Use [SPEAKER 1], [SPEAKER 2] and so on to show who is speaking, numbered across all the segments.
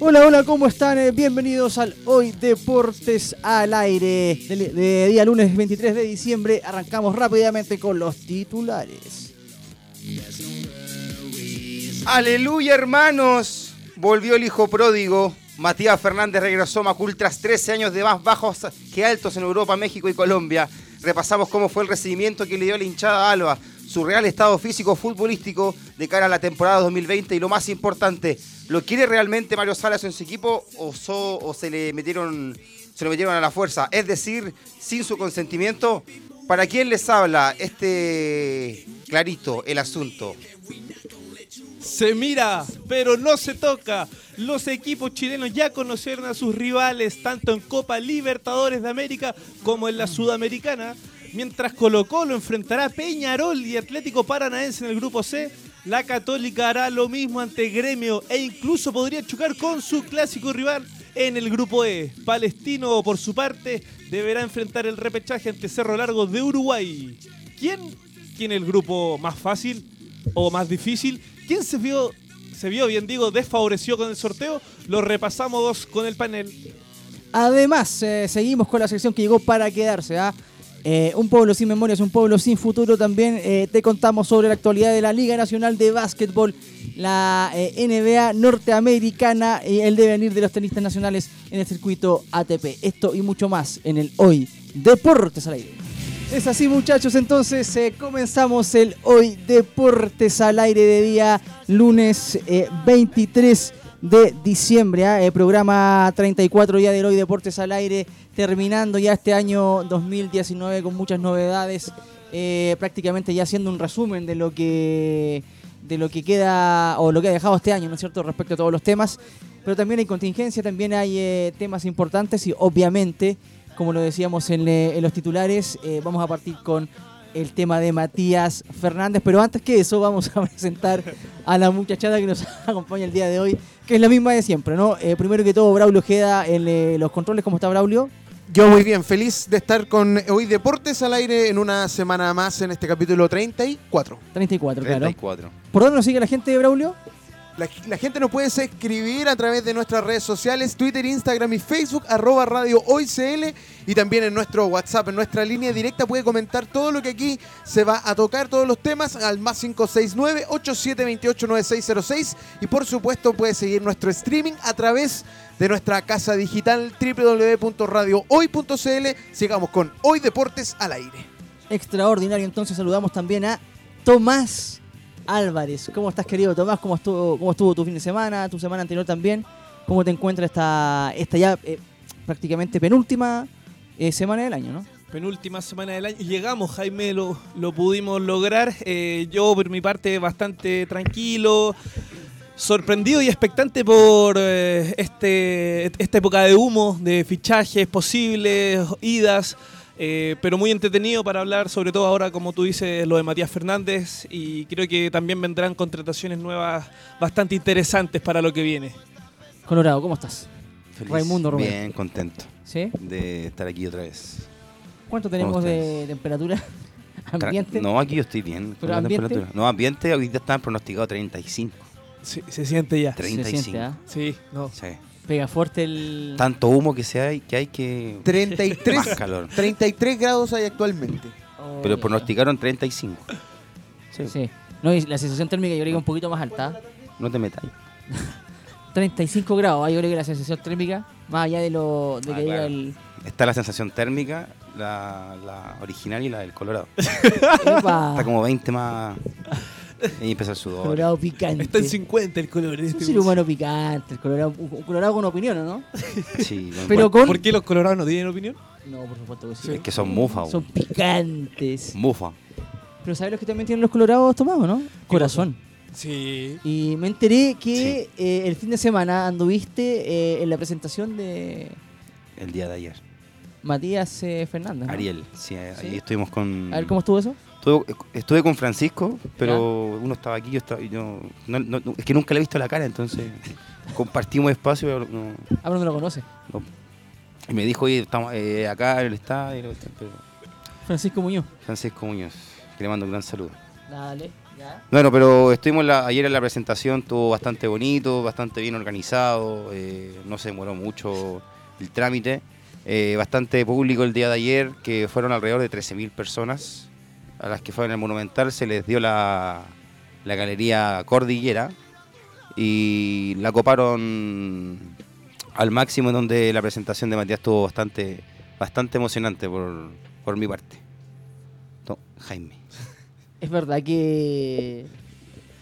[SPEAKER 1] Hola, hola, ¿cómo están? Eh, Bienvenidos al Hoy Deportes al Aire. De, de día lunes 23 de diciembre arrancamos rápidamente con los titulares.
[SPEAKER 2] Aleluya, hermanos. Volvió el hijo pródigo. Matías Fernández regresó a Macul tras 13 años de más bajos que altos en Europa, México y Colombia. Repasamos cómo fue el recibimiento que le dio la hinchada a Alba, su real estado físico futbolístico de cara a la temporada 2020 y lo más importante, ¿lo quiere realmente Mario Salas en su equipo o, so- o se le metieron se lo metieron a la fuerza? Es decir, sin su consentimiento. ¿Para quién les habla este clarito el asunto?
[SPEAKER 3] Se mira, pero no se toca. Los equipos chilenos ya conocieron a sus rivales tanto en Copa Libertadores de América como en la Sudamericana. Mientras Colo Colo enfrentará a Peñarol y Atlético Paranaense en el grupo C, la Católica hará lo mismo ante Gremio e incluso podría chocar con su clásico rival en el grupo E. Palestino, por su parte, deberá enfrentar el repechaje ante Cerro Largo de Uruguay. ¿Quién tiene el grupo más fácil? o más difícil. ¿Quién se vio, se vio bien digo, desfavoreció con el sorteo? Lo repasamos con el panel.
[SPEAKER 1] Además, eh, seguimos con la sección que llegó para quedarse. ¿ah? Eh, un pueblo sin memoria es un pueblo sin futuro. También eh, te contamos sobre la actualidad de la Liga Nacional de Básquetbol, la eh, NBA norteamericana y el devenir de los tenistas nacionales en el circuito ATP. Esto y mucho más en el Hoy Deportes al Aire. Es así muchachos, entonces eh, comenzamos el Hoy Deportes al aire de día lunes eh, 23 de diciembre, ah, eh, programa 34 ya del Hoy Deportes al aire, terminando ya este año 2019 con muchas novedades, eh, prácticamente ya haciendo un resumen de lo que de lo que queda o lo que ha dejado este año, ¿no es cierto?, respecto a todos los temas. Pero también hay contingencia, también hay eh, temas importantes y obviamente, como lo decíamos en, eh, en los titulares, eh, vamos a partir con el tema de Matías Fernández. Pero antes que eso, vamos a presentar a la muchachada que nos acompaña el día de hoy, que es la misma de siempre, ¿no? Eh, primero que todo, Braulio Ojeda en eh, los controles. ¿Cómo está Braulio?
[SPEAKER 4] Yo muy bien, feliz de estar con Hoy Deportes al aire en una semana más en este capítulo 34.
[SPEAKER 1] 34, claro.
[SPEAKER 2] 34.
[SPEAKER 1] ¿Por dónde nos sigue la gente, Braulio?
[SPEAKER 4] La, la gente nos puede escribir a través de nuestras redes sociales, Twitter, Instagram y Facebook, arroba radio hoy CL y también en nuestro WhatsApp, en nuestra línea directa puede comentar todo lo que aquí se va a tocar, todos los temas al más 569-8728-9606 y por supuesto puede seguir nuestro streaming a través de nuestra casa digital www.radiohoy.cl. Sigamos con Hoy Deportes al aire.
[SPEAKER 1] extraordinario. Entonces saludamos también a Tomás Álvarez. ¿Cómo estás, querido Tomás? ¿Cómo estuvo, cómo estuvo tu fin de semana, tu semana anterior también? ¿Cómo te encuentras esta, esta ya eh, prácticamente penúltima eh, semana del año, no?
[SPEAKER 3] Penúltima semana del año. Llegamos, Jaime, lo, lo pudimos lograr. Eh, yo, por mi parte, bastante tranquilo, sorprendido y expectante por eh, este, esta época de humo, de fichajes posibles, idas. eh, pero muy entretenido para hablar, sobre todo ahora, como tú dices, lo de Matías Fernández. Y creo que también vendrán contrataciones nuevas bastante interesantes para lo que viene.
[SPEAKER 1] Colorado, ¿cómo estás? Raimundo Romero.
[SPEAKER 2] Bien, contento
[SPEAKER 1] ¿Sí?
[SPEAKER 2] de estar aquí otra vez.
[SPEAKER 1] ¿Cuánto tenemos de
[SPEAKER 2] ustedes?
[SPEAKER 1] temperatura
[SPEAKER 2] Tra-
[SPEAKER 1] ambiente?
[SPEAKER 2] No, aquí yo estoy bien.
[SPEAKER 1] ¿Pero
[SPEAKER 2] con la
[SPEAKER 1] ambiente?
[SPEAKER 2] temperatura. No, ambiente hoy día estaban pronosticados 35.
[SPEAKER 3] Sí, se siente ya.
[SPEAKER 1] Se
[SPEAKER 2] 35.
[SPEAKER 1] siente, ¿ah?
[SPEAKER 3] Sí, no.
[SPEAKER 2] Sí.
[SPEAKER 1] Pega fuerte el...
[SPEAKER 2] Tanto humo que, se hay, que hay que...
[SPEAKER 4] 33,
[SPEAKER 2] Más calor.
[SPEAKER 4] 33 grados hay actualmente.
[SPEAKER 1] Oh,
[SPEAKER 2] Pero
[SPEAKER 1] ya.
[SPEAKER 2] pronosticaron 35. Sí.
[SPEAKER 1] Sí. No, y la sensación térmica yo creo que es un poquito más alta.
[SPEAKER 2] No te metas.
[SPEAKER 1] 35 grados, ah, yo creo que la sensación térmica, más allá de lo de
[SPEAKER 2] Ah,
[SPEAKER 1] que diga
[SPEAKER 2] claro.
[SPEAKER 1] el...
[SPEAKER 2] Está la sensación térmica, la, la original y la del Colorado.
[SPEAKER 1] Epa.
[SPEAKER 2] Está como 20 más... Y empieza el sudor.
[SPEAKER 1] Colorado picante.
[SPEAKER 3] Está en este 50 el color.
[SPEAKER 1] Es un ser humano picante, el colorado, un colorado con opinión, ¿o ¿no?
[SPEAKER 2] Sí, lo
[SPEAKER 1] Pero
[SPEAKER 2] encuentro.
[SPEAKER 1] con...
[SPEAKER 3] ¿Por qué los colorados no tienen opinión?
[SPEAKER 1] No, por supuesto que sí.
[SPEAKER 2] Es que son mufas.
[SPEAKER 1] Son picantes.
[SPEAKER 2] Mufa.
[SPEAKER 1] Pero ¿sabes los que también tienen los colorados tomados, no? Corazón.
[SPEAKER 3] Sí.
[SPEAKER 1] Y me enteré que eh, el fin de semana anduviste eh, en la presentación de
[SPEAKER 2] El día de ayer.
[SPEAKER 1] Matías eh, Fernández. ¿no?
[SPEAKER 2] Ariel. Sí, ahí
[SPEAKER 1] Sí.
[SPEAKER 2] estuvimos con...
[SPEAKER 1] A ver cómo estuvo eso.
[SPEAKER 2] Estuve, estuve con Francisco, pero uno estaba aquí, yo estaba. y yo- no- no- no- es que nunca le he visto la cara, entonces compartimos espacio. pero no-
[SPEAKER 1] Ah, pero no lo conoce.
[SPEAKER 2] no. Y me dijo, oye, estamos eh, acá, él está. y lo- pero-
[SPEAKER 1] Francisco Muñoz.
[SPEAKER 2] Francisco Muñoz, que le mando un gran saludo.
[SPEAKER 1] Dale.
[SPEAKER 2] Bueno, pero estuvimos la- ayer en la presentación, estuvo bastante bonito, bastante bien organizado, eh, no se demoró mucho el trámite. Eh, bastante público el día de ayer, que fueron alrededor de 13.000 personas a las que fueron al Monumental, se les dio la, la galería Cordillera y la coparon al máximo, en donde la presentación de Matías estuvo bastante, bastante emocionante por, por mi parte. No, Jaime.
[SPEAKER 1] Es verdad que.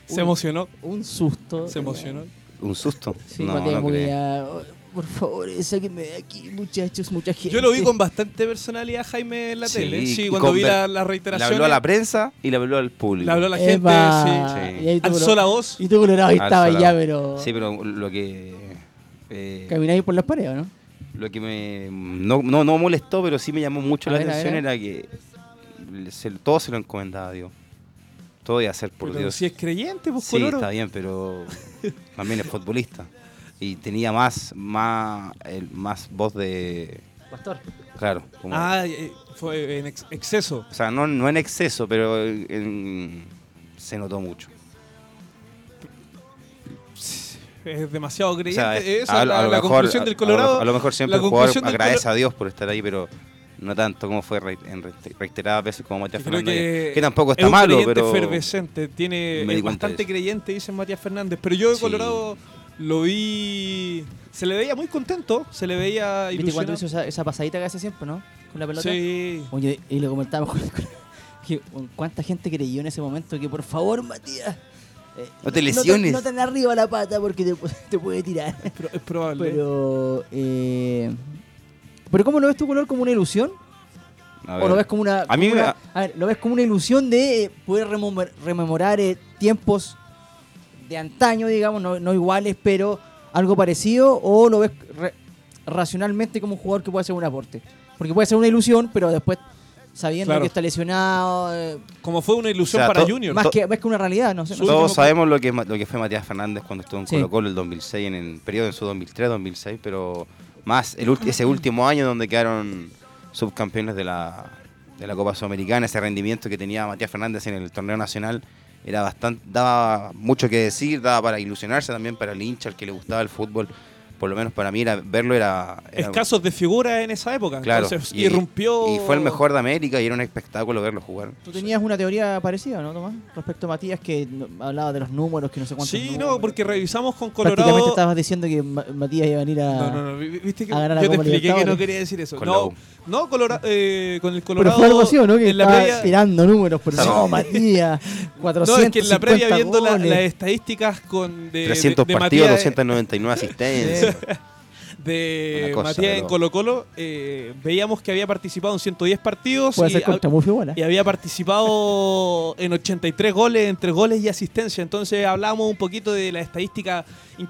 [SPEAKER 3] Se emocionó.
[SPEAKER 1] Un susto.
[SPEAKER 3] Se emocionó.
[SPEAKER 2] Un susto.
[SPEAKER 1] Sí,
[SPEAKER 2] no,
[SPEAKER 1] Matías
[SPEAKER 2] no creo.
[SPEAKER 1] Murguía, oh, Por favor, sáquenme de aquí, muchachos, mucha gente.
[SPEAKER 3] Yo lo vi con bastante personalidad Jaime en la tele. Sí,
[SPEAKER 2] y
[SPEAKER 3] cuando vi
[SPEAKER 2] conver-
[SPEAKER 3] la, la
[SPEAKER 2] Le
[SPEAKER 3] reiteración.
[SPEAKER 2] habló a la prensa y le habló al público.
[SPEAKER 3] Le habló a la gente, sí.
[SPEAKER 1] Eva.
[SPEAKER 2] sí.
[SPEAKER 1] Y ahí tú
[SPEAKER 3] Alzó
[SPEAKER 1] colo-
[SPEAKER 3] la voz.
[SPEAKER 1] Y tú colorado y
[SPEAKER 2] Al
[SPEAKER 1] estaba
[SPEAKER 2] solar.
[SPEAKER 1] ya, pero.
[SPEAKER 2] Sí, pero lo que. eh,
[SPEAKER 1] Camináis por las paredes, ¿no?
[SPEAKER 2] lo que me. No, no, no molestó, pero sí me llamó mucho
[SPEAKER 1] A
[SPEAKER 2] la
[SPEAKER 1] ver, a
[SPEAKER 2] atención
[SPEAKER 1] ver,
[SPEAKER 2] era que. le- se- todo se lo encomendaba a Dios. Todo iba a ser por
[SPEAKER 3] Pero
[SPEAKER 2] Dios.
[SPEAKER 3] Si es creyente, pues
[SPEAKER 2] Sí,
[SPEAKER 3] Coloro.
[SPEAKER 2] está bien, pero también es futbolista. Y tenía más, más, el- más voz de.
[SPEAKER 1] Pastor.
[SPEAKER 2] Claro. como-
[SPEAKER 3] Ah, eh, fue en ex- exceso.
[SPEAKER 2] O sea, no, no en exceso, pero eh, en- se notó mucho.
[SPEAKER 3] Es demasiado
[SPEAKER 2] O
[SPEAKER 3] creyente.
[SPEAKER 2] sea, es-
[SPEAKER 3] Esa es la, la conclusión del
[SPEAKER 2] a- a lo-
[SPEAKER 3] Colorado.
[SPEAKER 2] A, lo mejor siempre
[SPEAKER 3] la
[SPEAKER 2] el jugador
[SPEAKER 3] conclusión del
[SPEAKER 2] agradece a Dios por estar ahí, pero no tanto como fue re- en re- reiteradas veces como Matías
[SPEAKER 3] Yo creo
[SPEAKER 2] Fernández.
[SPEAKER 3] que,
[SPEAKER 2] Que, tampoco está
[SPEAKER 3] es un
[SPEAKER 2] malo,
[SPEAKER 3] creyente
[SPEAKER 2] pero.
[SPEAKER 3] efervescente, tiene,
[SPEAKER 2] Me di
[SPEAKER 3] es
[SPEAKER 2] cuenta de
[SPEAKER 3] bastante
[SPEAKER 2] eso.
[SPEAKER 3] creyente, dice Matías Fernández. Pero yo de
[SPEAKER 2] Sí.
[SPEAKER 3] Colorado lo vi. Se le veía muy contento, se le veía
[SPEAKER 1] ¿Viste cuando
[SPEAKER 3] ilusionado.
[SPEAKER 1] hizo esa, esa pasadita que hace siempre, no? Con la pelota.
[SPEAKER 3] Sí.
[SPEAKER 1] Oye, y lo comentábamos con, con- que, con cuánta gente creyó en ese momento que por favor, Matías. eh,
[SPEAKER 2] No te lesiones.
[SPEAKER 1] No te, arriba la pata porque te, pu- te puede tirar.
[SPEAKER 3] Pro- es probable.
[SPEAKER 1] Pero. eh, ¿Pero cómo lo ves tu color como una ilusión?
[SPEAKER 2] A
[SPEAKER 1] ¿O
[SPEAKER 2] ver,
[SPEAKER 1] lo ves como una.?
[SPEAKER 2] A mí
[SPEAKER 1] como
[SPEAKER 2] me-
[SPEAKER 1] una- a ver, ¿lo ves como una ilusión de eh, poder rememor- rememorar eh, tiempos de antaño, digamos, no, no iguales, pero algo parecido? ¿O lo ves re- racionalmente como un jugador que puede hacer un aporte? Porque puede ser una ilusión, pero después, sabiendo
[SPEAKER 3] Claro.
[SPEAKER 1] que está lesionado, eh,
[SPEAKER 3] Como fue una ilusión
[SPEAKER 2] O sea,
[SPEAKER 3] para
[SPEAKER 2] to-
[SPEAKER 3] Junior.
[SPEAKER 1] más
[SPEAKER 2] to-
[SPEAKER 1] que, más que una realidad, no sé. no sé
[SPEAKER 2] todos
[SPEAKER 1] si me-
[SPEAKER 2] sabemos lo que, es Ma- lo que fue Matías Fernández cuando estuvo en
[SPEAKER 1] Sí.
[SPEAKER 2] Colo Colo el 2006, en el periodo de su 2003-2006, pero más el ulti- ese último año donde quedaron subcampeones de la, de la Copa Sudamericana, ese rendimiento que tenía Matías Fernández en el torneo nacional era bastante daba mucho que decir, daba para ilusionarse también para el hincha, al que le gustaba el fútbol, por lo menos para mí era, verlo era, era-
[SPEAKER 3] Escasos de figura en esa época.
[SPEAKER 2] claro,
[SPEAKER 3] Entonces
[SPEAKER 2] y-
[SPEAKER 3] irrumpió.
[SPEAKER 2] y fue el mejor de América y era un espectáculo verlo jugar.
[SPEAKER 1] Tú tenías una teoría parecida, ¿no, Tomás? Respecto a Matías, que no- hablaba de los números, que no sé cuántos
[SPEAKER 3] Sí, no,
[SPEAKER 1] números.
[SPEAKER 3] porque revisamos con
[SPEAKER 1] Prácticamente
[SPEAKER 3] Colorado.
[SPEAKER 1] estabas diciendo que Ma- Matías iba a venir a...
[SPEAKER 3] No, no, no. vi- Viste que
[SPEAKER 1] a ganar la
[SPEAKER 3] yo te
[SPEAKER 1] Copa
[SPEAKER 3] expliqué que no
[SPEAKER 1] Libertadores.
[SPEAKER 3] quería decir eso.
[SPEAKER 2] Con
[SPEAKER 3] no,
[SPEAKER 2] la U.
[SPEAKER 3] no Colora- eh, con el
[SPEAKER 1] Pero
[SPEAKER 3] Colorado.
[SPEAKER 1] fue algo así, ¿o ¿no? Que
[SPEAKER 3] en la
[SPEAKER 1] estaba
[SPEAKER 3] previa-
[SPEAKER 1] tirando números, por eso.
[SPEAKER 2] No.
[SPEAKER 1] No, Matías, 400.
[SPEAKER 3] No, es que en la previa viendo la- las
[SPEAKER 1] goles.
[SPEAKER 3] estadísticas con de,
[SPEAKER 2] 300
[SPEAKER 3] Eh, de, de
[SPEAKER 2] partidos,
[SPEAKER 3] Matías, eh,
[SPEAKER 2] 299 asistencias.
[SPEAKER 3] de
[SPEAKER 2] Una cosa,
[SPEAKER 3] Matías en
[SPEAKER 2] pero-
[SPEAKER 3] Colo Colo, veíamos que había participado en 110 partidos
[SPEAKER 1] Puede
[SPEAKER 3] y,
[SPEAKER 1] ser contra Murphy ¿eh? bola.
[SPEAKER 3] y había participado en 83 goles, entre goles y asistencia. Entonces hablábamos un poquito de la estadística, in-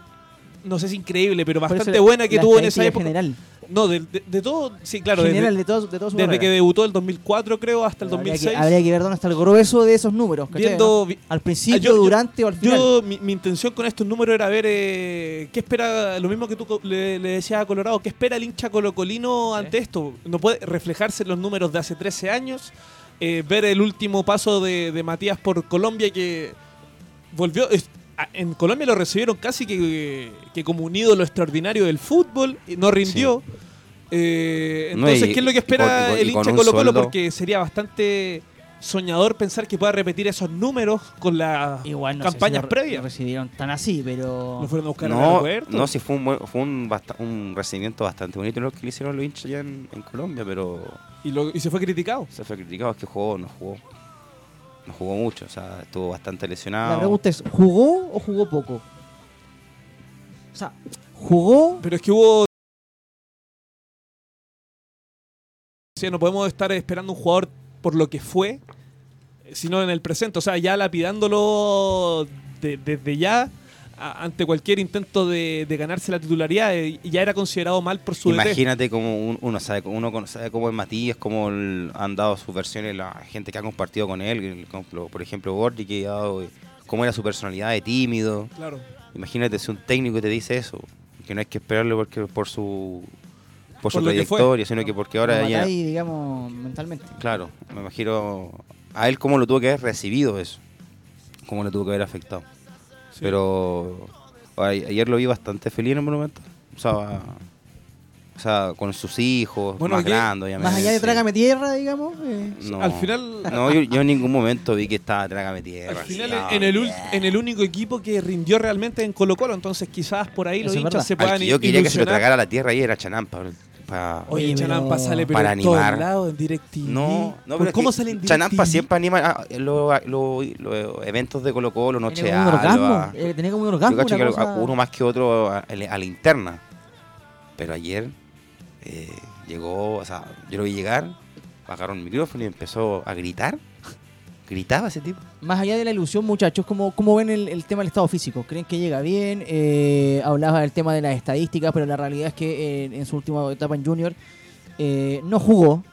[SPEAKER 3] no sé si increíble, pero
[SPEAKER 1] Por eso
[SPEAKER 3] bastante
[SPEAKER 1] la-
[SPEAKER 3] buena que
[SPEAKER 1] la
[SPEAKER 3] tuvo en esa
[SPEAKER 1] estadística
[SPEAKER 3] época.
[SPEAKER 1] general.
[SPEAKER 3] No, de, de- de todo, sí, claro, desde-
[SPEAKER 1] general de todo, de todo su
[SPEAKER 3] desde,
[SPEAKER 1] carrera.
[SPEAKER 3] que debutó el 2004 creo hasta el
[SPEAKER 1] Habría que-
[SPEAKER 3] 2006.
[SPEAKER 1] Habría que ver dónde está el grueso de esos números. ¿cachai,
[SPEAKER 3] Viendo
[SPEAKER 1] no?
[SPEAKER 3] vi-
[SPEAKER 1] Al principio,
[SPEAKER 3] Ah, yo- yo-
[SPEAKER 1] durante o al final.
[SPEAKER 3] Yo, mi, mi intención con estos números era ver eh, qué espera, lo mismo que tú co- le, le decías a Colorado, qué espera el hincha colocolino ante esto. No puede reflejarse en los números de hace 13 años, eh, ver el último paso de, de Matías por Colombia que volvió. es- a- en Colombia lo recibieron casi que, que como un ídolo extraordinario del fútbol, y no rindió. Eh,
[SPEAKER 2] No,
[SPEAKER 3] entonces,
[SPEAKER 2] y-
[SPEAKER 3] ¿qué es lo que
[SPEAKER 2] y con-
[SPEAKER 3] espera
[SPEAKER 2] y con- y
[SPEAKER 3] el
[SPEAKER 2] con
[SPEAKER 3] hincha
[SPEAKER 2] un
[SPEAKER 3] Colo Colo?
[SPEAKER 2] sueldo.
[SPEAKER 3] Porque sería bastante soñador pensar que pueda repetir esos números con las
[SPEAKER 1] Igual no sé si
[SPEAKER 3] campañas
[SPEAKER 1] lo re- lo
[SPEAKER 3] previas.
[SPEAKER 1] recibieron tan así, pero...
[SPEAKER 3] Lo fueron a buscar al
[SPEAKER 2] No,
[SPEAKER 3] aeropuerto.
[SPEAKER 2] no, sí fue un, buen- fue un, basta- un recibimiento bastante bonito lo que le hicieron los hinchas allá en, en Colombia, pero
[SPEAKER 3] y, lo- y se fue criticado.
[SPEAKER 2] se fue criticado es que jugó, no jugó. No jugó mucho, o sea, estuvo bastante
[SPEAKER 1] La
[SPEAKER 2] lesionado.
[SPEAKER 1] pregunta es, ¿jugó o jugó poco? O sea, ¿jugó
[SPEAKER 3] Pero es que hubo. Sí, no podemos estar esperando un jugador por lo que fue, sino en el presente. O sea, ya lapidándolo de- desde ya a- ante cualquier intento de, de ganarse la titularidad. eh, y ya era considerado mal por su DT.
[SPEAKER 2] Imagínate cómo un- uno sabe, uno cono- sabe cómo es Matías, cómo el- han dado sus versiones la gente que ha compartido con él, el- como lo- por ejemplo Gordy, que ha dado eh, cómo era su personalidad de tímido.
[SPEAKER 3] Claro.
[SPEAKER 2] Imagínate si un técnico te dice eso, que no hay que esperarlo porque por su por su
[SPEAKER 3] Por lo que fue.
[SPEAKER 2] trayectoria, sino que porque ahora
[SPEAKER 1] lo
[SPEAKER 2] ya-
[SPEAKER 1] matáis, digamos, mentalmente.
[SPEAKER 2] Claro, me imagino a él cómo lo tuvo que haber recibido eso. cómo lo tuvo que haber afectado. Pero a- ayer lo vi bastante feliz en el Monumental. O sea, va- o sea, con sus hijos,
[SPEAKER 3] Bueno,
[SPEAKER 2] más
[SPEAKER 3] ayer-
[SPEAKER 2] grandes, obviamente.
[SPEAKER 1] Más allá de
[SPEAKER 2] sí.
[SPEAKER 1] Trágame Tierra, digamos. eh,
[SPEAKER 2] No.
[SPEAKER 3] Al final-
[SPEAKER 2] No, yo, yo en ningún momento vi que estaba trágame tierra.
[SPEAKER 3] Al final,
[SPEAKER 2] así, no,
[SPEAKER 3] en el, ul- en el único equipo que rindió realmente en Colo Colo, entonces quizás por ahí los
[SPEAKER 1] Eso es
[SPEAKER 3] hinchas
[SPEAKER 1] verdad.
[SPEAKER 3] se
[SPEAKER 2] Al
[SPEAKER 3] puedan
[SPEAKER 2] que yo quería que se lo
[SPEAKER 3] ilusionar.
[SPEAKER 2] tragara la tierra ayer era Chanán, pa- pa-
[SPEAKER 1] Oye,
[SPEAKER 3] Oye,
[SPEAKER 1] pero-
[SPEAKER 3] Chanampa sale pero
[SPEAKER 2] Para
[SPEAKER 3] en todos
[SPEAKER 2] animar.
[SPEAKER 3] lados, en DirecTV.
[SPEAKER 2] No, no, pero
[SPEAKER 3] ¿Pero
[SPEAKER 2] es
[SPEAKER 3] ¿Cómo
[SPEAKER 2] que
[SPEAKER 3] sale en DirecTV?
[SPEAKER 2] Chanampa siempre anima ah, lo- lo- los eventos de Colo Colo, Noche
[SPEAKER 1] tenía como un
[SPEAKER 2] Alba.
[SPEAKER 1] orgasmo. eh, tenía como un
[SPEAKER 2] Yo
[SPEAKER 1] orgasmo.
[SPEAKER 2] cacho que
[SPEAKER 1] una
[SPEAKER 2] lo-
[SPEAKER 1] cosa-
[SPEAKER 2] uno más que otro a, a la- a la interna. Pero ayer eh, llegó, o sea, yo lo vi llegar, bajaron el micrófono y empezó a gritar. Gritaba ese tipo.
[SPEAKER 1] Más allá de la ilusión, muchachos, ¿cómo, cómo ven el, el tema del estado físico? ¿Creen que llega bien? Eh, hablaba del tema de las estadísticas, pero la realidad es que eh, en su última etapa en Junior eh, no jugó.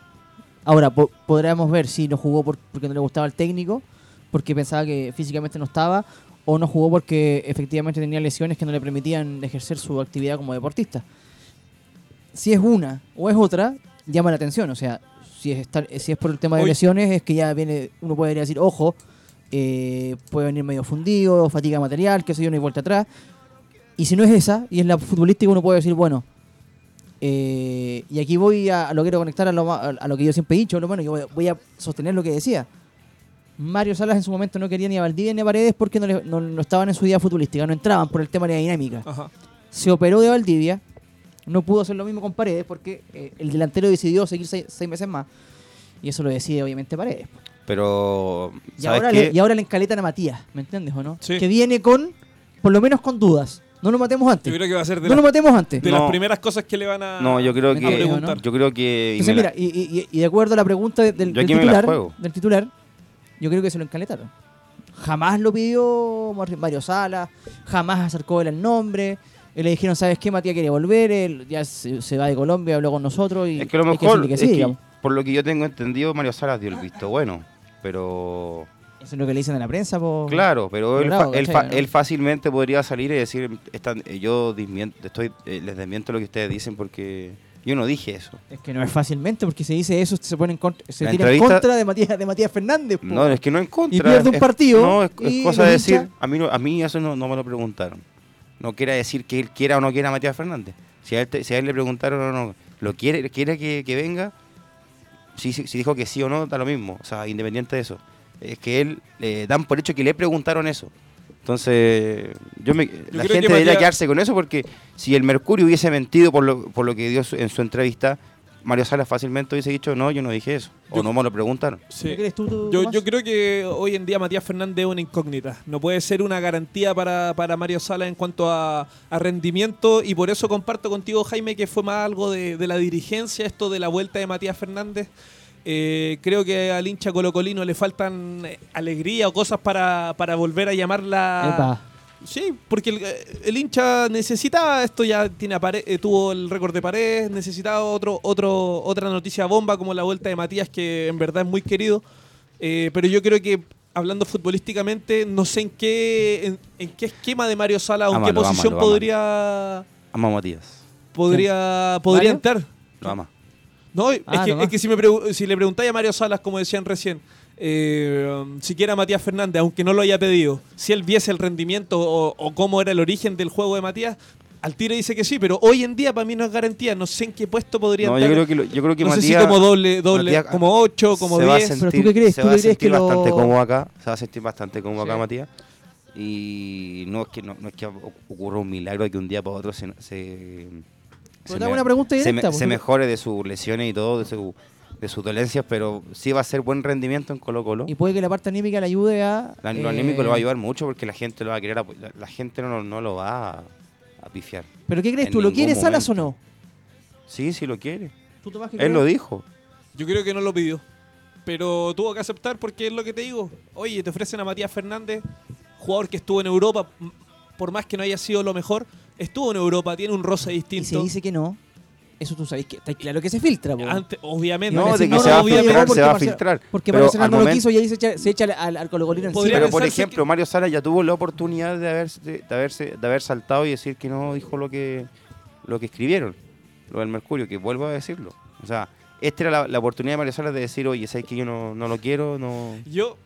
[SPEAKER 1] Ahora, po- podríamos ver si no jugó por- porque no le gustaba el técnico, porque pensaba que físicamente no estaba, o no jugó porque efectivamente tenía lesiones que no le permitían ejercer su actividad como deportista. Si es una o es otra, llama la atención. O sea, si es, estar- si es por el tema de
[SPEAKER 3] Hoy-
[SPEAKER 1] lesiones, es que ya viene, uno puede decir, ojo, eh, puede venir medio fundido, fatiga material, que sé yo, no hay vuelta atrás. Y si no es esa, y es la futbolística, uno puede decir, bueno, eh, y aquí voy a, a lo quiero conectar a lo, ma- a lo que yo siempre he dicho, lo bueno, yo voy a, voy a sostener lo que decía. Mario Salas en su momento no quería ni a Valdivia ni a Paredes porque no, le- no- no estaban en su idea futbolística, no entraban por el tema de la dinámica.
[SPEAKER 3] Ajá.
[SPEAKER 1] Se operó de Valdivia, no pudo hacer lo mismo con Paredes porque eh, el delantero decidió seguir seis, seis meses más. Y eso lo decide obviamente Paredes.
[SPEAKER 2] Pero,
[SPEAKER 1] Y
[SPEAKER 2] ¿sabes
[SPEAKER 1] ahora,
[SPEAKER 2] qué?
[SPEAKER 1] le, y ahora le encaletan a Matías, ¿me entiendes o no?
[SPEAKER 3] Sí.
[SPEAKER 1] Que viene con, por lo menos con dudas. No lo matemos antes.
[SPEAKER 3] Yo creo que va a ser de,
[SPEAKER 1] No lo
[SPEAKER 3] las,
[SPEAKER 1] matemos antes.
[SPEAKER 3] de las
[SPEAKER 2] No.
[SPEAKER 3] primeras cosas que le van a.
[SPEAKER 2] No, yo creo
[SPEAKER 1] Me
[SPEAKER 2] que.
[SPEAKER 1] cabreo, ¿no?
[SPEAKER 2] Yo creo que.
[SPEAKER 1] Entonces, mira,
[SPEAKER 2] Imela-
[SPEAKER 1] y, y- y de acuerdo a la pregunta del, del
[SPEAKER 2] Yo aquí me la
[SPEAKER 1] titular,
[SPEAKER 2] juego.
[SPEAKER 1] del titular, yo creo que se lo encaletaron. Jamás lo pidió Mar- Mario Sala, jamás acercó él el nombre. eh, Le dijeron, ¿sabes qué? Matías quiere volver, él ya se, se va de Colombia, habló con nosotros. Y
[SPEAKER 2] es que a lo
[SPEAKER 1] hay
[SPEAKER 2] mejor.
[SPEAKER 1] decirle que
[SPEAKER 2] es
[SPEAKER 1] sí,
[SPEAKER 2] que,
[SPEAKER 1] digamos.
[SPEAKER 2] por lo que yo tengo entendido, Mario Salas dio el visto bueno. Pero.
[SPEAKER 1] Eso es lo que le dicen a la prensa. po.
[SPEAKER 2] Claro, pero él,
[SPEAKER 1] Colorado,
[SPEAKER 2] fa- él
[SPEAKER 1] Oh. ¿cachai,
[SPEAKER 2] fa-
[SPEAKER 1] no?
[SPEAKER 2] él fácilmente podría salir y decir, están, eh, yo desmien- estoy, eh, les desmiento lo que ustedes dicen porque yo no dije eso.
[SPEAKER 1] Es que no es fácilmente, porque si dice eso, se, pone en contra, se
[SPEAKER 2] La
[SPEAKER 1] tira en
[SPEAKER 2] entrevista-
[SPEAKER 1] contra de Matías, de Matías Fernández. po.
[SPEAKER 2] No, es que no en contra.
[SPEAKER 1] Y pierde un
[SPEAKER 2] es-
[SPEAKER 1] partido,
[SPEAKER 2] No, es, es
[SPEAKER 1] y
[SPEAKER 2] cosa
[SPEAKER 1] los
[SPEAKER 2] de decir,
[SPEAKER 1] hinchas-
[SPEAKER 2] a mí, no- a mí eso no, no me lo preguntaron. No quiere decir que él quiera o no quiera a Matías Fernández. Si a él, te- si a él le preguntaron o no, ¿lo quiere, quiere que, que venga? Si, si- si dijo que sí o no, da lo mismo. O sea, independiente de eso. Es que él, le dan por hecho que le preguntaron eso. Entonces, yo me, la
[SPEAKER 3] creo que
[SPEAKER 2] gente debería
[SPEAKER 3] Matías-
[SPEAKER 2] quedarse con eso porque si el Mercurio hubiese mentido por lo, por lo que dio su- en su entrevista, Mario Salas fácilmente hubiese dicho, no, yo no dije eso.
[SPEAKER 3] Yo-
[SPEAKER 2] o no me lo preguntaron.
[SPEAKER 3] Sí.
[SPEAKER 1] ¿Qué crees tú, tú,
[SPEAKER 3] Yo,
[SPEAKER 1] Tomás?
[SPEAKER 3] yo creo que hoy en día Matías Fernández es una incógnita. No puede ser una garantía para, para Mario Sala en cuanto a, a rendimiento. Y por eso comparto contigo, Jaime, que fue más algo de, de la dirigencia, esto de la vuelta de Matías Fernández. Eh, creo que al hincha colocolino le faltan eh, alegría o cosas para, para volver a llamarla.
[SPEAKER 1] Epa.
[SPEAKER 3] Sí, porque el, el hincha necesitaba esto, ya tiene a Pare- eh, tuvo el récord de Paredes, necesitaba otro, otro, otra noticia bomba como la vuelta de Matías, que en verdad es muy querido. Eh, pero yo creo que, hablando futbolísticamente, no sé en qué, en, en qué esquema de Mario Sala o en qué
[SPEAKER 2] Ámalo,
[SPEAKER 3] posición
[SPEAKER 2] ámalo, ámalo.
[SPEAKER 3] podría,
[SPEAKER 2] Amo a Matías.
[SPEAKER 3] podría, podría
[SPEAKER 1] ¿Mario?
[SPEAKER 3] entrar.
[SPEAKER 2] Lo ama.
[SPEAKER 3] No, es,
[SPEAKER 1] Ah,
[SPEAKER 3] que,
[SPEAKER 1] nomás.
[SPEAKER 3] es que si, me pregu- si le preguntáis a Mario Salas, como decían recién, eh, siquiera a Matías Fernández, aunque no lo haya pedido, si él viese el rendimiento o, o cómo era el origen del juego de Matías, al tiro dice que sí, pero hoy en día para mí no es garantía, no sé en qué puesto podría
[SPEAKER 2] No, yo
[SPEAKER 3] entrar.
[SPEAKER 2] creo que, lo- yo creo que
[SPEAKER 3] no sé si
[SPEAKER 2] Matías-
[SPEAKER 3] como doble, doble
[SPEAKER 2] Matías
[SPEAKER 3] como 8, como
[SPEAKER 2] se va a
[SPEAKER 3] 10.
[SPEAKER 1] sen- ¿Pero tú
[SPEAKER 2] sentir-
[SPEAKER 1] qué crees?
[SPEAKER 2] Se
[SPEAKER 1] ¿Tú
[SPEAKER 2] va a
[SPEAKER 1] qué crees
[SPEAKER 2] sentir
[SPEAKER 1] que lo-
[SPEAKER 2] bastante cómodo acá. Se va a sentir bastante cómodo acá,
[SPEAKER 1] Sí.
[SPEAKER 2] Matías. Y no es que, no, no es que o- ocurra un milagro de que un día para otro se. se,
[SPEAKER 1] te hago una pregunta
[SPEAKER 2] se
[SPEAKER 1] directa,
[SPEAKER 2] me-
[SPEAKER 1] pues,
[SPEAKER 2] se
[SPEAKER 1] tú-
[SPEAKER 2] mejore de sus lesiones y todo, de, su, de sus dolencias, pero sí va a ser buen rendimiento en Colo-Colo.
[SPEAKER 1] Y puede que la parte anímica le ayude a.
[SPEAKER 2] La-
[SPEAKER 1] eh,
[SPEAKER 2] Lo anímico le va a ayudar mucho porque la gente lo va a querer. apo- La, la gente no, no lo va a, a pifiar.
[SPEAKER 1] ¿Pero qué crees
[SPEAKER 2] en
[SPEAKER 1] tú? ¿Lo
[SPEAKER 2] ningún
[SPEAKER 1] quiere Salas o no?
[SPEAKER 2] momento. Sí, sí lo quiere.
[SPEAKER 1] ¿Tú, Tomás, qué
[SPEAKER 2] Él
[SPEAKER 1] crees?
[SPEAKER 2] lo dijo.
[SPEAKER 3] Yo creo que no lo pidió. Pero tuvo que aceptar porque es lo que te digo. Oye, te ofrecen a Matías Fernández, jugador que estuvo en Europa, m- por más que no haya sido lo mejor, estuvo en Europa, tiene un roce
[SPEAKER 1] Y si
[SPEAKER 3] distinto.
[SPEAKER 1] dice que no, eso tú sabes que está claro que se filtra. po.
[SPEAKER 3] Antes, obviamente.
[SPEAKER 1] Van a
[SPEAKER 2] No,
[SPEAKER 1] decir,
[SPEAKER 2] de que se va a
[SPEAKER 1] obviamente
[SPEAKER 3] obviamente.
[SPEAKER 2] filtrar,
[SPEAKER 1] no, porque
[SPEAKER 2] se
[SPEAKER 1] Marcelo- Porque
[SPEAKER 2] va a filtrar. Pero
[SPEAKER 1] Marcelo
[SPEAKER 2] al
[SPEAKER 1] no lo
[SPEAKER 2] momento-
[SPEAKER 1] quiso y ahí se echa, se echa al, al colocolino
[SPEAKER 3] Podría
[SPEAKER 1] encima.
[SPEAKER 2] Pero por
[SPEAKER 3] pensarse que-
[SPEAKER 2] ejemplo, Mario Sala ya tuvo la oportunidad de haber, de, de haberse, de haber saltado y decir que no dijo lo que, lo que escribieron, lo del Mercurio, que vuelvo a decirlo. O sea, esta era la, la oportunidad de Mario Sala de decir, oye, sabes que yo no, no lo quiero, no...
[SPEAKER 3] Yo,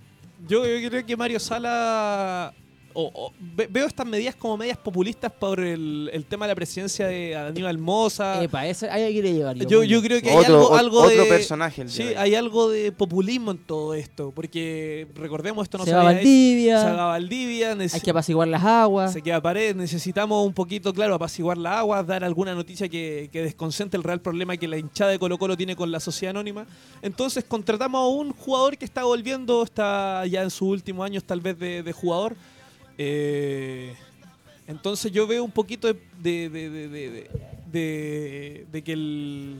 [SPEAKER 3] Yo, yo creo que Mario Sala. o- o- ve- veo estas medidas como medidas populistas por el, el tema de la presidencia de Aníbal Moza.
[SPEAKER 1] Epa, ese, ahí hay que llevar.
[SPEAKER 3] Yo, yo creo que hay
[SPEAKER 2] Otro-
[SPEAKER 3] algo,
[SPEAKER 2] ot-
[SPEAKER 3] algo
[SPEAKER 2] otro
[SPEAKER 3] de,
[SPEAKER 2] personaje el
[SPEAKER 3] Sí,
[SPEAKER 2] día de hoy.
[SPEAKER 3] hay algo de populismo en todo esto, porque recordemos esto no
[SPEAKER 1] se va a
[SPEAKER 3] había hecho.
[SPEAKER 1] Valdivia,
[SPEAKER 3] Se va a Valdivia,
[SPEAKER 1] hay
[SPEAKER 3] neces-
[SPEAKER 1] que apaciguar las aguas.
[SPEAKER 3] se queda pared, necesitamos un poquito, claro, apaciguar las aguas, dar alguna noticia que, que desconcentre el real problema que la hinchada de Colo Colo tiene con la sociedad anónima. Entonces contratamos a un jugador que está volviendo, está ya en sus últimos años tal vez de, de jugador. Eh, entonces yo veo un poquito de, de- de- de- de- de- de- de que el...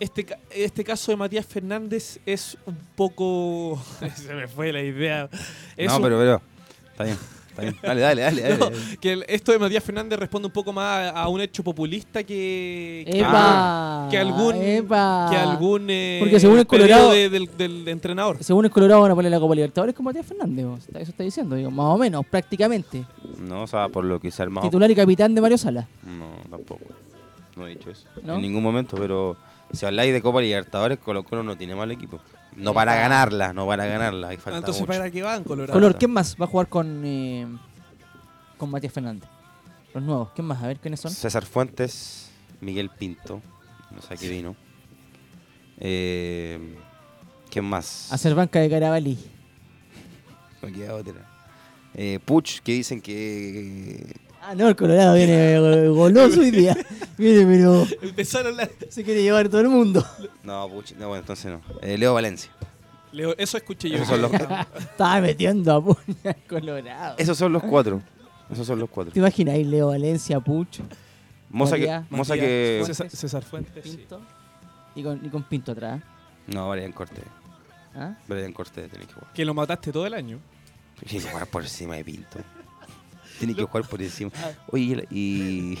[SPEAKER 3] Este, ca- este caso de Matías Fernández es un poco... Se me fue la idea. Es
[SPEAKER 2] No,
[SPEAKER 3] un
[SPEAKER 2] pero, pero. Está bien, está bien. Dale, dale, dale. dale,
[SPEAKER 3] no,
[SPEAKER 2] dale.
[SPEAKER 3] que el- esto de Matías Fernández responde un poco más a, a un hecho populista que, que,
[SPEAKER 1] Epa,
[SPEAKER 3] que algún
[SPEAKER 1] epa.
[SPEAKER 3] que algún eh,
[SPEAKER 1] Porque según el
[SPEAKER 3] pedido
[SPEAKER 1] Colorado-
[SPEAKER 3] de- del, del entrenador.
[SPEAKER 1] Según el Colorado van a poner la Copa Libertadores con Matías Fernández. vos. Eso está diciendo, digo, más o menos, prácticamente.
[SPEAKER 2] No, o sea, por lo que se ha armado.
[SPEAKER 1] Titular y capitán de Mario Sala.
[SPEAKER 2] No, tampoco. No he dicho eso.
[SPEAKER 1] ¿No?
[SPEAKER 2] En ningún momento, pero si habláis de Copa Libertadores, Colo Colo no tiene mal equipo. No para ganarla, no para ganarla. Hay falta
[SPEAKER 3] Ah, Entonces,
[SPEAKER 2] mucho.
[SPEAKER 3] ¿para qué van, Colorado?
[SPEAKER 1] Color, ¿quién más va a jugar con, eh, con Matías Fernández? Los nuevos, ¿quién más? A ver, ¿quiénes son?
[SPEAKER 2] César Fuentes, Miguel Pinto, no sé a qué vino. Eh, ¿Quién más?
[SPEAKER 1] Hacer banca de Carabalí.
[SPEAKER 2] Me queda otra. Eh, Puch, que dicen que.
[SPEAKER 1] Ah, no, el Colorado viene eh, goloso hoy día. Viene, pero
[SPEAKER 3] Empezaron la-
[SPEAKER 1] se quiere llevar todo el mundo.
[SPEAKER 2] No, Puch, no, bueno, entonces no. Eh, Leo Valencia.
[SPEAKER 3] Leo, eso escuché yo.
[SPEAKER 2] Esos son, los,
[SPEAKER 1] Estaba metiendo a puña al Colorado.
[SPEAKER 2] esos son los cuatro. Esos son los cuatro.
[SPEAKER 1] ¿Te imaginas ahí Leo Valencia, Pucho,
[SPEAKER 2] Moza que.
[SPEAKER 1] Matías,
[SPEAKER 2] Moza
[SPEAKER 3] Matías
[SPEAKER 2] que.
[SPEAKER 3] César, César Fuentes. sí.
[SPEAKER 1] Pinto y con, y con Pinto atrás?
[SPEAKER 2] No, Brian Cortés.
[SPEAKER 1] ¿ah?
[SPEAKER 2] Brian Cortés tiene que jugar.
[SPEAKER 3] Que lo mataste todo el año.
[SPEAKER 2] Tiene que jugar por encima de Pinto. Tiene que jugar por encima.
[SPEAKER 1] Ah.
[SPEAKER 2] Oye, y.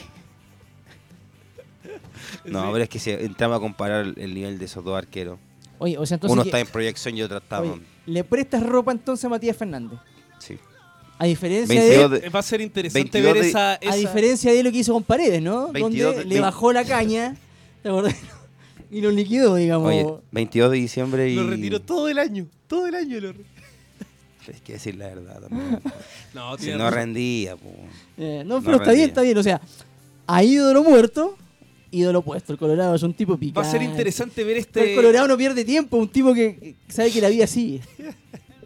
[SPEAKER 2] No,
[SPEAKER 3] Sí.
[SPEAKER 2] pero es que si entramos a comparar el nivel de esos dos arqueros.
[SPEAKER 1] Oye, o sea, entonces.
[SPEAKER 2] Uno
[SPEAKER 1] que-
[SPEAKER 2] está en proyección y otro está.
[SPEAKER 1] oye, ¿Le prestas ropa entonces a Matías Fernández?
[SPEAKER 2] Sí.
[SPEAKER 1] A diferencia de.
[SPEAKER 2] 22 de-
[SPEAKER 3] Eh, Va a ser interesante
[SPEAKER 2] 22
[SPEAKER 3] ver
[SPEAKER 2] de-
[SPEAKER 3] esa.
[SPEAKER 1] A
[SPEAKER 3] esa-
[SPEAKER 1] diferencia de lo que hizo con Paredes, ¿no?
[SPEAKER 2] 22
[SPEAKER 1] Donde
[SPEAKER 2] de-
[SPEAKER 1] le bajó la caña ¿te acordás? y lo liquidó, digamos.
[SPEAKER 2] Oye, 22 de diciembre y.
[SPEAKER 3] Lo retiró todo el año. Todo el año lo re-
[SPEAKER 2] Es que decir la verdad también.
[SPEAKER 3] No,
[SPEAKER 2] si
[SPEAKER 3] tiene
[SPEAKER 2] no
[SPEAKER 3] razón.
[SPEAKER 2] rendía, po.
[SPEAKER 1] Eh, no,
[SPEAKER 2] no
[SPEAKER 1] pero está bien,
[SPEAKER 2] rendía.
[SPEAKER 1] está bien. O sea, a ídolo muerto, ídolo puesto. El Colorado es un tipo
[SPEAKER 3] Va
[SPEAKER 1] picante.
[SPEAKER 3] a ser interesante ver
[SPEAKER 1] Pero
[SPEAKER 3] este.
[SPEAKER 1] el Colorado no pierde tiempo, un tipo que sabe que la vida sigue.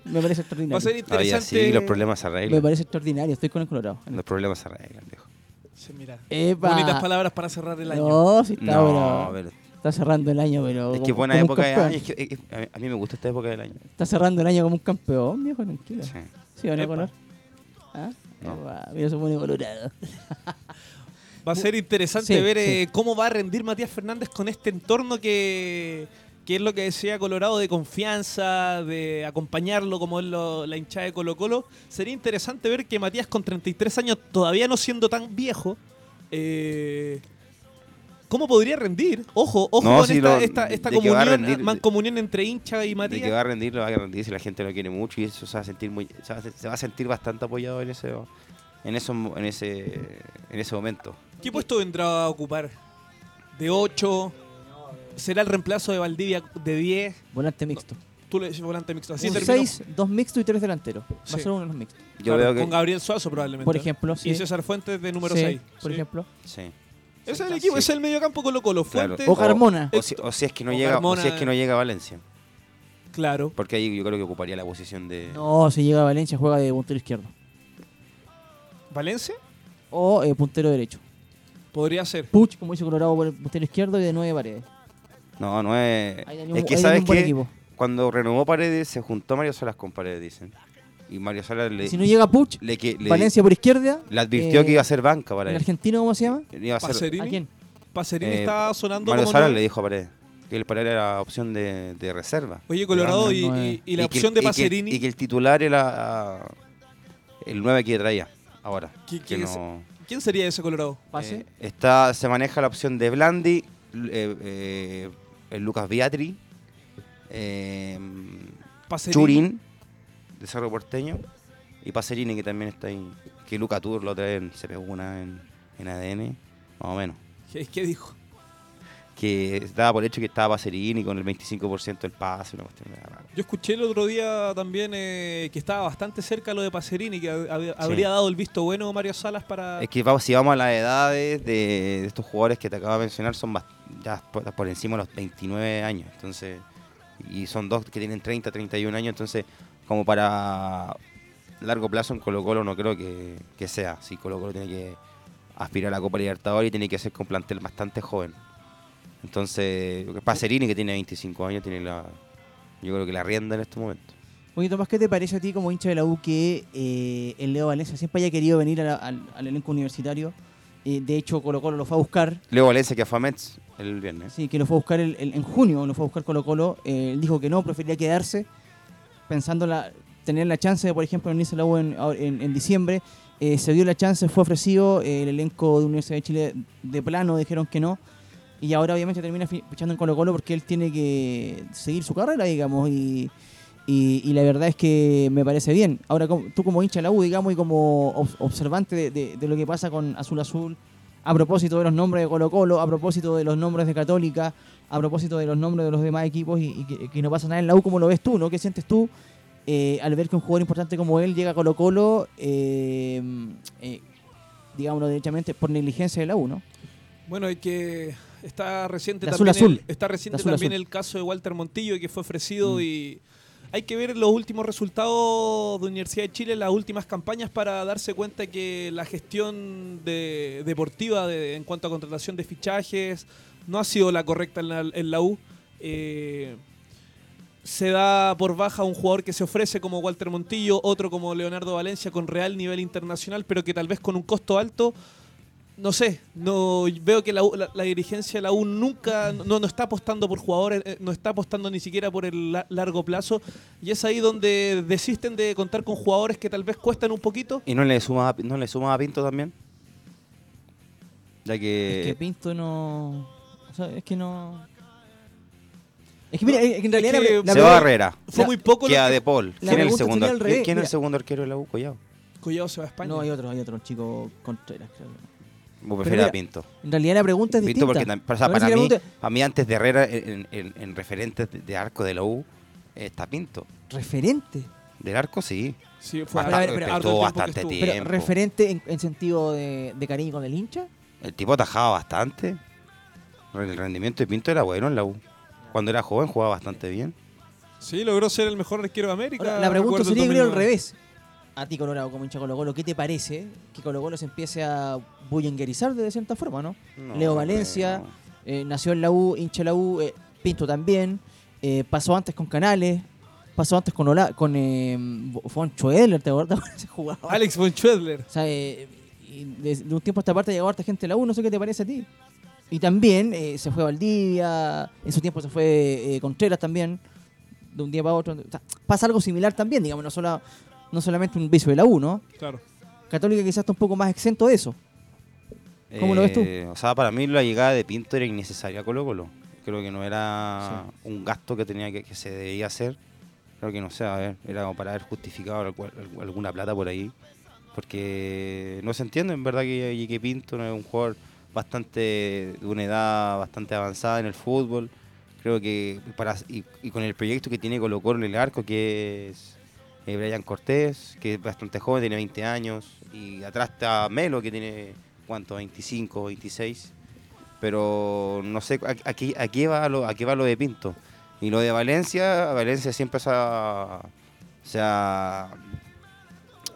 [SPEAKER 1] Me parece
[SPEAKER 3] Va a ser
[SPEAKER 1] extraordinario.
[SPEAKER 2] Oye,
[SPEAKER 3] interesante.
[SPEAKER 2] así los problemas se
[SPEAKER 1] Me
[SPEAKER 2] arreglan.
[SPEAKER 1] parece extraordinario, estoy con el Colorado.
[SPEAKER 2] Los problemas se arreglan, viejo.
[SPEAKER 3] Sí, mira.
[SPEAKER 1] Epa.
[SPEAKER 3] Bonitas palabras para cerrar el año.
[SPEAKER 1] No, si está,
[SPEAKER 2] No,
[SPEAKER 1] bravo.
[SPEAKER 2] pero.
[SPEAKER 1] está cerrando el año, pero.
[SPEAKER 2] Es que
[SPEAKER 1] como-
[SPEAKER 2] buena
[SPEAKER 1] como un
[SPEAKER 2] época de
[SPEAKER 1] campeón.
[SPEAKER 2] año. es que- es que a mí- a mí me gusta esta época del año.
[SPEAKER 1] Está cerrando el año como un campeón, viejo, tranquilo.
[SPEAKER 2] Sí.
[SPEAKER 1] ¿Sí o no,
[SPEAKER 3] Epa.
[SPEAKER 1] Color? ¿Ah?
[SPEAKER 2] No.
[SPEAKER 1] Epa, mira, se pone colorado.
[SPEAKER 3] Va a ser interesante
[SPEAKER 1] Sí,
[SPEAKER 3] ver
[SPEAKER 1] sí.
[SPEAKER 3] eh, cómo va a rendir Matías Fernández con este entorno que, que es lo que decía Colorado de confianza, de acompañarlo como es lo- la hinchada de Colo Colo. Sería interesante ver que Matías con 33 años, todavía no siendo tan viejo, eh, ¿cómo podría rendir? Ojo, ojo
[SPEAKER 2] No,
[SPEAKER 3] con
[SPEAKER 2] sí,
[SPEAKER 3] esta,
[SPEAKER 2] no,
[SPEAKER 3] esta- esta
[SPEAKER 2] de que va a
[SPEAKER 3] comunión,
[SPEAKER 2] rendir-
[SPEAKER 3] mancomunión entre hincha y
[SPEAKER 2] De que
[SPEAKER 3] Matías.
[SPEAKER 2] va a rendir, lo va a rendir si la gente lo quiere mucho y eso se va a sentir muy, se va a, se va a sentir bastante apoyado en ese, en eso, en ese, en ese momento.
[SPEAKER 3] ¿Qué puesto vendrá a ocupar? ¿De 8? ¿Será el reemplazo de Valdivia de 10?
[SPEAKER 1] Volante mixto.
[SPEAKER 3] Tú le decís volante mixto. Así
[SPEAKER 1] un
[SPEAKER 3] terminó.
[SPEAKER 1] 6, 2 mixtos y 3 delanteros. Va
[SPEAKER 3] Sí.
[SPEAKER 1] a ser uno de los mixtos.
[SPEAKER 2] Yo
[SPEAKER 3] Claro,
[SPEAKER 2] veo que
[SPEAKER 3] Con Gabriel Suazo probablemente.
[SPEAKER 1] Por ejemplo, sí.
[SPEAKER 3] Y César Fuentes de número
[SPEAKER 1] Sí,
[SPEAKER 3] 6.
[SPEAKER 1] Por ejemplo.
[SPEAKER 2] sí,
[SPEAKER 3] Ese es el equipo,
[SPEAKER 2] Sí.
[SPEAKER 3] ese es el mediocampo Colo Colo.
[SPEAKER 2] claro.
[SPEAKER 3] Fuentes,
[SPEAKER 1] O Carmona.
[SPEAKER 2] O si, o si es que no
[SPEAKER 3] O
[SPEAKER 2] llega,
[SPEAKER 3] Carmona.
[SPEAKER 2] o si es que no llega a Valencia,
[SPEAKER 3] claro.
[SPEAKER 2] porque ahí yo creo que ocuparía la posición de
[SPEAKER 1] No, si llega a Valencia juega de puntero izquierdo.
[SPEAKER 3] Valencia
[SPEAKER 1] O eh, puntero derecho.
[SPEAKER 3] podría ser.
[SPEAKER 1] Puch, como dice Colorado, por el puntero izquierdo y de 9 paredes.
[SPEAKER 2] no, no es,
[SPEAKER 1] Ahí dañó
[SPEAKER 2] es
[SPEAKER 1] un-
[SPEAKER 2] que
[SPEAKER 1] ahí dañó
[SPEAKER 2] sabes
[SPEAKER 1] un buen
[SPEAKER 2] que
[SPEAKER 1] equipo.
[SPEAKER 2] cuando renovó Paredes se juntó Mario Salas con Paredes dicen y Mario Salas le,
[SPEAKER 1] Si no llega Puch,
[SPEAKER 2] le que- le-
[SPEAKER 1] Valencia por izquierda.
[SPEAKER 2] le advirtió
[SPEAKER 1] eh,
[SPEAKER 2] que iba a ser banca para
[SPEAKER 1] ¿El
[SPEAKER 2] él,
[SPEAKER 1] argentino cómo se llama?
[SPEAKER 2] iba a ser,
[SPEAKER 1] ¿A
[SPEAKER 3] Pacerini,
[SPEAKER 1] quién?
[SPEAKER 3] Pacerini
[SPEAKER 2] eh,
[SPEAKER 3] está sonando
[SPEAKER 2] Mario
[SPEAKER 3] como
[SPEAKER 2] Salas
[SPEAKER 3] no-
[SPEAKER 2] le dijo a Paredes que el Paredes era opción de, de reserva.
[SPEAKER 3] Oye, Colorado, y,
[SPEAKER 1] Ya, no,
[SPEAKER 3] y-
[SPEAKER 1] eh.
[SPEAKER 3] y la
[SPEAKER 2] que
[SPEAKER 3] opción
[SPEAKER 2] el-
[SPEAKER 3] de
[SPEAKER 2] que-
[SPEAKER 3] Pacerini.
[SPEAKER 2] Y que, el titular era ah, el 9 que traía ahora.
[SPEAKER 3] ¿Qué-
[SPEAKER 2] que
[SPEAKER 3] qué es?
[SPEAKER 2] no-
[SPEAKER 3] ¿Quién sería ese Colorado?
[SPEAKER 1] Pase.
[SPEAKER 2] eh, está, se maneja la opción de Blandi, l- eh, eh, el Lucas Beatri, eh,
[SPEAKER 3] Pacerini.
[SPEAKER 2] Churín, de Cerro Porteño, y Pacerini, que también está ahí. Que Luca Tur lo trae, en- se pegó una en, en ADN, más o menos.
[SPEAKER 3] ¿Qué, qué dijo?
[SPEAKER 2] Que daba por hecho que estaba Pacerini con el 25% del pase, una cuestión de-
[SPEAKER 3] Yo escuché el otro día también eh, que estaba bastante cerca lo de Pacerini, que hab- hab- habría dado el visto bueno a Mario Salas para...
[SPEAKER 2] Es que vamos, si vamos a las edades de, de estos jugadores que te acabo de mencionar, son bast- ya por, por encima de los 29 años. entonces Y son dos que tienen 30, 31 años. Entonces, como para largo plazo en Colo Colo no creo que, que sea. Si Colo Colo tiene que aspirar a la Copa Libertadores y tiene que ser con plantel bastante joven. Entonces, Pacerini que tiene 25 años, tiene la yo creo que la rienda en este momento.
[SPEAKER 1] Oye, Tomás, ¿qué te parece a ti como hincha de la U que eh, el Leo Valencia siempre haya querido venir a la- al, al elenco universitario? Eh, de hecho, Colo Colo lo fue a buscar.
[SPEAKER 2] Leo Valencia que fue a Mets el viernes.
[SPEAKER 1] Sí, que lo fue a buscar el- el- en junio, lo fue a buscar Colo Colo. Eh, él dijo que no, prefería quedarse, pensando la, tener la chance de, por ejemplo, venirse a la U en, ahora- en- en diciembre. Eh, se dio la chance, fue ofrecido, eh, el elenco de Universidad de Chile de plano dijeron que no. Y ahora obviamente termina fi- fichando en Colo Colo porque él tiene que seguir su carrera, digamos, y, y- y la verdad es que me parece bien. Ahora como- tú como hincha de la U, digamos, y como ob- observante de, de- de lo que pasa con Azul Azul, a propósito de los nombres de Colo Colo, a propósito de los nombres de Católica, a propósito de los nombres de los demás equipos y, y que, que no pasa nada en la U, ¿cómo lo ves tú? ¿no? ¿Qué sientes tú eh, al ver que un jugador importante como él llega a Colo Colo, eh, eh, digámoslo derechamente, por negligencia de la U, ¿no?
[SPEAKER 3] Bueno, es que está reciente
[SPEAKER 1] De azul
[SPEAKER 3] también,
[SPEAKER 1] a azul.
[SPEAKER 3] El, está reciente
[SPEAKER 1] De azul a
[SPEAKER 3] también
[SPEAKER 1] azul. Mm.
[SPEAKER 3] el caso de Walter Montillo que fue ofrecido y hay que ver los últimos resultados de Universidad de Chile, las últimas campañas para darse cuenta que la gestión de- deportiva de- en cuanto a contratación de fichajes no ha sido la correcta en la, en la U. Eh, se da por baja un jugador que se ofrece como Walter Montillo, otro como Leonardo Valencia con real nivel internacional, pero que tal vez con un costo alto no sé, no veo que la, U- la- la dirigencia de la U nunca no, no está apostando por jugadores, eh, no está apostando ni siquiera por el la- largo plazo y es ahí donde desisten de contar con jugadores que tal vez cuestan un poquito.
[SPEAKER 2] ¿Y no le sumas a, no le sumas a Pinto también? Ya que...
[SPEAKER 1] Es que Pinto no. o sea, es que no. Es que mira, es que en realidad.
[SPEAKER 3] es que
[SPEAKER 1] la- la
[SPEAKER 2] se va
[SPEAKER 1] primera-
[SPEAKER 2] Barrera.
[SPEAKER 3] Fue
[SPEAKER 1] La-
[SPEAKER 3] muy poco lo
[SPEAKER 2] Queda
[SPEAKER 3] que-
[SPEAKER 2] De Paul.
[SPEAKER 1] la
[SPEAKER 2] ¿Quién es el
[SPEAKER 1] pregunta
[SPEAKER 2] segundo,
[SPEAKER 1] sería al
[SPEAKER 2] ¿quién-
[SPEAKER 1] revés,
[SPEAKER 2] quién es el
[SPEAKER 1] mira.
[SPEAKER 2] segundo arquero de la U, Collado?
[SPEAKER 3] Collado se va a España.
[SPEAKER 1] No, hay otro, hay otro chico Contreras, creo.
[SPEAKER 2] Vos
[SPEAKER 1] Pero
[SPEAKER 2] prefieres
[SPEAKER 1] mira,
[SPEAKER 2] a Pinto.
[SPEAKER 1] En realidad la pregunta es
[SPEAKER 2] Pinto
[SPEAKER 1] distinta.
[SPEAKER 2] porque tam- o sea,
[SPEAKER 1] Me parece
[SPEAKER 2] para,
[SPEAKER 1] que la
[SPEAKER 2] mí,
[SPEAKER 1] pregunta-
[SPEAKER 2] para mí antes de Herrera, en, en- en referentes de, de arco de la U, eh, está Pinto.
[SPEAKER 1] Referente.
[SPEAKER 2] Del arco sí.
[SPEAKER 3] Sí, fue
[SPEAKER 1] Pero, pero, pero,
[SPEAKER 2] Bastante- estuvo
[SPEAKER 3] harto tiempo que
[SPEAKER 2] bastante
[SPEAKER 3] estuvo.
[SPEAKER 1] Pero
[SPEAKER 2] tiempo.
[SPEAKER 1] referente en, en sentido de, de cariño con el hincha.
[SPEAKER 2] El tipo atajaba bastante. El rendimiento de Pinto era bueno en la U. Cuando era joven jugaba bastante bien.
[SPEAKER 3] Sí, logró ser el mejor arquero de América.
[SPEAKER 1] Ahora, la pregunta
[SPEAKER 3] recuerdo,
[SPEAKER 1] sería creo, al
[SPEAKER 3] 2009.
[SPEAKER 1] revés. A ti, Colorado, como hincha Colo Colo, ¿qué te parece que Colo Colo se empiece a bullenguerizar de cierta forma, no? Leo Valencia, eh, nació en la U, hincha de la U, eh, Pinto también, eh, pasó antes con Canales, pasó antes con Ola, con eh, Foncho Edler, ¿te acuerdas? Ese jugador.
[SPEAKER 3] Alex von Schwedler.
[SPEAKER 1] O sea, eh, y de, de un tiempo a esta parte llegó harta gente de la U, no sé qué te parece a ti. Y también eh, se fue Valdivia, en su tiempo se fue eh, Contreras también, de un día para otro. O sea, pasa algo similar también, digamos, no, sola- no solamente un vicio de la U, ¿no?
[SPEAKER 3] Claro.
[SPEAKER 1] Católica quizás está un poco más exento de eso. ¿Cómo lo ves tú?
[SPEAKER 2] Eh, O sea, para mí la llegada de Pinto era innecesaria a Colo Colo. Creo que no era un gasto que tenía que, que se debía hacer. Creo que no sé, a ver, era como para haber justificado algu- algu- alguna plata por ahí. Porque no se entiende en verdad que, y que Pinto no es un jugador bastante de una edad bastante avanzada en el fútbol. Creo que para y, y con el proyecto que tiene Colo Colo en el arco, que es eh, Brian Cortés, que es bastante joven, tiene 20 años, y atrás está Melo, que tiene, ¿cuánto? 25, 26. Pero no sé, a- aquí, aquí va lo, aquí va lo de Pinto. Y lo de Valencia, Valencia siempre se ha, se ha-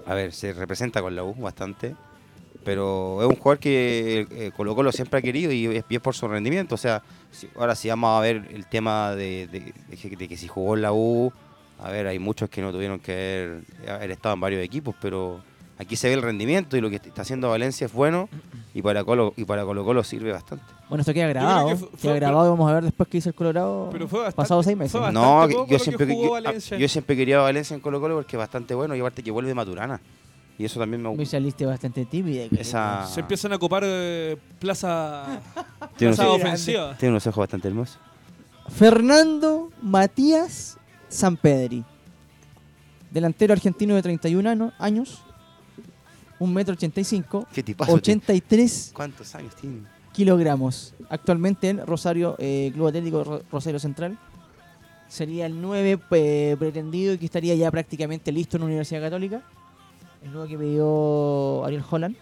[SPEAKER 2] A ver, se representa con la U bastante. Pero es un jugador que eh, Colo Colo siempre ha querido y es, y es por su rendimiento. O sea, si- ahora sí vamos a ver el tema de, de- de que- de que si jugó en la U, a ver, hay muchos que no tuvieron que haber, haber estado en varios equipos, pero aquí se ve el rendimiento y lo que está haciendo Valencia es bueno y para Colo y para Colo Colo sirve bastante.
[SPEAKER 1] Bueno, esto queda
[SPEAKER 3] creo
[SPEAKER 1] grabado.
[SPEAKER 3] que fue-
[SPEAKER 1] queda
[SPEAKER 3] fue-
[SPEAKER 1] grabado y vamos a ver después qué hizo el Colorado.
[SPEAKER 3] Pero fue bastante-
[SPEAKER 1] pasado seis meses.
[SPEAKER 3] fue bastante
[SPEAKER 2] No, que-
[SPEAKER 3] poco
[SPEAKER 2] yo
[SPEAKER 3] lo
[SPEAKER 2] siempre,
[SPEAKER 3] que
[SPEAKER 2] que-
[SPEAKER 3] jugó
[SPEAKER 2] yo,
[SPEAKER 3] Valencia.
[SPEAKER 2] a- yo siempre quería a Valencia en Colo Colo porque es bastante bueno y aparte que vuelve de Maturana. Y eso también me
[SPEAKER 1] Me
[SPEAKER 2] gusta.
[SPEAKER 1] saliste bastante tímida.
[SPEAKER 2] Esa-
[SPEAKER 3] Se empiezan a copar eh, plaza,
[SPEAKER 2] Tiene,
[SPEAKER 1] no
[SPEAKER 3] plaza
[SPEAKER 1] sé.
[SPEAKER 2] unos-
[SPEAKER 3] ofensiva.
[SPEAKER 2] tiene unos ojos bastante hermosos.
[SPEAKER 1] Fernando Matías Sampedri. Delantero argentino de 31 ano- años. 1,85m.
[SPEAKER 2] ¿Qué tipazo?
[SPEAKER 1] 83
[SPEAKER 2] ¿Cuántos años tiene?
[SPEAKER 1] kilogramos. Actualmente en Rosario, eh, Club Atlético Ro- Rosario Central. sería el 9 eh, pretendido y que estaría ya prácticamente listo en la Universidad Católica. El 9 que pidió Ariel Holland.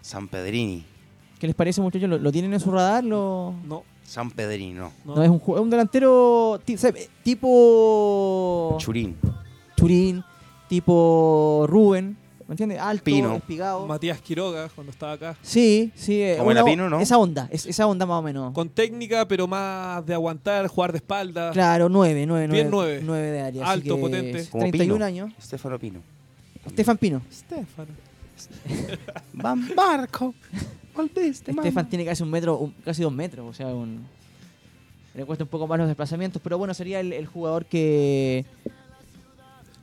[SPEAKER 2] San Pedrini.
[SPEAKER 1] ¿Qué les parece, muchachos? ¿Lo, lo tienen en su radar? ¿Lo,
[SPEAKER 3] No,
[SPEAKER 2] San Pedrino.
[SPEAKER 1] no.
[SPEAKER 3] no.
[SPEAKER 1] es un, ju- es un delantero ti- sabe, tipo
[SPEAKER 2] Churín.
[SPEAKER 1] Churín, tipo Rubén, ¿me entiendes? Alto,
[SPEAKER 2] Pino.
[SPEAKER 1] espigado.
[SPEAKER 3] Matías Quiroga cuando estaba acá.
[SPEAKER 1] Sí, sí. eh,
[SPEAKER 2] Como era
[SPEAKER 1] una-
[SPEAKER 2] Pino, ¿no?
[SPEAKER 1] Esa onda, es- esa onda más o menos.
[SPEAKER 3] Con técnica, pero más de aguantar, jugar de espalda.
[SPEAKER 1] Claro, 9, 9, 9.
[SPEAKER 3] Bien nueve.
[SPEAKER 1] de área. así
[SPEAKER 3] Alto,
[SPEAKER 1] que
[SPEAKER 3] potente.
[SPEAKER 1] es
[SPEAKER 2] Como
[SPEAKER 1] 31
[SPEAKER 2] Pino.
[SPEAKER 1] años.
[SPEAKER 2] Estefano Pino.
[SPEAKER 1] Estefan Pino.
[SPEAKER 3] Stefano.
[SPEAKER 2] Van Barco. Volviste, mamá.
[SPEAKER 1] Estefan tiene casi un metro, un- casi dos metros, o sea, un- le cuesta un poco más los desplazamientos, pero bueno, sería el, el jugador que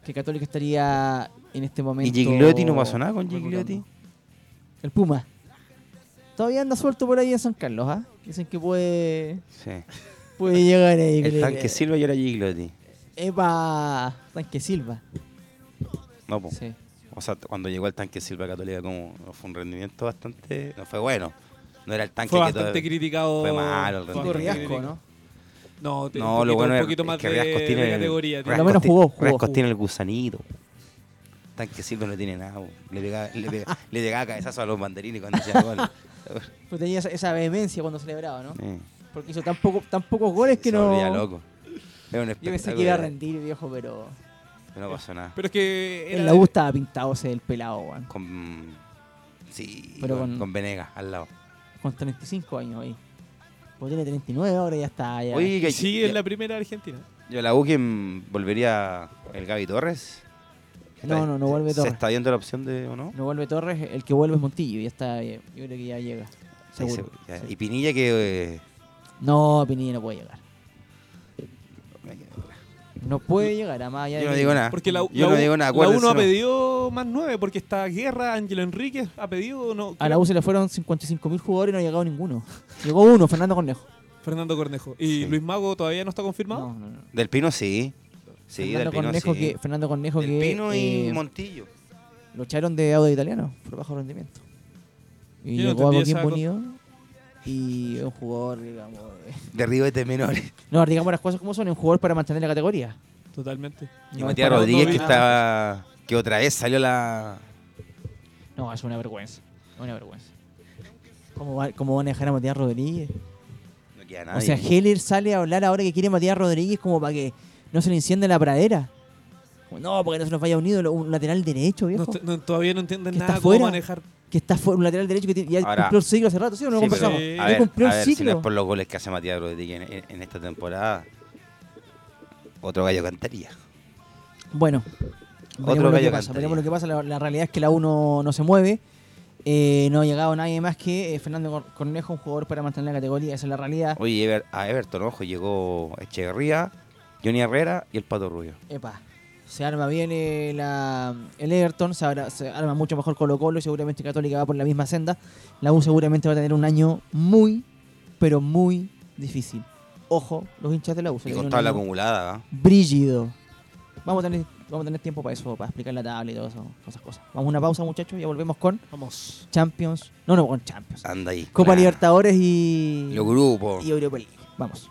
[SPEAKER 1] que Católica estaría en este momento.
[SPEAKER 2] ¿Y Gigliotti no pasó nada con
[SPEAKER 1] reclutando.
[SPEAKER 2] Gigliotti?
[SPEAKER 1] El Puma. Todavía anda suelto por ahí en San Carlos, ¿ah? Dicen que puede,
[SPEAKER 2] Sí.
[SPEAKER 1] puede llegar ahí.
[SPEAKER 2] El
[SPEAKER 1] creo
[SPEAKER 2] tanque
[SPEAKER 1] que-
[SPEAKER 2] Silva y era Gigliotti.
[SPEAKER 1] Epa, tanque Silva.
[SPEAKER 2] No, po.
[SPEAKER 1] Sí.
[SPEAKER 2] O sea, cuando llegó el tanque Silva Católica como fue un rendimiento bastante... No fue bueno. No era el tanque
[SPEAKER 3] Fue
[SPEAKER 2] que
[SPEAKER 3] bastante
[SPEAKER 2] todavía-
[SPEAKER 3] criticado.
[SPEAKER 2] fue malo el
[SPEAKER 3] Fue
[SPEAKER 2] rendimiento.
[SPEAKER 1] Tuvo
[SPEAKER 3] bastante
[SPEAKER 1] riasco,
[SPEAKER 3] criticado.
[SPEAKER 1] ¿no?
[SPEAKER 3] No, te-
[SPEAKER 2] No,
[SPEAKER 3] un
[SPEAKER 2] lo
[SPEAKER 3] poquito,
[SPEAKER 2] bueno
[SPEAKER 3] un
[SPEAKER 2] es-
[SPEAKER 3] poquito
[SPEAKER 2] es
[SPEAKER 3] más
[SPEAKER 2] que
[SPEAKER 3] de,
[SPEAKER 2] Riascos
[SPEAKER 3] de
[SPEAKER 2] tiene-
[SPEAKER 3] categoría.
[SPEAKER 1] Por lo menos jugó, jugó,
[SPEAKER 2] Rascos
[SPEAKER 1] jugó.
[SPEAKER 2] tiene el gusanito. Tanque Silva no tiene nada. po. Le pegaba, le pega- le pegaba cabezazo a los banderines cuando hacía gol.
[SPEAKER 1] Pues tenía esa, esa vehemencia cuando celebraba, ¿no?
[SPEAKER 2] Eh,
[SPEAKER 1] Porque hizo tan, poco, tan pocos goles que
[SPEAKER 2] se
[SPEAKER 1] no.
[SPEAKER 2] volvía loco. Era un
[SPEAKER 1] Yo pensé
[SPEAKER 2] espectáculo,
[SPEAKER 1] que iba a
[SPEAKER 2] era-
[SPEAKER 1] rendir, viejo, pero.
[SPEAKER 2] pero No pasó nada.
[SPEAKER 3] Pero es que. era
[SPEAKER 1] En la U estaba pintado ese el pelado, weón.
[SPEAKER 2] Con... Sí,
[SPEAKER 1] Pero
[SPEAKER 2] con,
[SPEAKER 1] con-
[SPEAKER 2] con Venegas al lado.
[SPEAKER 1] Con 35 años ahí. Pues tiene 39 ahora y ya está. Ya.
[SPEAKER 2] Oye, que-
[SPEAKER 3] Sí,
[SPEAKER 2] ya-
[SPEAKER 3] en la primera Argentina.
[SPEAKER 2] Yo la U que mm, volvería el Gaby Torres.
[SPEAKER 1] no, no, no vuelve
[SPEAKER 2] ¿Se
[SPEAKER 1] Torres.
[SPEAKER 2] está viendo la opción de o no?
[SPEAKER 1] No vuelve Torres, el que vuelve es Montillo, ya está. ya- Yo creo que ya llega.
[SPEAKER 2] Ahí se-
[SPEAKER 1] Seguro.
[SPEAKER 2] ya.
[SPEAKER 1] Sí.
[SPEAKER 2] Y Pinilla que... eh,
[SPEAKER 1] No, Pinilla no puede llegar. No puede llegar, además allá
[SPEAKER 2] yo no
[SPEAKER 1] de-
[SPEAKER 2] digo nada.
[SPEAKER 3] Porque la,
[SPEAKER 2] Ah, yo
[SPEAKER 3] la
[SPEAKER 2] no digo
[SPEAKER 3] la
[SPEAKER 2] nada.
[SPEAKER 3] U no
[SPEAKER 2] acuérdense,
[SPEAKER 3] ha pedido más nueve, porque esta guerra, Ángelo Enríquez ha pedido. No,
[SPEAKER 1] A la U se le fueron 55.000 jugadores y no ha llegado ninguno. Llegó uno, Fernando Cornejo.
[SPEAKER 3] Fernando Cornejo. ¿Y
[SPEAKER 2] Sí.
[SPEAKER 3] Luis Mago todavía no está
[SPEAKER 1] No,
[SPEAKER 3] confirmado?
[SPEAKER 1] no, no.
[SPEAKER 2] Del Pino sí. Sí,
[SPEAKER 1] Fernando,
[SPEAKER 2] del Pino
[SPEAKER 1] Cornejo
[SPEAKER 2] sí.
[SPEAKER 1] que, Fernando Cornejo
[SPEAKER 2] del
[SPEAKER 1] que
[SPEAKER 2] Pino y
[SPEAKER 1] eh,
[SPEAKER 2] Montillo.
[SPEAKER 1] lo echaron de audio italiano por bajo rendimiento. Y
[SPEAKER 3] Yo no
[SPEAKER 1] llegó a
[SPEAKER 3] entendí
[SPEAKER 1] Coquimbo
[SPEAKER 3] esa
[SPEAKER 1] Unido y es un jugador, digamos. eh,
[SPEAKER 2] De Ribete menores.
[SPEAKER 1] No, digamos las cosas como son, es un jugador para mantener la categoría.
[SPEAKER 3] Totalmente.
[SPEAKER 2] Y
[SPEAKER 1] No,
[SPEAKER 2] Matías
[SPEAKER 1] para- no
[SPEAKER 2] Rodríguez
[SPEAKER 1] vi
[SPEAKER 2] que
[SPEAKER 1] nada.
[SPEAKER 2] estaba... Que otra vez salió la...
[SPEAKER 1] No, es una vergüenza. es Una vergüenza. ¿Cómo, va- cómo van a dejar a Matías Rodríguez?
[SPEAKER 2] No queda
[SPEAKER 1] O sea,
[SPEAKER 2] nadie.
[SPEAKER 1] Heller sale a hablar ahora que quiere Matías Rodríguez como para que no se le encienda la pradera. Como, No, porque no se nos vaya un ídolo, un lateral derecho,
[SPEAKER 3] No
[SPEAKER 1] viejo.
[SPEAKER 3] est- no- todavía no entienden
[SPEAKER 1] Que está
[SPEAKER 3] nada cómo
[SPEAKER 1] fuera.
[SPEAKER 3] manejar.
[SPEAKER 1] Que está fuera un lateral derecho que tiene- ya
[SPEAKER 2] Ahora-
[SPEAKER 1] cumplió el siglo hace rato, ¿sí o no lo
[SPEAKER 2] Sí, pero-
[SPEAKER 1] conversamos?
[SPEAKER 2] a
[SPEAKER 1] Ya
[SPEAKER 2] ver,
[SPEAKER 1] cumplió
[SPEAKER 2] a
[SPEAKER 1] el
[SPEAKER 2] ver, si no es
[SPEAKER 1] ciclo.
[SPEAKER 2] por los goles que hace Matías Rodríguez en, en- en esta temporada, otro gallo cantaría.
[SPEAKER 1] Bueno, veremos
[SPEAKER 2] gallo
[SPEAKER 1] lo, que pasa,
[SPEAKER 2] cantaría.
[SPEAKER 1] veremos lo que pasa. La, la realidad es que la 1 no se mueve. Eh, no ha llegado nadie más que eh, Fernando Cor- Cornejo, un jugador para mantener la categoría. Esa es la realidad.
[SPEAKER 2] Oye, Ever- a Everton, ojo, llegó Echeverría, Johnny Herrera y el Pato Rubio.
[SPEAKER 1] Epa, se arma bien eh, la- el Everton, se, abra- se arma mucho mejor Colo Colo y seguramente Católica va por la misma senda. La U seguramente va a tener un año muy, pero muy difícil. Ojo, los hinchas de la U. se
[SPEAKER 2] Y
[SPEAKER 1] viene
[SPEAKER 2] con
[SPEAKER 1] un
[SPEAKER 2] tabla
[SPEAKER 1] año
[SPEAKER 2] acumulada, ¿ah?
[SPEAKER 1] Brígido. Vamos a, tener, vamos a tener tiempo para eso, para explicar la tabla y todas esas- todas esas cosas. Vamos a una pausa muchachos, ya volvemos con
[SPEAKER 3] Vamos.
[SPEAKER 1] Champions. No, no, con Champions.
[SPEAKER 2] anda ahí.
[SPEAKER 1] Copa
[SPEAKER 2] claro.
[SPEAKER 1] Libertadores y...
[SPEAKER 2] Los grupos.
[SPEAKER 1] y Europa League. Vamos.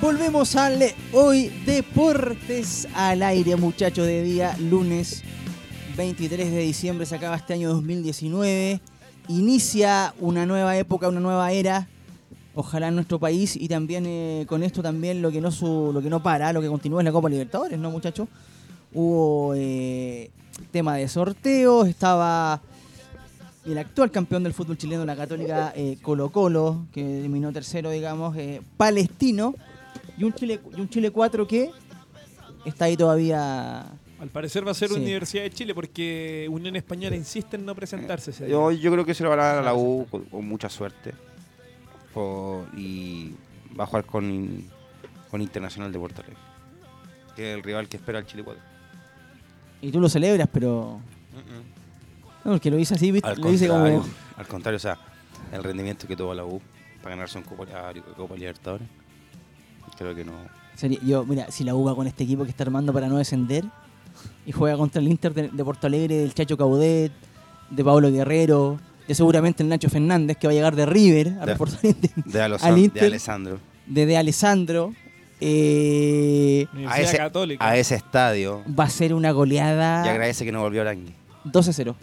[SPEAKER 1] Volvemos al Hoy Deportes al aire, muchachos, de día lunes 23 de diciembre. Se acaba este año 2019. Inicia una nueva época, una nueva era. Ojalá en nuestro país y también eh, con esto también lo que no su, lo que no para, lo que continúa es la Copa Libertadores, ¿no, muchachos? Hubo eh, tema de sorteos, estaba el actual campeón del fútbol chileno, la Católica eh, Colo Colo, que eliminó tercero, digamos, eh, Palestino, y un Chile y un Chile 4 que está ahí todavía.
[SPEAKER 3] Al parecer va a ser
[SPEAKER 1] Sí.
[SPEAKER 3] Universidad de Chile porque Unión Española insiste en no presentarse. ese día.
[SPEAKER 2] Yo, yo creo que se lo van a dar a la U con, con mucha suerte. Por- y va a jugar con, con Internacional de Puerto Rico. Que es el rival que espera al Chile 4.
[SPEAKER 1] Y tú lo celebras, pero. No, porque lo dice así, ¿viste?
[SPEAKER 2] Al
[SPEAKER 1] lo dice
[SPEAKER 2] contrario,
[SPEAKER 1] como.
[SPEAKER 2] al contrario, o sea, el rendimiento que tuvo la U para ganarse un Copa, a- Copa Libertadores, creo que no.
[SPEAKER 1] Sería- yo, mira, si la U va con este equipo que está armando para no descender y juega contra el Inter de, de Porto Alegre, del Chacho Caudet, de Pablo Guerrero, de seguramente el Nacho Fernández que va a llegar de River a
[SPEAKER 2] De-
[SPEAKER 1] reforzar el-
[SPEAKER 2] De, Alo-
[SPEAKER 1] Al Inter.
[SPEAKER 2] de Alessandro.
[SPEAKER 1] de De Alessandro. eh,
[SPEAKER 2] A
[SPEAKER 3] Universidad
[SPEAKER 2] ese,
[SPEAKER 3] Católica.
[SPEAKER 2] a ese estadio.
[SPEAKER 1] va a ser una
[SPEAKER 2] Y
[SPEAKER 1] goleada
[SPEAKER 2] agradece que no volvió Arangui.
[SPEAKER 1] 12-0.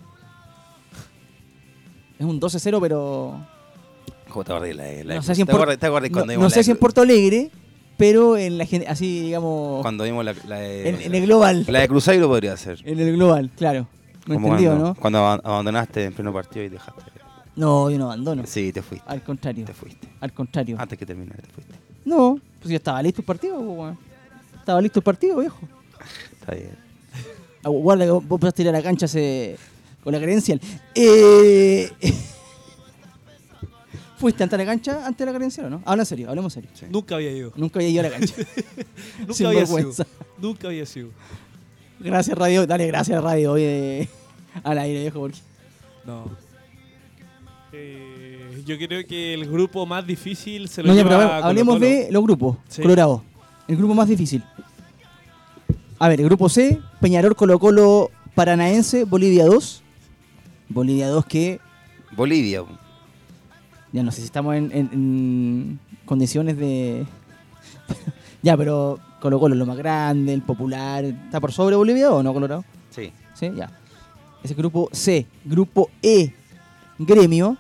[SPEAKER 1] Es un 12-0, pero
[SPEAKER 2] ¿Cómo te acordás de la- E la-
[SPEAKER 1] no sé si en,
[SPEAKER 2] te
[SPEAKER 1] Por-
[SPEAKER 2] acordás- te acordás
[SPEAKER 1] no-
[SPEAKER 2] cuando
[SPEAKER 1] no
[SPEAKER 2] vimos
[SPEAKER 1] sé
[SPEAKER 2] la-
[SPEAKER 1] si en Porto Alegre, pero en la gente, así digamos,
[SPEAKER 2] Cuando vimos la, la de,
[SPEAKER 1] en, en el global.
[SPEAKER 2] eh, la de Cruzeiro podría ser.
[SPEAKER 1] En el global, claro. No
[SPEAKER 2] Como
[SPEAKER 1] entendió,
[SPEAKER 2] cuando,
[SPEAKER 1] ¿no?
[SPEAKER 2] Cuando aban- abandonaste en pleno partido y dejaste.
[SPEAKER 1] No, yo no abandono.
[SPEAKER 2] Sí, te fuiste.
[SPEAKER 1] Al contrario.
[SPEAKER 2] Te Ah. fuiste.
[SPEAKER 1] Al contrario.
[SPEAKER 2] Antes que terminara, te fuiste.
[SPEAKER 1] No, pues yo estaba listo el partido, po, weón. Estaba listo el partido, viejo.
[SPEAKER 2] Está bien.
[SPEAKER 1] Ah, Guarda que vos vos pasaste a ir a la cancha hace- con la credencial. Eh, ¿Fuiste antes a la cancha, antes de la credencial o no? Habla en serio, hablemos en serio.
[SPEAKER 3] Nunca había ido.
[SPEAKER 1] Nunca había ido a la cancha. Sin
[SPEAKER 3] Nunca había sido.
[SPEAKER 1] vergüenza.
[SPEAKER 3] Nunca había sido.
[SPEAKER 1] Gracias, radio. Dale, gracias, radio. Oye, al aire, viejo, porque
[SPEAKER 3] No. Eh, yo creo que el grupo más difícil se lo
[SPEAKER 1] No, ya,
[SPEAKER 3] lleva
[SPEAKER 1] pero
[SPEAKER 3] Colo-Colo.
[SPEAKER 1] hablemos de los grupos.
[SPEAKER 3] Sí.
[SPEAKER 1] Colorado. El grupo más difícil. A ver, el grupo C, Peñarol, Colo Colo, Paranaense, Bolivia 2. Bolivia 2 que
[SPEAKER 2] Bolivia. po.
[SPEAKER 1] ya no sé si estamos en, en- en condiciones de... ya, pero Colo Colo es lo más grande, el popular. ¿Está por sobre Bolivia o no, Colorado?
[SPEAKER 2] Sí.
[SPEAKER 1] Sí, ya. Ese grupo C. Grupo E. Gremio.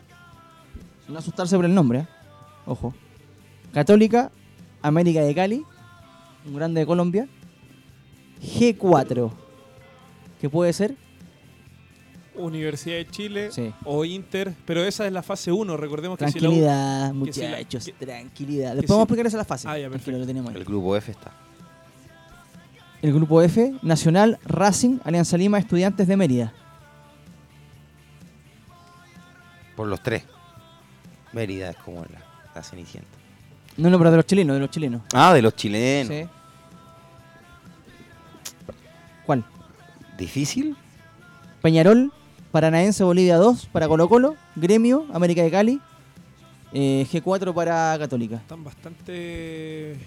[SPEAKER 1] No asustarse por el nombre, ¿eh? Ojo. Católica. América de Cali. Un grande de Colombia. G4. ¿Qué puede ser?
[SPEAKER 3] Universidad de Chile
[SPEAKER 1] Sí.
[SPEAKER 3] o Inter, pero esa es la fase 1, recordemos que si la U-
[SPEAKER 1] Tranquilidad,
[SPEAKER 3] que si la-
[SPEAKER 1] muchachos.
[SPEAKER 3] que-
[SPEAKER 1] tranquilidad. Después
[SPEAKER 3] si-
[SPEAKER 1] vamos a explicar esa la fase.
[SPEAKER 3] Ah, ya,
[SPEAKER 1] Tranquilo,
[SPEAKER 3] perfecto.
[SPEAKER 1] lo tenemos ahí.
[SPEAKER 2] El grupo F está.
[SPEAKER 1] El grupo F, Nacional, Racing, Alianza Lima, Estudiantes de Mérida.
[SPEAKER 2] Por los tres. Mérida es como la, la cenicienta.
[SPEAKER 1] No, no, pero de los chilenos, de los chilenos.
[SPEAKER 2] Ah, de los chilenos.
[SPEAKER 1] Sí. ¿Cuál?
[SPEAKER 2] ¿Difícil?
[SPEAKER 1] Peñarol, Paranaense Bolivia 2 para Colo Colo, Gremio, América de Cali, eh, G4 para Católica.
[SPEAKER 3] están bastante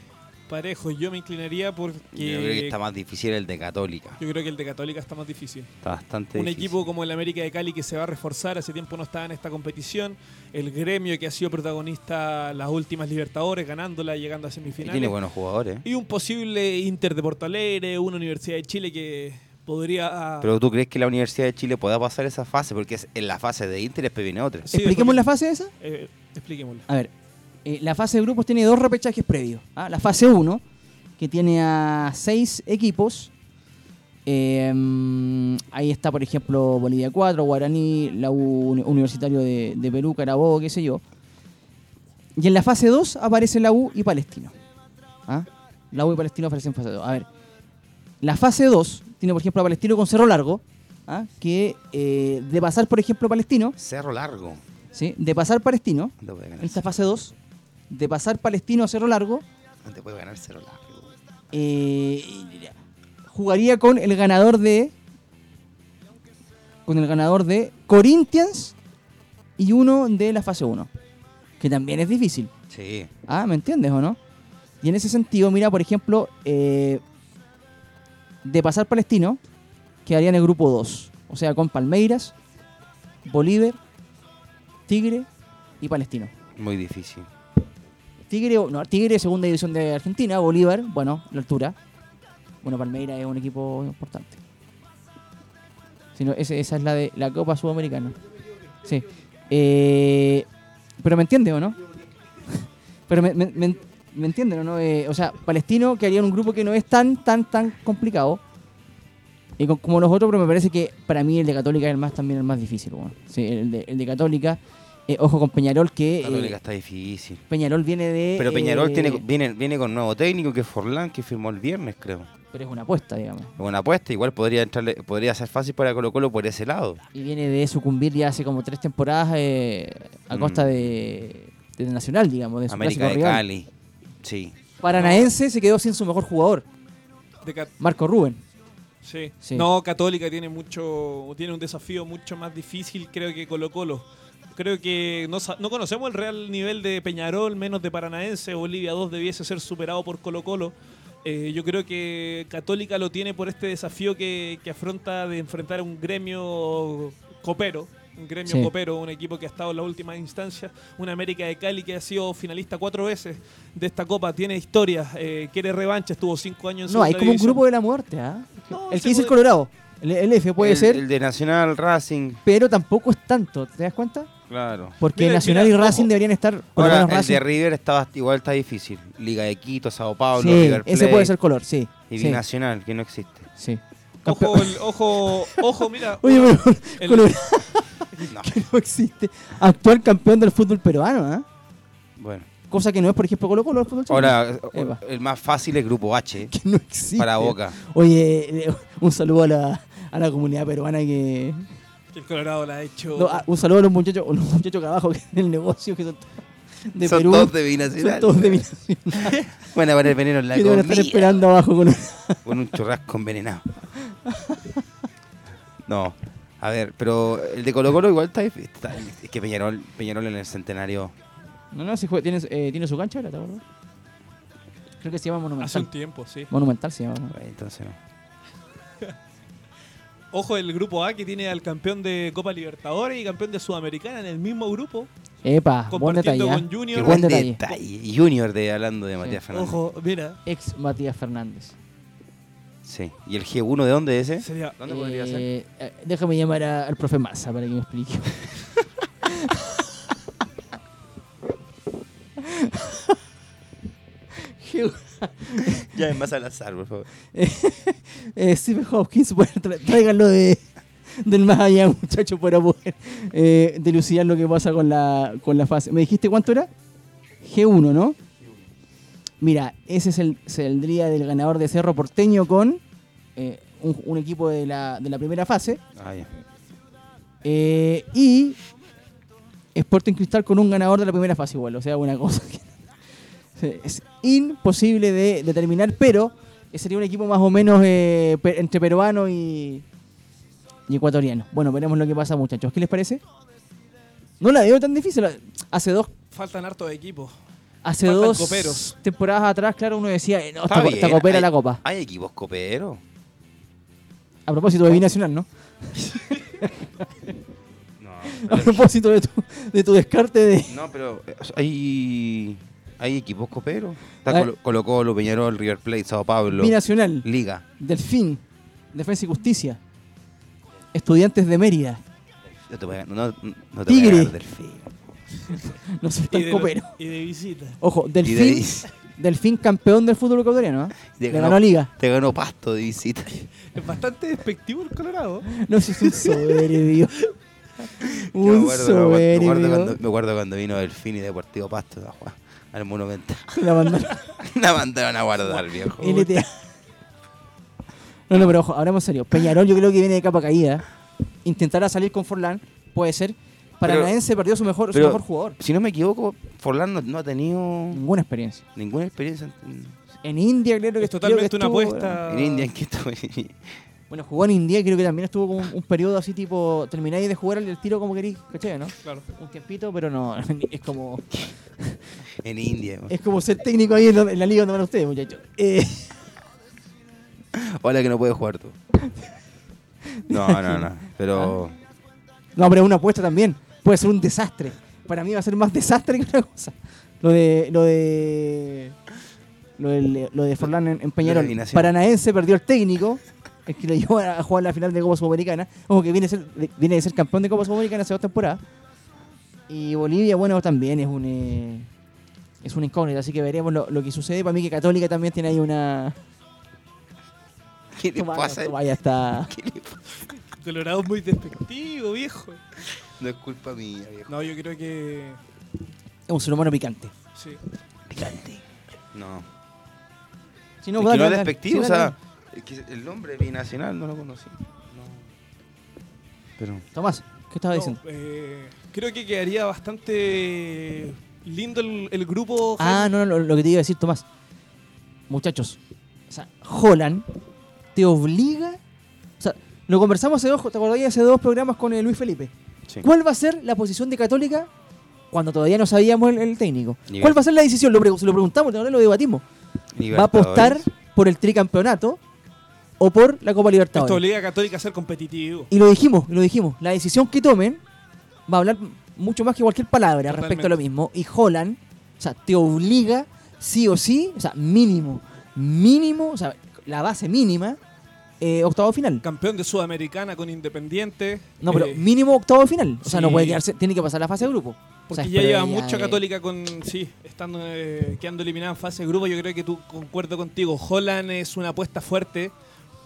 [SPEAKER 3] parejos. Yo me inclinaría porque
[SPEAKER 2] Yo creo que está más difícil el de Católica.
[SPEAKER 3] yo creo que el de Católica está más difícil.
[SPEAKER 2] Está bastante
[SPEAKER 3] Un
[SPEAKER 2] difícil.
[SPEAKER 3] equipo como el América de Cali que se va a reforzar, hace tiempo no estaba en esta competición. El gremio que ha sido protagonista las últimas Libertadores, ganándola y llegando a
[SPEAKER 2] Y
[SPEAKER 3] semifinales.
[SPEAKER 2] tiene buenos jugadores. ¿eh?
[SPEAKER 3] Y un posible Inter de Porto Alegre, una Universidad de Chile que podría. ah,
[SPEAKER 2] Pero tú crees que la Universidad de Chile pueda pasar esa fase, porque es en la fase de Inter es Pepino otra.
[SPEAKER 3] Sí,
[SPEAKER 1] ¿Expliquemos
[SPEAKER 3] porque-
[SPEAKER 1] la fase esa?
[SPEAKER 3] Eh, expliquémoslo.
[SPEAKER 1] A ver, eh, la fase de grupos tiene dos repechajes previos. ¿ah? La fase 1, que tiene a seis equipos. Eh, ahí está, por ejemplo, Bolivia 4, Guaraní, la U Uni- Universitario de, de Perú, Carabobo, qué sé yo. Y en la fase 2 aparece la U y Palestino. ¿ah? La U y Palestino aparecen en fase 2. A ver, la fase 2 tiene, por ejemplo, a Palestino con Cerro Largo, ¿ah? que eh, de pasar, por ejemplo, Palestino,
[SPEAKER 2] Cerro largo.
[SPEAKER 1] ¿sí? de pasar Palestino,
[SPEAKER 2] No te puede
[SPEAKER 1] en
[SPEAKER 2] ganar,
[SPEAKER 1] esta fase 2, de pasar Palestino a Cerro Largo,
[SPEAKER 2] no te puede ganar Cerro largo.
[SPEAKER 1] eh, jugaría con el ganador de. Con el ganador de Corinthians y uno de la fase 1. Que también es difícil.
[SPEAKER 2] Sí.
[SPEAKER 1] Ah, ¿me entiendes o no? Y en ese sentido, mira, por ejemplo, eh, de pasar Palestino, quedaría en el grupo 2. O sea, con Palmeiras, Bolívar, Tigre y Palestino.
[SPEAKER 2] Muy difícil.
[SPEAKER 1] Tigre, no, Tigre, segunda división de Argentina, Bolívar, bueno, la altura. Bueno, Palmeiras es un equipo importante. Si no, ese- esa es la de la Copa Sudamericana. Sí. Eh, pero me entiende o no? pero me, me, me- me entienden o no? Eh, o sea, Palestino que haría un grupo que no es tan, tan, tan complicado. Y co- como los otros, pero me parece que para mí el de Católica es el más también el más difícil. bueno. Sí, el de, el de Católica. eh, ojo con Peñarol que... eh,
[SPEAKER 2] Católica está difícil.
[SPEAKER 1] Peñarol viene de.
[SPEAKER 2] Pero Peñarol
[SPEAKER 1] eh,
[SPEAKER 2] tiene, viene, viene con nuevo técnico que es Forlán, que firmó el viernes, creo.
[SPEAKER 1] Pero es una apuesta, digamos.
[SPEAKER 2] Buena apuesta, igual podría entrarle, podría ser fácil para Colo Colo por ese lado.
[SPEAKER 1] Y viene de sucumbir ya hace como tres temporadas eh, a
[SPEAKER 2] Mm.
[SPEAKER 1] costa de, de Nacional, digamos, de su
[SPEAKER 2] América de
[SPEAKER 1] clásico rival.
[SPEAKER 2] Cali. Sí.
[SPEAKER 1] Paranaense se quedó sin su mejor jugador,
[SPEAKER 3] De Cat-
[SPEAKER 1] Marco Rubén.
[SPEAKER 3] sí.
[SPEAKER 1] Sí.
[SPEAKER 3] No, Católica tiene mucho tiene un desafío mucho más difícil, creo que Colo Colo. Creo que no, sa- no conocemos el real nivel de Peñarol, menos de Paranaense. Bolivia 2 debiese ser superado por Colo Colo. Eh, yo creo que Católica lo tiene por este desafío que, que afronta de enfrentar a un gremio copero, un un gremio
[SPEAKER 1] Sí.
[SPEAKER 3] copero, un equipo que ha estado en las últimas instancias, una América de Cali que ha sido finalista cuatro veces de esta copa, tiene historia, eh, quiere revancha, estuvo cinco años en
[SPEAKER 1] No, hay
[SPEAKER 3] segunda
[SPEAKER 1] como un
[SPEAKER 3] división.
[SPEAKER 1] grupo de la muerte, ¿ah?
[SPEAKER 3] No, pues.
[SPEAKER 1] El
[SPEAKER 3] se
[SPEAKER 1] que dice el
[SPEAKER 3] puede-
[SPEAKER 1] Colorado, el, el F puede
[SPEAKER 2] el,
[SPEAKER 1] ser,
[SPEAKER 2] El de Nacional Racing,
[SPEAKER 1] pero tampoco es tanto, ¿te das cuenta?
[SPEAKER 2] claro.
[SPEAKER 1] Porque
[SPEAKER 3] Mira,
[SPEAKER 1] Nacional
[SPEAKER 3] mira,
[SPEAKER 1] y Racing
[SPEAKER 3] ojo.
[SPEAKER 1] deberían estar, por lo
[SPEAKER 2] Ahora,
[SPEAKER 1] menos
[SPEAKER 2] el
[SPEAKER 1] Racing.
[SPEAKER 2] de River estaba, igual está difícil. Liga de Quito, Sao Paulo,
[SPEAKER 1] sí,
[SPEAKER 2] River
[SPEAKER 1] ese
[SPEAKER 2] Plate
[SPEAKER 1] puede ser color, sí.
[SPEAKER 2] y
[SPEAKER 1] sí,
[SPEAKER 2] Binacional, que no existe.
[SPEAKER 1] sí.
[SPEAKER 3] Ojo, el- ojo, ojo, mira.
[SPEAKER 1] Oye, pero
[SPEAKER 3] el-
[SPEAKER 1] Colorado
[SPEAKER 2] No,
[SPEAKER 1] no existe. Actual campeón del fútbol peruano, ¿ah?
[SPEAKER 2] bueno.
[SPEAKER 1] Cosa que no es, por ejemplo, Colo Colo del fútbol chileno.
[SPEAKER 2] Ahora,
[SPEAKER 1] Epa.
[SPEAKER 2] el más fácil es Grupo H,
[SPEAKER 1] Que no existe.
[SPEAKER 2] para Boca.
[SPEAKER 1] Oye, eh, un saludo a la, a la comunidad peruana que...
[SPEAKER 3] que el Colorado la ha hecho.
[SPEAKER 1] no, ah, un saludo a los muchachos, los muchachos que abajo que en el negocio que son de
[SPEAKER 2] Son
[SPEAKER 1] Perú.
[SPEAKER 2] todos de
[SPEAKER 1] son
[SPEAKER 2] Binacional.
[SPEAKER 1] todos de Binacional.
[SPEAKER 2] Bueno, van a veneno en la
[SPEAKER 1] Que van a estar
[SPEAKER 2] comida.
[SPEAKER 1] esperando abajo con...
[SPEAKER 2] con un churrasco envenenado. No, a ver, pero el de Colo Colo igual está, difí- está- Es que Peñarol, Peñarol en el centenario.
[SPEAKER 1] No, no, si juega, tiene, eh, tiene su cancha ahora, ¿te acuerdas? Creo que se llama
[SPEAKER 3] Hace
[SPEAKER 1] Monumental.
[SPEAKER 3] un tiempo, sí.
[SPEAKER 1] Monumental se llama.
[SPEAKER 2] bueno, eh, Entonces no.
[SPEAKER 3] Ojo, el grupo A que tiene al campeón de Copa Libertadores y campeón de Sudamericana en el mismo grupo,
[SPEAKER 1] Epa, Ah, buen detalle.
[SPEAKER 3] compartiendo
[SPEAKER 1] ¿ah?
[SPEAKER 3] con
[SPEAKER 2] Qué
[SPEAKER 3] Junior.
[SPEAKER 1] buen
[SPEAKER 2] buen
[SPEAKER 1] detalle.
[SPEAKER 2] detalle. Junior de hablando de Matías Fernández.
[SPEAKER 3] Ojo, mira.
[SPEAKER 1] Ex Matías Fernández.
[SPEAKER 2] Sí. ¿Y el G1 de dónde es ese?
[SPEAKER 3] Sería,
[SPEAKER 2] ¿Dónde podría ser?
[SPEAKER 1] Eh, eh, Déjame llamar a- al profe Massa para que me explique. Hugh-
[SPEAKER 2] Ya es más al azar, por favor.
[SPEAKER 1] eh, Stephen Hopkins, bueno, tra- tráiganlo de, del más allá, muchachos, para poder eh, delucidar lo que pasa con la, con la fase. ¿Me dijiste cuánto era? G1, ¿no? Mira, ese es el, saldría del ganador de Cerro Porteño con eh, un, un equipo de la, de la primera fase.
[SPEAKER 2] Ah, ya.
[SPEAKER 1] Eh, y Sporting Cristal con un ganador de la primera fase igual. O sea, una cosa que es imposible de determinar, pero sería un equipo más o menos eh, pe- entre peruano y, y ecuatoriano. Bueno, veremos lo que pasa, muchachos. ¿Qué les parece? No la veo tan difícil. Hace dos,
[SPEAKER 3] faltan hartos equipos.
[SPEAKER 1] hace
[SPEAKER 3] Faltan
[SPEAKER 1] dos
[SPEAKER 3] coperos.
[SPEAKER 1] temporadas atrás, claro, uno decía, eh, no, esta,
[SPEAKER 2] Está
[SPEAKER 1] co-
[SPEAKER 2] bien,
[SPEAKER 1] esta copera
[SPEAKER 2] hay-
[SPEAKER 1] la copa.
[SPEAKER 2] Hay equipos coperos.
[SPEAKER 1] A propósito de Binacional, ¿no?
[SPEAKER 2] No,
[SPEAKER 1] A propósito de tu, de tu descarte de...
[SPEAKER 2] no pero eh, hay, hay equipos coperos.
[SPEAKER 1] Ay.
[SPEAKER 2] Está Colo, Colo Colo, Peñarol, River Plate, Sao Paulo,
[SPEAKER 1] Binacional.
[SPEAKER 2] Liga.
[SPEAKER 1] Delfín, Defensa y Justicia, Estudiantes de Mérida,
[SPEAKER 2] No te voy a, no, no te voy a
[SPEAKER 1] Tigre.
[SPEAKER 2] ganar, Delfín.
[SPEAKER 1] no soy
[SPEAKER 3] Y
[SPEAKER 1] tan
[SPEAKER 3] de,
[SPEAKER 1] copero.
[SPEAKER 3] y de visita.
[SPEAKER 1] Ojo,
[SPEAKER 2] Y de
[SPEAKER 1] Delfín,
[SPEAKER 2] ahí-
[SPEAKER 1] Delfín campeón del fútbol ecuatoriano, ¿ah?
[SPEAKER 2] Te
[SPEAKER 1] Le ganó a Liga.
[SPEAKER 2] Te ganó pasto de visita.
[SPEAKER 3] Es bastante despectivo el Colorado.
[SPEAKER 1] No, si es un soberbio.
[SPEAKER 2] Yo me
[SPEAKER 1] un
[SPEAKER 2] acuerdo- me acuerdo- me acuerdo
[SPEAKER 1] soberbio.
[SPEAKER 2] cuando- Me acuerdo cuando vino Delfín y Deportivo Pasto a jugar al Monumental.
[SPEAKER 1] La mandaron
[SPEAKER 2] La mandaron a guardar, viejo.
[SPEAKER 1] LTA. No, no, pero ojo, hablamos en serio. Peñarol yo creo que viene de capa caída. Intentará salir con Forlán, puede ser. Paranaense perdió su mejor,
[SPEAKER 2] pero-
[SPEAKER 1] su mejor jugador.
[SPEAKER 2] Si no me equivoco, Forlán no, no ha tenido
[SPEAKER 1] Ninguna experiencia.
[SPEAKER 2] ninguna experiencia en,
[SPEAKER 1] En India creo que
[SPEAKER 3] Es
[SPEAKER 1] creo que
[SPEAKER 3] totalmente una
[SPEAKER 1] estuvo-
[SPEAKER 3] apuesta.
[SPEAKER 2] en India. En que estoy.
[SPEAKER 1] Bueno, jugó en India y creo que también estuvo como un, un periodo así tipo, termináis de jugar el tiro como queréis, ¿cachai, no?
[SPEAKER 3] Claro.
[SPEAKER 1] Un tiempito, pero no, es como
[SPEAKER 2] En India.
[SPEAKER 1] es como ser técnico ahí en, la- en la liga donde van ustedes, muchachos. Eh,
[SPEAKER 2] Hola que no puedes jugar tú. No, no, no. Pero
[SPEAKER 1] no, pero es una apuesta también. Puede ser un desastre. Para mí va a ser más desastre que una cosa. Lo de lo de lo de, lo de Forlán en, en Peñarol.
[SPEAKER 2] eliminación.
[SPEAKER 1] Paranaense perdió el técnico. Es que lo llevó a a jugar la final de Copa Sudamericana. Ojo que viene, a ser, de- viene de ser campeón de Copa Sudamericana hace dos temporadas. Y Bolivia, bueno, también es un eh, es un incógnito, así que veremos lo, lo que sucede. Para mí que Católica también tiene ahí una.
[SPEAKER 2] ¿qué le pasa?
[SPEAKER 1] Vaya está.
[SPEAKER 3] Colorado es muy despectivo, viejo.
[SPEAKER 2] No es culpa mía, viejo.
[SPEAKER 3] No, yo creo que.
[SPEAKER 1] Es un ser humano picante.
[SPEAKER 3] Sí.
[SPEAKER 2] Picante. No.
[SPEAKER 1] Si
[SPEAKER 2] es que no es
[SPEAKER 1] dale,
[SPEAKER 2] despectivo,
[SPEAKER 1] sí,
[SPEAKER 2] o
[SPEAKER 1] dale.
[SPEAKER 2] sea, es que el nombre binacional no lo conocí. No. Pero
[SPEAKER 1] Tomás, ¿qué estabas diciendo?
[SPEAKER 3] No, eh, creo que quedaría bastante lindo el, el grupo.
[SPEAKER 1] Ah,
[SPEAKER 3] Jaime.
[SPEAKER 1] no, no, lo, lo que te iba a decir, Tomás. Muchachos, o sea, Holland te obliga. O sea, lo conversamos hace dos, ¿te acordáis hace dos programas con eh, Luis Felipe?
[SPEAKER 2] Sí.
[SPEAKER 1] ¿Cuál va a ser la posición de Católica cuando todavía no sabíamos el, el técnico?
[SPEAKER 2] Libertadores.
[SPEAKER 1] ¿Cuál va a ser la decisión? Lo, pre- se lo preguntamos, ahora lo debatimos. ¿Va a apostar
[SPEAKER 2] Libertadores.
[SPEAKER 1] por el tricampeonato o por la Copa
[SPEAKER 3] Esto
[SPEAKER 1] Libertadores?
[SPEAKER 3] obliga a Católica a ser competitivo.
[SPEAKER 1] Y lo dijimos, lo dijimos. La decisión que tomen va a hablar mucho más que cualquier palabra respecto a lo mismo. Y Holland, o sea, te obliga sí o sí, o sea, mínimo, mínimo, o sea, la base mínima, eh, octavo de final.
[SPEAKER 3] Campeón de Sudamericana con Independiente.
[SPEAKER 1] No, pero
[SPEAKER 3] eh,
[SPEAKER 1] mínimo octavo de final. O sea, no
[SPEAKER 3] sí.
[SPEAKER 1] puede quedarse, tiene que pasar la fase de grupo. O sea,
[SPEAKER 3] Porque
[SPEAKER 1] es
[SPEAKER 3] ya lleva
[SPEAKER 1] previa
[SPEAKER 3] mucha
[SPEAKER 1] de- eh.
[SPEAKER 3] Católica con. Sí, estando, eh, quedando eliminada en fase de grupo. Yo creo que tú concuerdo contigo. Holland es una apuesta fuerte,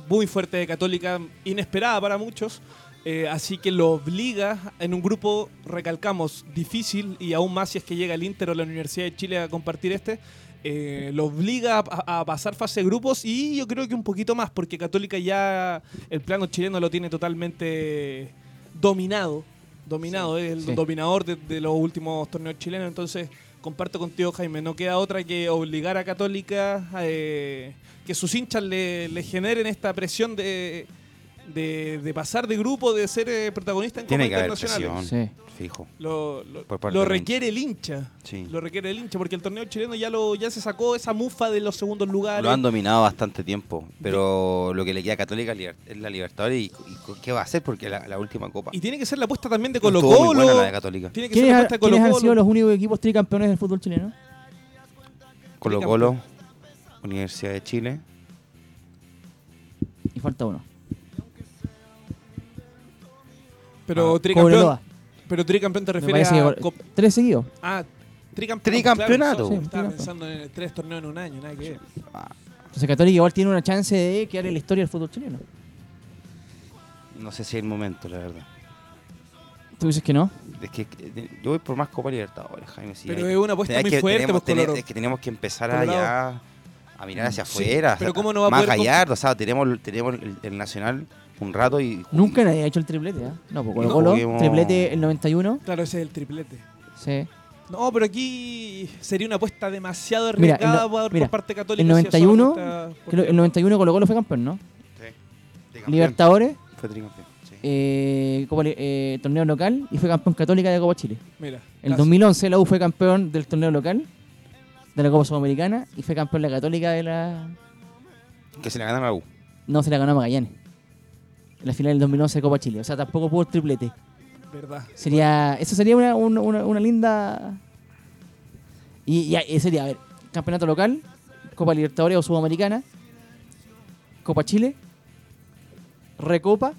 [SPEAKER 3] muy fuerte de Católica, inesperada para muchos. eh, así que lo obliga en un grupo, recalcamos, difícil y aún más si es que llega el Inter o la Universidad de Chile a compartir este. eh, lo obliga a, a pasar fase de grupos y yo creo que un poquito más, porque Católica ya el plano chileno lo tiene totalmente dominado. Dominado, es el
[SPEAKER 1] Sí.
[SPEAKER 3] dominador de, de los últimos torneos chilenos. Entonces, comparto contigo, Jaime. No queda otra que obligar a Católica a eh, que sus hinchas le, le generen esta presión de, de, de pasar de grupo, de ser eh, protagonista en
[SPEAKER 2] Tiene que
[SPEAKER 3] Copa
[SPEAKER 2] haber
[SPEAKER 3] Internacional.
[SPEAKER 2] presión.
[SPEAKER 1] Sí.
[SPEAKER 2] Fijo.
[SPEAKER 3] Lo, lo-
[SPEAKER 2] Por parte
[SPEAKER 3] lo
[SPEAKER 2] del hincha.
[SPEAKER 3] requiere el hincha.
[SPEAKER 2] Sí.
[SPEAKER 3] Lo requiere el hincha, porque el torneo chileno ya lo ya se sacó esa mufa de los segundos lugares.
[SPEAKER 2] Lo han dominado bastante tiempo, pero lo que le queda a Católica es liber- es la Libertadores y, y qué va a hacer porque la, la última copa.
[SPEAKER 3] Y tiene que ser la apuesta también de
[SPEAKER 2] No
[SPEAKER 3] Colo
[SPEAKER 2] estuvo muy buena
[SPEAKER 3] Colo.
[SPEAKER 2] la de Católica.
[SPEAKER 3] Tiene que ser
[SPEAKER 1] ¿Quiénes,
[SPEAKER 3] la
[SPEAKER 1] ha-
[SPEAKER 3] apuesta de Colo
[SPEAKER 1] quiénes han
[SPEAKER 3] Colo.
[SPEAKER 1] sido los únicos equipos tricampeones del fútbol chileno?
[SPEAKER 2] Colo Colo, Universidad de Chile.
[SPEAKER 1] Y falta uno.
[SPEAKER 3] Pero
[SPEAKER 2] Ah,
[SPEAKER 3] tricampeón.
[SPEAKER 1] Cobreloa.
[SPEAKER 3] Pero tricampeón te
[SPEAKER 1] Me
[SPEAKER 3] refieres
[SPEAKER 1] parece
[SPEAKER 3] a
[SPEAKER 1] que-
[SPEAKER 3] cop-
[SPEAKER 1] tres seguidos.
[SPEAKER 3] Ah, tricampeón,
[SPEAKER 2] Tricampeonato.
[SPEAKER 3] claro, eso,
[SPEAKER 1] Sí,
[SPEAKER 3] estaba
[SPEAKER 1] tricampeón.
[SPEAKER 3] pensando en tres torneos en un año, nada que ver.
[SPEAKER 1] Entonces Católica igual tiene una chance de quedar en la historia del fútbol chileno.
[SPEAKER 2] No sé si es el momento, la verdad.
[SPEAKER 1] ¿Tú dices que no?
[SPEAKER 2] Es que eh, yo voy por más Copa Libertadores, Jaime. sí,
[SPEAKER 3] Pero
[SPEAKER 2] hay-
[SPEAKER 3] es una apuesta
[SPEAKER 2] hay
[SPEAKER 3] muy
[SPEAKER 2] que-
[SPEAKER 3] fuerte,
[SPEAKER 2] tenemos,
[SPEAKER 3] pues, Coloro.
[SPEAKER 2] tener- Es que tenemos que empezar
[SPEAKER 3] Colorado.
[SPEAKER 2] allá a mirar hacia
[SPEAKER 3] Sí,
[SPEAKER 2] afuera.
[SPEAKER 3] pero
[SPEAKER 2] o sea,
[SPEAKER 3] ¿cómo no va a
[SPEAKER 2] más
[SPEAKER 3] poder con-
[SPEAKER 2] Gallardo, o sea, tenemos, tenemos el, el Nacional un rato y...
[SPEAKER 1] Nunca nadie ha hecho el triplete, ¿ah? No, pues Colo
[SPEAKER 2] No,
[SPEAKER 1] Colo,
[SPEAKER 2] juguemos.
[SPEAKER 1] triplete el 91.
[SPEAKER 3] Claro, ese es el triplete.
[SPEAKER 1] Sí.
[SPEAKER 3] No, pero aquí sería una apuesta demasiado
[SPEAKER 1] Mira,
[SPEAKER 3] arriesgada
[SPEAKER 1] el no-
[SPEAKER 3] por, por
[SPEAKER 1] mira,
[SPEAKER 3] parte católica.
[SPEAKER 1] El
[SPEAKER 3] si
[SPEAKER 1] 91,
[SPEAKER 3] solamente-
[SPEAKER 1] creo- el 91 Colo Colo fue campeón, ¿no?
[SPEAKER 2] Sí, de campeón.
[SPEAKER 1] Libertadores,
[SPEAKER 2] Fue tricampeón, sí.
[SPEAKER 1] eh, Copa Li- eh, torneo local y fue campeón Católica de Copa Chile.
[SPEAKER 3] Mira,
[SPEAKER 1] El
[SPEAKER 3] casi.
[SPEAKER 1] 2011 la U fue campeón del torneo local de la Copa Sudamericana y fue campeón la Católica de la...
[SPEAKER 2] Que se la ganan a la U.
[SPEAKER 1] No, se la ganó a Magallanes. En la final del 2011 de Copa Chile. O sea, tampoco pudo el triplete.
[SPEAKER 3] Verdad.
[SPEAKER 1] Sería, eso sería una, una, una- una linda... Y, y ahí sería, a ver, campeonato local, Copa Libertadores o Sudamericana, Copa Chile, Recopa,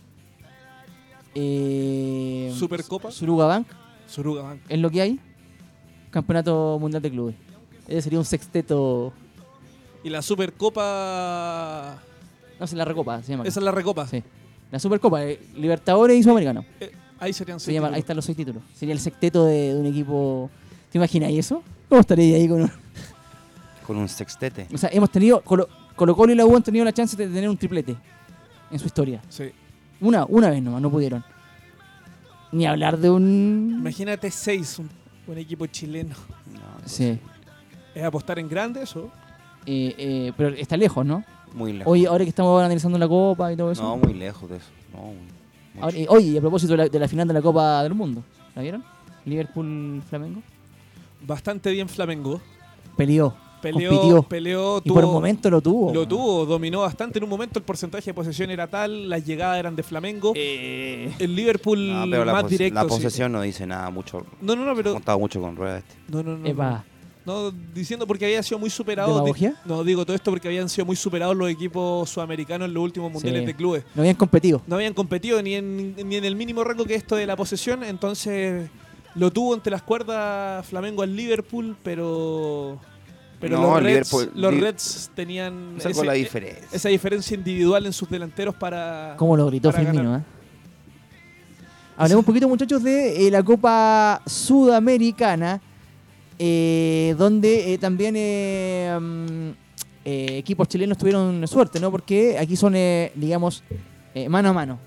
[SPEAKER 1] eh,
[SPEAKER 3] Supercopa.
[SPEAKER 1] Suruga Bank,
[SPEAKER 3] Suruga Bank.
[SPEAKER 1] es lo que hay, Campeonato Mundial de Clubes. Ese sería un sexteto...
[SPEAKER 3] Y la Supercopa.
[SPEAKER 1] No sé, la Recopa se llama. acá.
[SPEAKER 3] Esa es la recopa.
[SPEAKER 1] Sí. La Supercopa, eh, Libertadores y Sudamericano.
[SPEAKER 3] Eh, ahí serían
[SPEAKER 1] Se
[SPEAKER 3] seis.
[SPEAKER 1] llama, ahí
[SPEAKER 3] títulos.
[SPEAKER 1] están los seis títulos. Sería el sexteto de, de un equipo. ¿Te imaginas eso? ¿Cómo estaría ahí con un-
[SPEAKER 2] Con un sextete.
[SPEAKER 1] O sea, hemos tenido. Colo, Colo Colo y la U han tenido la chance de tener un triplete en su historia.
[SPEAKER 3] Sí.
[SPEAKER 1] Una, una vez nomás, no pudieron. Ni hablar de un.
[SPEAKER 3] Imagínate seis, un, un equipo chileno.
[SPEAKER 2] No,
[SPEAKER 1] Sí.
[SPEAKER 3] ¿Es apostar en grande eso?
[SPEAKER 1] Eh, eh, pero está lejos, ¿no?
[SPEAKER 2] muy lejos.
[SPEAKER 1] Hoy, ahora que estamos analizando la Copa y todo eso.
[SPEAKER 2] no, muy lejos de eso. No, muy- mucho.
[SPEAKER 1] Ahora- eh, oye, y a propósito de la, de la final de la Copa del Mundo. ¿La vieron? Liverpool-Flamengo.
[SPEAKER 3] Bastante bien Flamengo.
[SPEAKER 1] Peleó.
[SPEAKER 3] Peleó,
[SPEAKER 1] compitió.
[SPEAKER 3] peleó,
[SPEAKER 1] y
[SPEAKER 3] tuvo,
[SPEAKER 1] por un momento lo tuvo.
[SPEAKER 3] lo tuvo, dominó bastante. En un momento el porcentaje de posesión era tal, las llegadas eran de Flamengo. el Liverpool
[SPEAKER 2] Eh, No, pero la,
[SPEAKER 3] más
[SPEAKER 2] pos-
[SPEAKER 3] directo.
[SPEAKER 2] la
[SPEAKER 3] sí.
[SPEAKER 2] posesión no dice nada mucho.
[SPEAKER 3] No, no, no,
[SPEAKER 2] Ha
[SPEAKER 3] pero.
[SPEAKER 2] contado mucho con ruedas este.
[SPEAKER 3] No, no, no.
[SPEAKER 1] Epa.
[SPEAKER 3] No, diciendo porque había sido muy superado.
[SPEAKER 1] ¿Demagogia?
[SPEAKER 3] No, digo todo esto porque habían sido muy superados los equipos sudamericanos en los últimos mundiales
[SPEAKER 1] Sí.
[SPEAKER 3] de clubes.
[SPEAKER 1] No habían competido.
[SPEAKER 3] No habían competido ni en, ni en el mínimo rango que esto de la posesión, entonces lo tuvo entre las cuerdas Flamengo al Liverpool, pero. Pero
[SPEAKER 2] No,
[SPEAKER 3] los,
[SPEAKER 2] el
[SPEAKER 3] Reds,
[SPEAKER 2] Liverpool-
[SPEAKER 3] los
[SPEAKER 2] Li-
[SPEAKER 3] Reds tenían
[SPEAKER 2] Sacó
[SPEAKER 3] ese-
[SPEAKER 2] la diferencia.
[SPEAKER 3] esa diferencia individual en sus delanteros para.
[SPEAKER 1] Como lo gritó
[SPEAKER 3] para
[SPEAKER 1] Firmino,
[SPEAKER 3] ganar.
[SPEAKER 1] ¿eh? Hablemos un poquito, muchachos, de eh, la Copa Sudamericana, eh, donde eh, también eh, mm, eh, equipos chilenos tuvieron suerte, ¿no? Porque aquí son, eh, digamos, eh, mano a mano,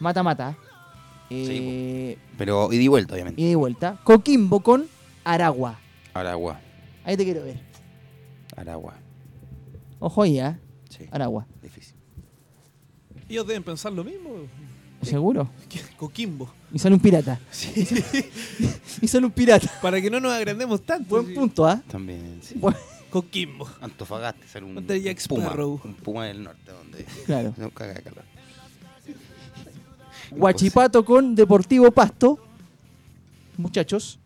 [SPEAKER 1] mata a mata, eh,
[SPEAKER 2] Pero ida y vuelta, obviamente.
[SPEAKER 1] ida y vuelta. Coquimbo con Aragua.
[SPEAKER 2] Aragua.
[SPEAKER 1] Ahí te quiero ver.
[SPEAKER 2] Aragua.
[SPEAKER 1] Ojo ahí, ¿eh?
[SPEAKER 2] Sí.
[SPEAKER 1] Aragua.
[SPEAKER 2] Difícil.
[SPEAKER 3] Ellos deben pensar lo mismo.
[SPEAKER 1] ¿Seguro?
[SPEAKER 3] que Coquimbo.
[SPEAKER 1] Y sale un pirata. y sale un pirata.
[SPEAKER 3] Para que no nos agrandemos tanto.
[SPEAKER 1] Buen
[SPEAKER 3] sí.
[SPEAKER 1] punto, ¿ah?
[SPEAKER 2] También, sí.
[SPEAKER 1] Buen-
[SPEAKER 3] Coquimbo.
[SPEAKER 2] Antofagasta, ser un,
[SPEAKER 3] No te diga
[SPEAKER 2] un puma.
[SPEAKER 3] Sparrow.
[SPEAKER 2] Un puma del norte, donde
[SPEAKER 1] Claro.
[SPEAKER 2] no caga de calor.
[SPEAKER 1] Guachipato con Deportivo Pasto. muchachos.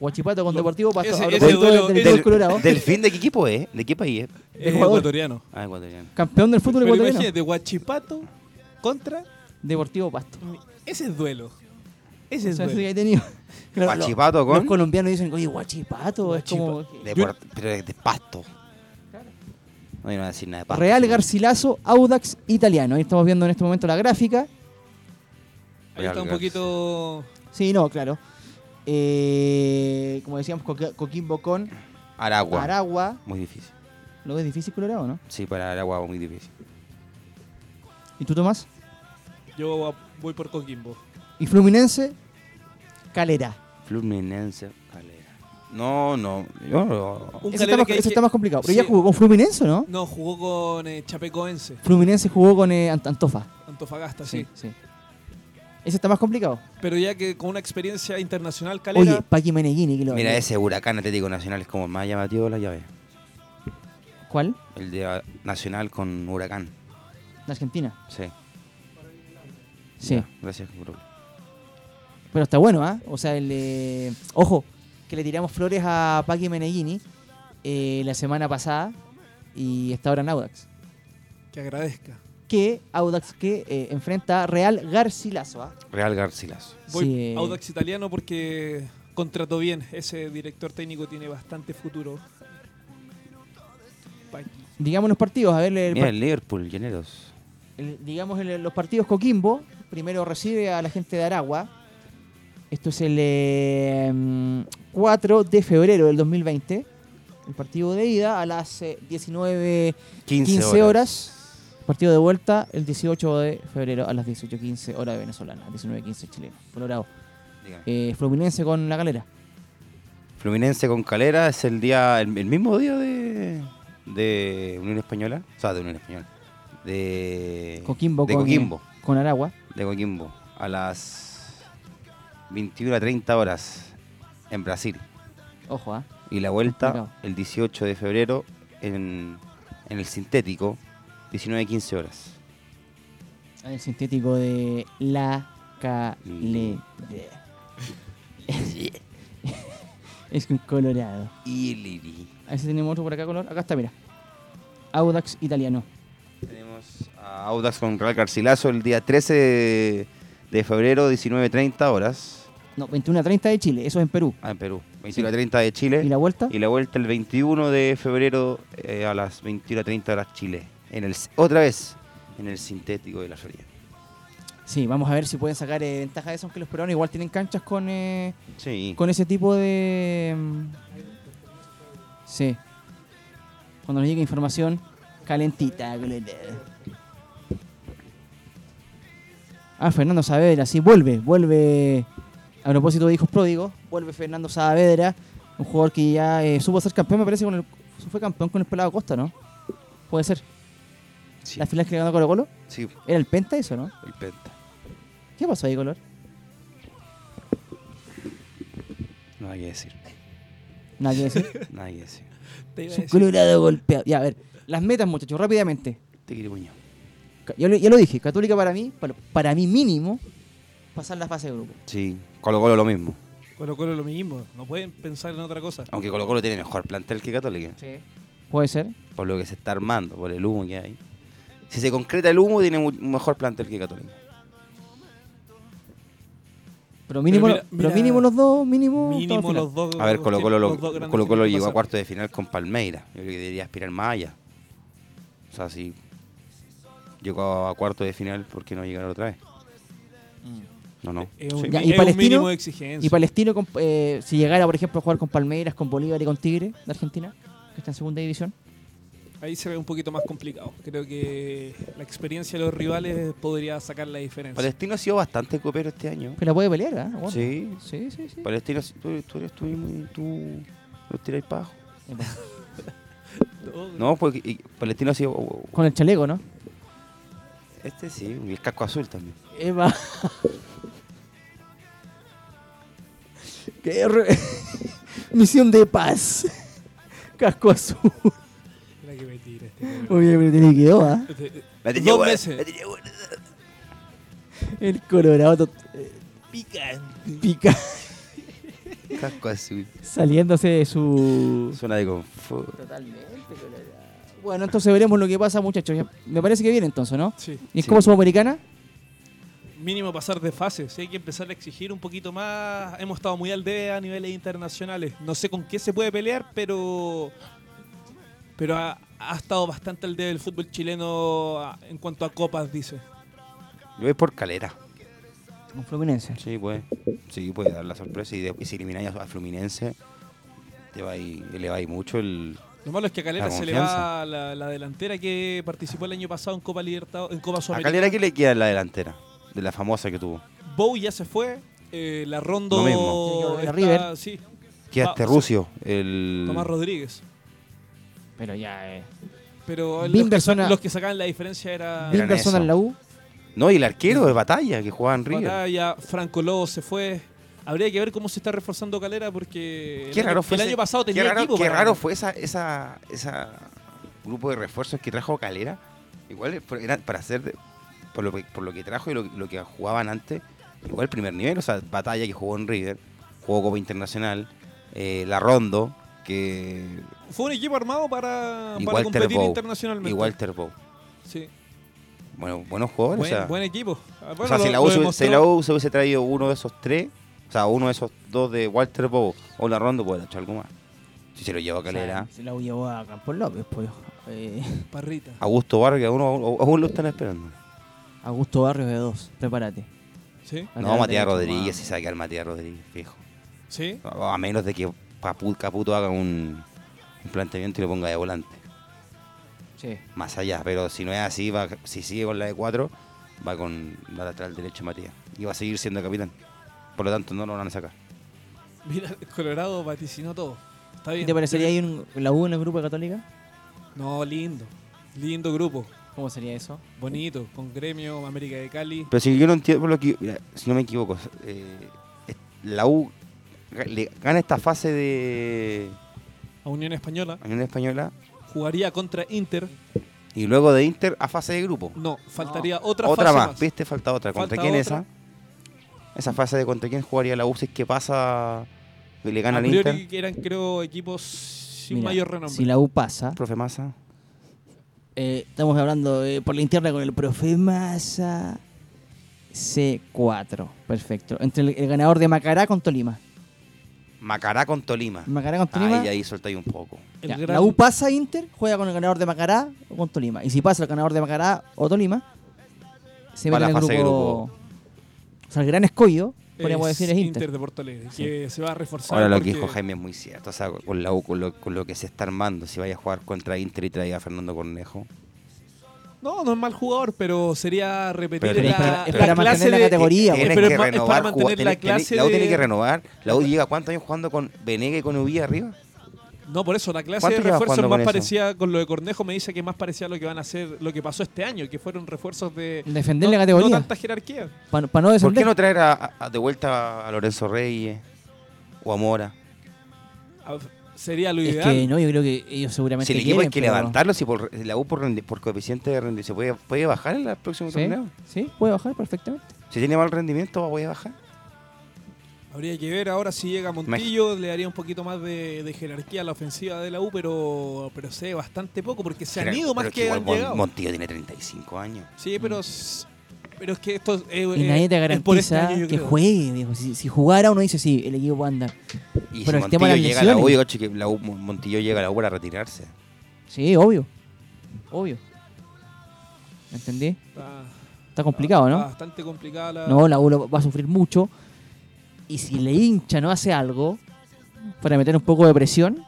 [SPEAKER 1] Huachipato con Deportivo Pasto.
[SPEAKER 3] ese-
[SPEAKER 1] a
[SPEAKER 3] ese
[SPEAKER 1] propósito
[SPEAKER 3] duelo-
[SPEAKER 1] del,
[SPEAKER 3] ese-
[SPEAKER 1] del Colorado.
[SPEAKER 2] ¿Delfín de qué equipo es? ¿De qué país es?
[SPEAKER 1] Es
[SPEAKER 3] Eh,
[SPEAKER 1] jugador.
[SPEAKER 3] ecuatoriano.
[SPEAKER 2] Ah, ecuatoriano.
[SPEAKER 1] Campeón del fútbol
[SPEAKER 3] Pero
[SPEAKER 1] ecuatoriano.
[SPEAKER 3] imagínate, Guachipato contra.
[SPEAKER 1] Deportivo Pasto.
[SPEAKER 3] Ese es duelo. Ese
[SPEAKER 1] O
[SPEAKER 3] es
[SPEAKER 1] sea, sí,
[SPEAKER 3] duelo.
[SPEAKER 1] ahí tenía- Claro, lo-
[SPEAKER 2] Guachipato con-
[SPEAKER 1] Los colombianos dicen, oye, Guachipato. Es como...
[SPEAKER 2] De por- pero es de pasto. No iba a decir nada de pasto.
[SPEAKER 1] Real
[SPEAKER 2] sí.
[SPEAKER 1] Garcilaso, Audax, Italiano. Ahí estamos viendo en este momento la gráfica.
[SPEAKER 3] Ahí está un poquito.
[SPEAKER 1] Sí, no, claro. Eh, como decíamos, Coque- Coquimbo con
[SPEAKER 2] Aragua.
[SPEAKER 1] Aragua.
[SPEAKER 2] Muy difícil.
[SPEAKER 1] Lo que es difícil Colorado, ¿no?
[SPEAKER 2] Sí, para Aragua muy difícil.
[SPEAKER 1] ¿Y tú, Tomás?
[SPEAKER 3] Yo a- voy por Coquimbo.
[SPEAKER 1] ¿Y Fluminense? Calera.
[SPEAKER 2] Fluminense, Calera. No, no. Yo no.
[SPEAKER 1] Ese
[SPEAKER 3] Un
[SPEAKER 1] está,
[SPEAKER 3] Calera
[SPEAKER 1] más,
[SPEAKER 3] que hay
[SPEAKER 1] ese
[SPEAKER 3] que-
[SPEAKER 1] está más complicado. Pero ya
[SPEAKER 3] Sí.
[SPEAKER 1] jugó con Fluminense, ¿o ¿no?
[SPEAKER 3] No, jugó con eh, Chapecoense,
[SPEAKER 1] Fluminense jugó con eh, Ant- Antofa.
[SPEAKER 3] Antofagasta, sí.
[SPEAKER 1] sí. Ese está más complicado.
[SPEAKER 3] Pero ya que con una experiencia internacional calera.
[SPEAKER 1] Oye, Paqui Meneghini. que lo- eh,
[SPEAKER 2] Mira, ese huracán Atlético Nacional es como el más llamativo de la llave.
[SPEAKER 1] ¿Cuál?
[SPEAKER 2] El de ah, Nacional con huracán.
[SPEAKER 1] De Argentina.
[SPEAKER 2] Sí.
[SPEAKER 1] Sí.
[SPEAKER 2] Ya, gracias, bro.
[SPEAKER 1] Pero está bueno, ¿ah? O sea, el, eh, ojo, que le tiramos flores a Paqui Meneghini eh, la semana pasada y está ahora en Audax.
[SPEAKER 3] Que agradezca.
[SPEAKER 1] Que Audax que eh, enfrenta a Real Garcilaso, ¿ah?
[SPEAKER 2] Real Garcilas.
[SPEAKER 3] Voy
[SPEAKER 1] Sí, eh,
[SPEAKER 3] Audax Italiano porque contrató bien. Ese director técnico tiene bastante futuro. Paqui.
[SPEAKER 1] Digamos los partidos, a ver, el
[SPEAKER 2] Mira, el Liverpool, lleneros.
[SPEAKER 1] el- digamos el- los partidos Coquimbo, primero recibe a la gente de Aragua. Esto es el eh, mm, 4 de febrero del 2020. El partido de ida a las 19.15
[SPEAKER 2] 15,
[SPEAKER 1] horas. Partido de vuelta el 18 de febrero a las 18.15 hora venezolana, 19.15 chilena. Colorado.
[SPEAKER 2] Dígame.
[SPEAKER 1] Eh, Fluminense con la galera.
[SPEAKER 2] Fluminense con Calera es el día, el, el mismo día de, de Unión Española. O sea, de Unión Española. De
[SPEAKER 1] Coquimbo,
[SPEAKER 2] Eh, de
[SPEAKER 1] con, eh,
[SPEAKER 2] Coquimbo.
[SPEAKER 1] con Aragua.
[SPEAKER 2] de Coquimbo a las 21 a 30 horas en Brasil.
[SPEAKER 1] Ojo, ¿ah?
[SPEAKER 2] Y la vuelta
[SPEAKER 1] Complicado.
[SPEAKER 2] el 18 de febrero en, en el sintético, 19 a 15 horas.
[SPEAKER 1] Ah, El sintético de la calera. es un colorado.
[SPEAKER 2] Y Lili.
[SPEAKER 1] A ver si tenemos otro por acá, color. Acá está, mira. Audax italiano.
[SPEAKER 2] Tenemos a Audax con Real Garcilaso el día 13 de, de febrero, 19 a 30 horas.
[SPEAKER 1] No, 21 a 30 de Chile. Eso es en Perú.
[SPEAKER 2] Ah, en Perú. 21 a 30 de Chile.
[SPEAKER 1] ¿Y la vuelta?
[SPEAKER 2] Y la vuelta el 21 de febrero eh, a las 21 a 30 horas Chile. En el, otra vez en el sintético de la Florida.
[SPEAKER 1] Sí, vamos a ver si pueden sacar eh, ventaja de eso, aunque los peruanos igual tienen canchas con, eh,
[SPEAKER 2] Sí.
[SPEAKER 1] con ese tipo de... mm, Sí. Cuando nos llegue información calentita. colorado. Ah, Fernando Saavedra, sí, vuelve, vuelve. A propósito de hijos pródigos, vuelve Fernando Saavedra, un jugador que ya eh, supo ser campeón, me parece, con el, fue campeón con el Pelado Costa, ¿no? Puede ser.
[SPEAKER 2] Sí.
[SPEAKER 1] Las filas que le ganó Colo Colo,
[SPEAKER 2] Sí,
[SPEAKER 1] era el Penta eso, ¿no?
[SPEAKER 2] el Penta.
[SPEAKER 1] ¿Qué pasó ahí, Color?
[SPEAKER 2] No hay que decir.
[SPEAKER 1] Nada que decir.
[SPEAKER 2] Nada que decir.
[SPEAKER 3] Te iba a
[SPEAKER 1] es un
[SPEAKER 3] decir,
[SPEAKER 1] colorado golpeado. Ya, a ver, las metas, muchachos, rápidamente.
[SPEAKER 2] Te quiero puño.
[SPEAKER 1] Ca- Ya lo, ya lo dije, Católica para mí, para, para mí mínimo, pasar la fase de grupo.
[SPEAKER 2] Sí, Colo Colo lo mismo.
[SPEAKER 3] Colo Colo lo mismo. No pueden pensar en otra cosa.
[SPEAKER 2] Aunque Colo Colo tiene mejor plantel que Católica.
[SPEAKER 1] Sí. Puede ser.
[SPEAKER 2] Por lo que se está armando, por el humo que hay. Si se concreta el humo, tiene mu- un mejor plantel que Católica.
[SPEAKER 1] Pero mínimo,
[SPEAKER 3] mira-
[SPEAKER 1] pero
[SPEAKER 3] mira-
[SPEAKER 1] mínimo los dos, mínimo. estamos
[SPEAKER 3] Mínimo
[SPEAKER 1] al final.
[SPEAKER 3] los dos.
[SPEAKER 2] A ver, Colo Colo,
[SPEAKER 3] los dos
[SPEAKER 2] lo,
[SPEAKER 3] grandes
[SPEAKER 2] Colo, Colo
[SPEAKER 3] tienen que
[SPEAKER 2] llegó a
[SPEAKER 3] pasar.
[SPEAKER 2] cuarto de final con Palmeiras. Yo creo que debería aspirar más allá. O sea, si llegó a cuarto de final, ¿por qué no llegar otra vez? No, no.
[SPEAKER 3] Es un,
[SPEAKER 1] Ya,
[SPEAKER 3] mi-
[SPEAKER 1] ¿y
[SPEAKER 3] es un
[SPEAKER 1] Palestino?
[SPEAKER 3] mínimo
[SPEAKER 1] Y
[SPEAKER 3] de exigencia.
[SPEAKER 1] Palestino, con- eh, si llegara, por ejemplo, a jugar con Palmeiras, con Bolívar y con Tigre de Argentina, que está en segunda división.
[SPEAKER 3] Ahí se ve un poquito más complicado. Creo que la experiencia de los rivales podría sacar la diferencia.
[SPEAKER 2] Palestino ha sido bastante copero este año.
[SPEAKER 1] Pero la puede pelear, ¿verdad? Bueno.
[SPEAKER 2] Sí.
[SPEAKER 1] Sí, Pues. sí, sí.
[SPEAKER 2] Palestino, tú, tú eres tú mismo y tú lo tiráis para abajo. No, porque y- Palestino ha sido.
[SPEAKER 1] Con el chaleco, ¿no?
[SPEAKER 2] Este sí, y el casco azul también.
[SPEAKER 1] Eva. Qué re- Misión de paz. Casco azul.
[SPEAKER 3] Mira que me tira este cabrón.
[SPEAKER 1] Oye, pero te le quedó, ¿ah?
[SPEAKER 3] Este-
[SPEAKER 2] La
[SPEAKER 3] Dos meses.
[SPEAKER 2] tenía buena.
[SPEAKER 1] El colorado. tot- eh,
[SPEAKER 3] picante.
[SPEAKER 1] Pica
[SPEAKER 2] Casco azul.
[SPEAKER 1] saliéndose de su...
[SPEAKER 2] Zona de confort.
[SPEAKER 1] Bueno, entonces veremos lo que pasa, muchachos. Ya- Me parece que viene entonces, ¿no?
[SPEAKER 3] Sí.
[SPEAKER 1] ¿Y es
[SPEAKER 2] Sí.
[SPEAKER 1] como Sudamericana?
[SPEAKER 3] Mínimo pasar de fase, sí, hay que empezar a exigir un poquito más. Hemos estado muy al debe a niveles internacionales. No sé con qué se puede pelear, pero pero ha, ha estado bastante al debe el fútbol chileno a- en cuanto a copas, dice.
[SPEAKER 2] Yo voy por calera.
[SPEAKER 1] Con Fluminense.
[SPEAKER 2] Sí, puede. Sí, puede dar la sorpresa. Y, de- y si elimináis a Fluminense, te va a ir- le va a ir mucho el.
[SPEAKER 3] Lo malo es que a Calera
[SPEAKER 2] La
[SPEAKER 3] se le
[SPEAKER 2] confianza.
[SPEAKER 3] va la, la delantera que participó el año pasado en Copa Libertadores, en Copa
[SPEAKER 2] A
[SPEAKER 3] Sudamericana.
[SPEAKER 2] calera, ¿qué le queda en la delantera? De la famosa que tuvo.
[SPEAKER 3] Bow ya se fue. eh, la Rondo
[SPEAKER 2] Lo mismo.
[SPEAKER 1] Tiene que volver a
[SPEAKER 3] está-
[SPEAKER 1] River.
[SPEAKER 3] Ah, sí,
[SPEAKER 2] Queda
[SPEAKER 3] Va,
[SPEAKER 2] este
[SPEAKER 3] o sea,
[SPEAKER 2] Rusio. El.
[SPEAKER 3] Tomás Rodríguez.
[SPEAKER 1] Pero ya, eh.
[SPEAKER 3] Pero los que,
[SPEAKER 1] Bimberson
[SPEAKER 3] sa-
[SPEAKER 1] a-
[SPEAKER 3] los que sacaban la diferencia era
[SPEAKER 2] Eran
[SPEAKER 1] Wilkerson
[SPEAKER 2] eso.
[SPEAKER 1] en la U.
[SPEAKER 2] No, y el arquero de batalla que jugaba en River.
[SPEAKER 3] Batalla, Franco Lobo se fue. Habría que ver cómo se está reforzando Calera porque
[SPEAKER 2] Qué
[SPEAKER 3] el,
[SPEAKER 2] raro
[SPEAKER 3] año-
[SPEAKER 2] fue.
[SPEAKER 3] el
[SPEAKER 2] ese-
[SPEAKER 3] año pasado
[SPEAKER 2] qué
[SPEAKER 3] tenía
[SPEAKER 2] raro,
[SPEAKER 3] equipo.
[SPEAKER 2] qué
[SPEAKER 3] para-
[SPEAKER 2] raro fue esa, esa, esa grupo de refuerzos que trajo Calera. Igual eh, era para hacer, de- por lo, que- por lo que trajo y lo, lo que jugaban antes, igual primer nivel. O sea, Batalla que jugó en River, jugó Copa Internacional, eh, La Rondo, que.
[SPEAKER 3] Fue un equipo armado para,
[SPEAKER 2] Y
[SPEAKER 3] para
[SPEAKER 2] Walter
[SPEAKER 3] competir
[SPEAKER 2] Bow.
[SPEAKER 3] internacionalmente.
[SPEAKER 2] Y Walter Bow.
[SPEAKER 3] Sí.
[SPEAKER 2] Bueno, buenos jugadores.
[SPEAKER 3] Buen,
[SPEAKER 2] o sea,
[SPEAKER 3] buen equipo. Ah,
[SPEAKER 2] o
[SPEAKER 3] bueno,
[SPEAKER 2] sea, si
[SPEAKER 3] lo-
[SPEAKER 2] la
[SPEAKER 3] lo
[SPEAKER 2] U se-
[SPEAKER 3] demostró.
[SPEAKER 2] si la U se hubiese traído uno de esos tres, o sea, uno de esos dos de Walter Bow o La Rondo, puede hecho algo más. Si se lo llevó a Calera.
[SPEAKER 1] O sea, se la U llevó a Campos López, pues. Eh,
[SPEAKER 3] Parrita.
[SPEAKER 2] Augusto Vargas, aún, aún- aún lo están esperando.
[SPEAKER 1] Augusto Barrios de dos. Prepárate.
[SPEAKER 3] Sí.
[SPEAKER 2] No,
[SPEAKER 1] Lateral
[SPEAKER 2] Matías
[SPEAKER 1] derecho,
[SPEAKER 2] Rodríguez, si
[SPEAKER 1] wow.
[SPEAKER 2] saca al Matías Rodríguez, fijo.
[SPEAKER 3] Sí.
[SPEAKER 2] A a menos de que Papu- Caputo haga un, un planteamiento y lo ponga de volante.
[SPEAKER 1] Sí.
[SPEAKER 2] Más allá, pero si no es así, va, si sigue con la de 4, va con la lateral derecho Matías. Y va a seguir siendo capitán. Por lo tanto, no lo van a sacar.
[SPEAKER 3] Mira, Colorado vaticinó todo. Está bien.
[SPEAKER 1] ¿Te parecería ahí un- la U en el grupo de Católica?
[SPEAKER 3] No, lindo. Lindo grupo.
[SPEAKER 1] ¿Cómo sería eso?
[SPEAKER 3] Bonito. Con Gremio, América de Cali.
[SPEAKER 2] Pero si yo no entiendo, por lo que, mira, si no me equivoco, eh, es- la U ga- le gana esta fase de
[SPEAKER 3] A Unión Española.
[SPEAKER 2] Unión Española
[SPEAKER 3] Jugaría contra Inter.
[SPEAKER 2] y luego de Inter a fase de grupo.
[SPEAKER 3] No, faltaría otra,
[SPEAKER 2] otra
[SPEAKER 3] fase
[SPEAKER 2] más.
[SPEAKER 3] más.
[SPEAKER 2] ¿Viste? Falta otra. ¿Contra
[SPEAKER 3] Falta
[SPEAKER 2] quién
[SPEAKER 3] otra.
[SPEAKER 2] esa? Esa fase de contra quién jugaría la U si es que pasa y le gana
[SPEAKER 3] A
[SPEAKER 2] al
[SPEAKER 3] priori
[SPEAKER 2] Inter.
[SPEAKER 3] que eran, creo, equipos sin
[SPEAKER 1] Mira,
[SPEAKER 3] mayor renombre.
[SPEAKER 1] Si la U pasa,
[SPEAKER 2] Profe Massa.
[SPEAKER 1] eh, estamos hablando eh, por la interna con el profe Massa. C4. Perfecto. Entre el, el ganador de Macará con Tolima.
[SPEAKER 2] Macará con Tolima.
[SPEAKER 1] Macará con Tolima.
[SPEAKER 2] Ahí, ahí soltáis un poco.
[SPEAKER 3] El
[SPEAKER 1] Ya,
[SPEAKER 3] gran-
[SPEAKER 1] La U pasa a Inter, juega con el ganador de Macará o con Tolima. Y si pasa el ganador de Macará o Tolima, se mete
[SPEAKER 2] Va a la
[SPEAKER 1] en el
[SPEAKER 2] fase de
[SPEAKER 1] grupo. O sea, el gran escollo, podríamos
[SPEAKER 3] es
[SPEAKER 1] decir, es Inter.
[SPEAKER 3] eh, Inter de Porto Alegre, que se va a reforzar.
[SPEAKER 2] Ahora lo que
[SPEAKER 3] porque
[SPEAKER 2] dijo Jaime es muy cierto. O sea, con la U, con lo, con lo que se está armando, si vaya a jugar contra Inter y traiga a Fernando Cornejo.
[SPEAKER 3] No, no es mal jugador, pero sería repetir
[SPEAKER 2] Pero
[SPEAKER 3] la,
[SPEAKER 2] tenés que-
[SPEAKER 3] la
[SPEAKER 2] es para
[SPEAKER 3] clase
[SPEAKER 1] mantener la
[SPEAKER 3] de-
[SPEAKER 1] categoría, Ya,
[SPEAKER 2] Tienes
[SPEAKER 1] bueno.
[SPEAKER 3] pero
[SPEAKER 2] que
[SPEAKER 3] es ma- es
[SPEAKER 2] renovar.
[SPEAKER 3] para
[SPEAKER 2] jugador,
[SPEAKER 3] mantener
[SPEAKER 2] tenés-
[SPEAKER 3] la
[SPEAKER 2] tenés-
[SPEAKER 3] clase
[SPEAKER 2] la U tiene
[SPEAKER 3] de-
[SPEAKER 2] que renovar. La U lleva cuántos años jugando con Benega y con Uvilla arriba.
[SPEAKER 3] No, por eso, la clase
[SPEAKER 2] ¿Cuánto
[SPEAKER 3] de
[SPEAKER 2] llevas
[SPEAKER 3] refuerzos
[SPEAKER 2] jugando
[SPEAKER 3] más
[SPEAKER 2] con eso?
[SPEAKER 3] parecía, con lo de Cornejo me dice que más parecía lo que van a hacer, lo que pasó este año, que fueron refuerzos de...
[SPEAKER 1] Defender la
[SPEAKER 3] no-
[SPEAKER 1] categoría.
[SPEAKER 3] No tanta jerarquía.
[SPEAKER 1] Para no
[SPEAKER 2] ¿Por
[SPEAKER 1] descender.
[SPEAKER 2] qué no traer a- a- a- de vuelta a Lorenzo Reyes o a Mora?
[SPEAKER 3] A- Ah, Sería lo
[SPEAKER 1] es
[SPEAKER 3] ideal.
[SPEAKER 1] que no, yo creo que ellos seguramente.
[SPEAKER 2] Si el equipo hay
[SPEAKER 1] quieren,
[SPEAKER 2] que
[SPEAKER 1] pero-
[SPEAKER 2] levantarlo, si por, la U por, rendi- por coeficiente de rendimiento, ¿puede, puede bajar en el próximo
[SPEAKER 1] ¿Sí?
[SPEAKER 2] torneo?
[SPEAKER 1] sí, puede bajar perfectamente.
[SPEAKER 2] Si tiene mal rendimiento, voy a bajar.
[SPEAKER 3] Habría que ver ahora si llega Montillo, le daría un poquito más de, de jerarquía a la ofensiva de la U, pero, pero se ve bastante poco, porque se han
[SPEAKER 2] Pero-
[SPEAKER 3] ido más
[SPEAKER 2] pero
[SPEAKER 3] que
[SPEAKER 2] igual
[SPEAKER 3] han
[SPEAKER 2] Mon-
[SPEAKER 3] llegado.
[SPEAKER 2] Montillo tiene 35 años.
[SPEAKER 3] Sí, pero, s- pero es que esto es- eh,
[SPEAKER 1] Mm. Y
[SPEAKER 3] eh,
[SPEAKER 1] nadie te
[SPEAKER 3] es por este
[SPEAKER 1] garantiza
[SPEAKER 3] año, yo
[SPEAKER 1] que
[SPEAKER 3] creo.
[SPEAKER 1] juegue. viejo. Si, si jugara uno dice, sí, el equipo anda.
[SPEAKER 2] Y
[SPEAKER 1] Pero
[SPEAKER 2] si
[SPEAKER 1] el tema
[SPEAKER 2] Montillo
[SPEAKER 1] de las
[SPEAKER 2] llega a la U,
[SPEAKER 1] lesiones.
[SPEAKER 2] yo cacho que la U- Mon- Montillo llega a la U para retirarse.
[SPEAKER 1] Sí, obvio. Obvio. ¿Entendí?
[SPEAKER 3] Está-
[SPEAKER 1] Está complicado,
[SPEAKER 3] está
[SPEAKER 1] ¿no?
[SPEAKER 3] Bastante complicada la...
[SPEAKER 1] No, la U lo va a sufrir mucho. Y si le hincha no hace algo para meter un poco de presión.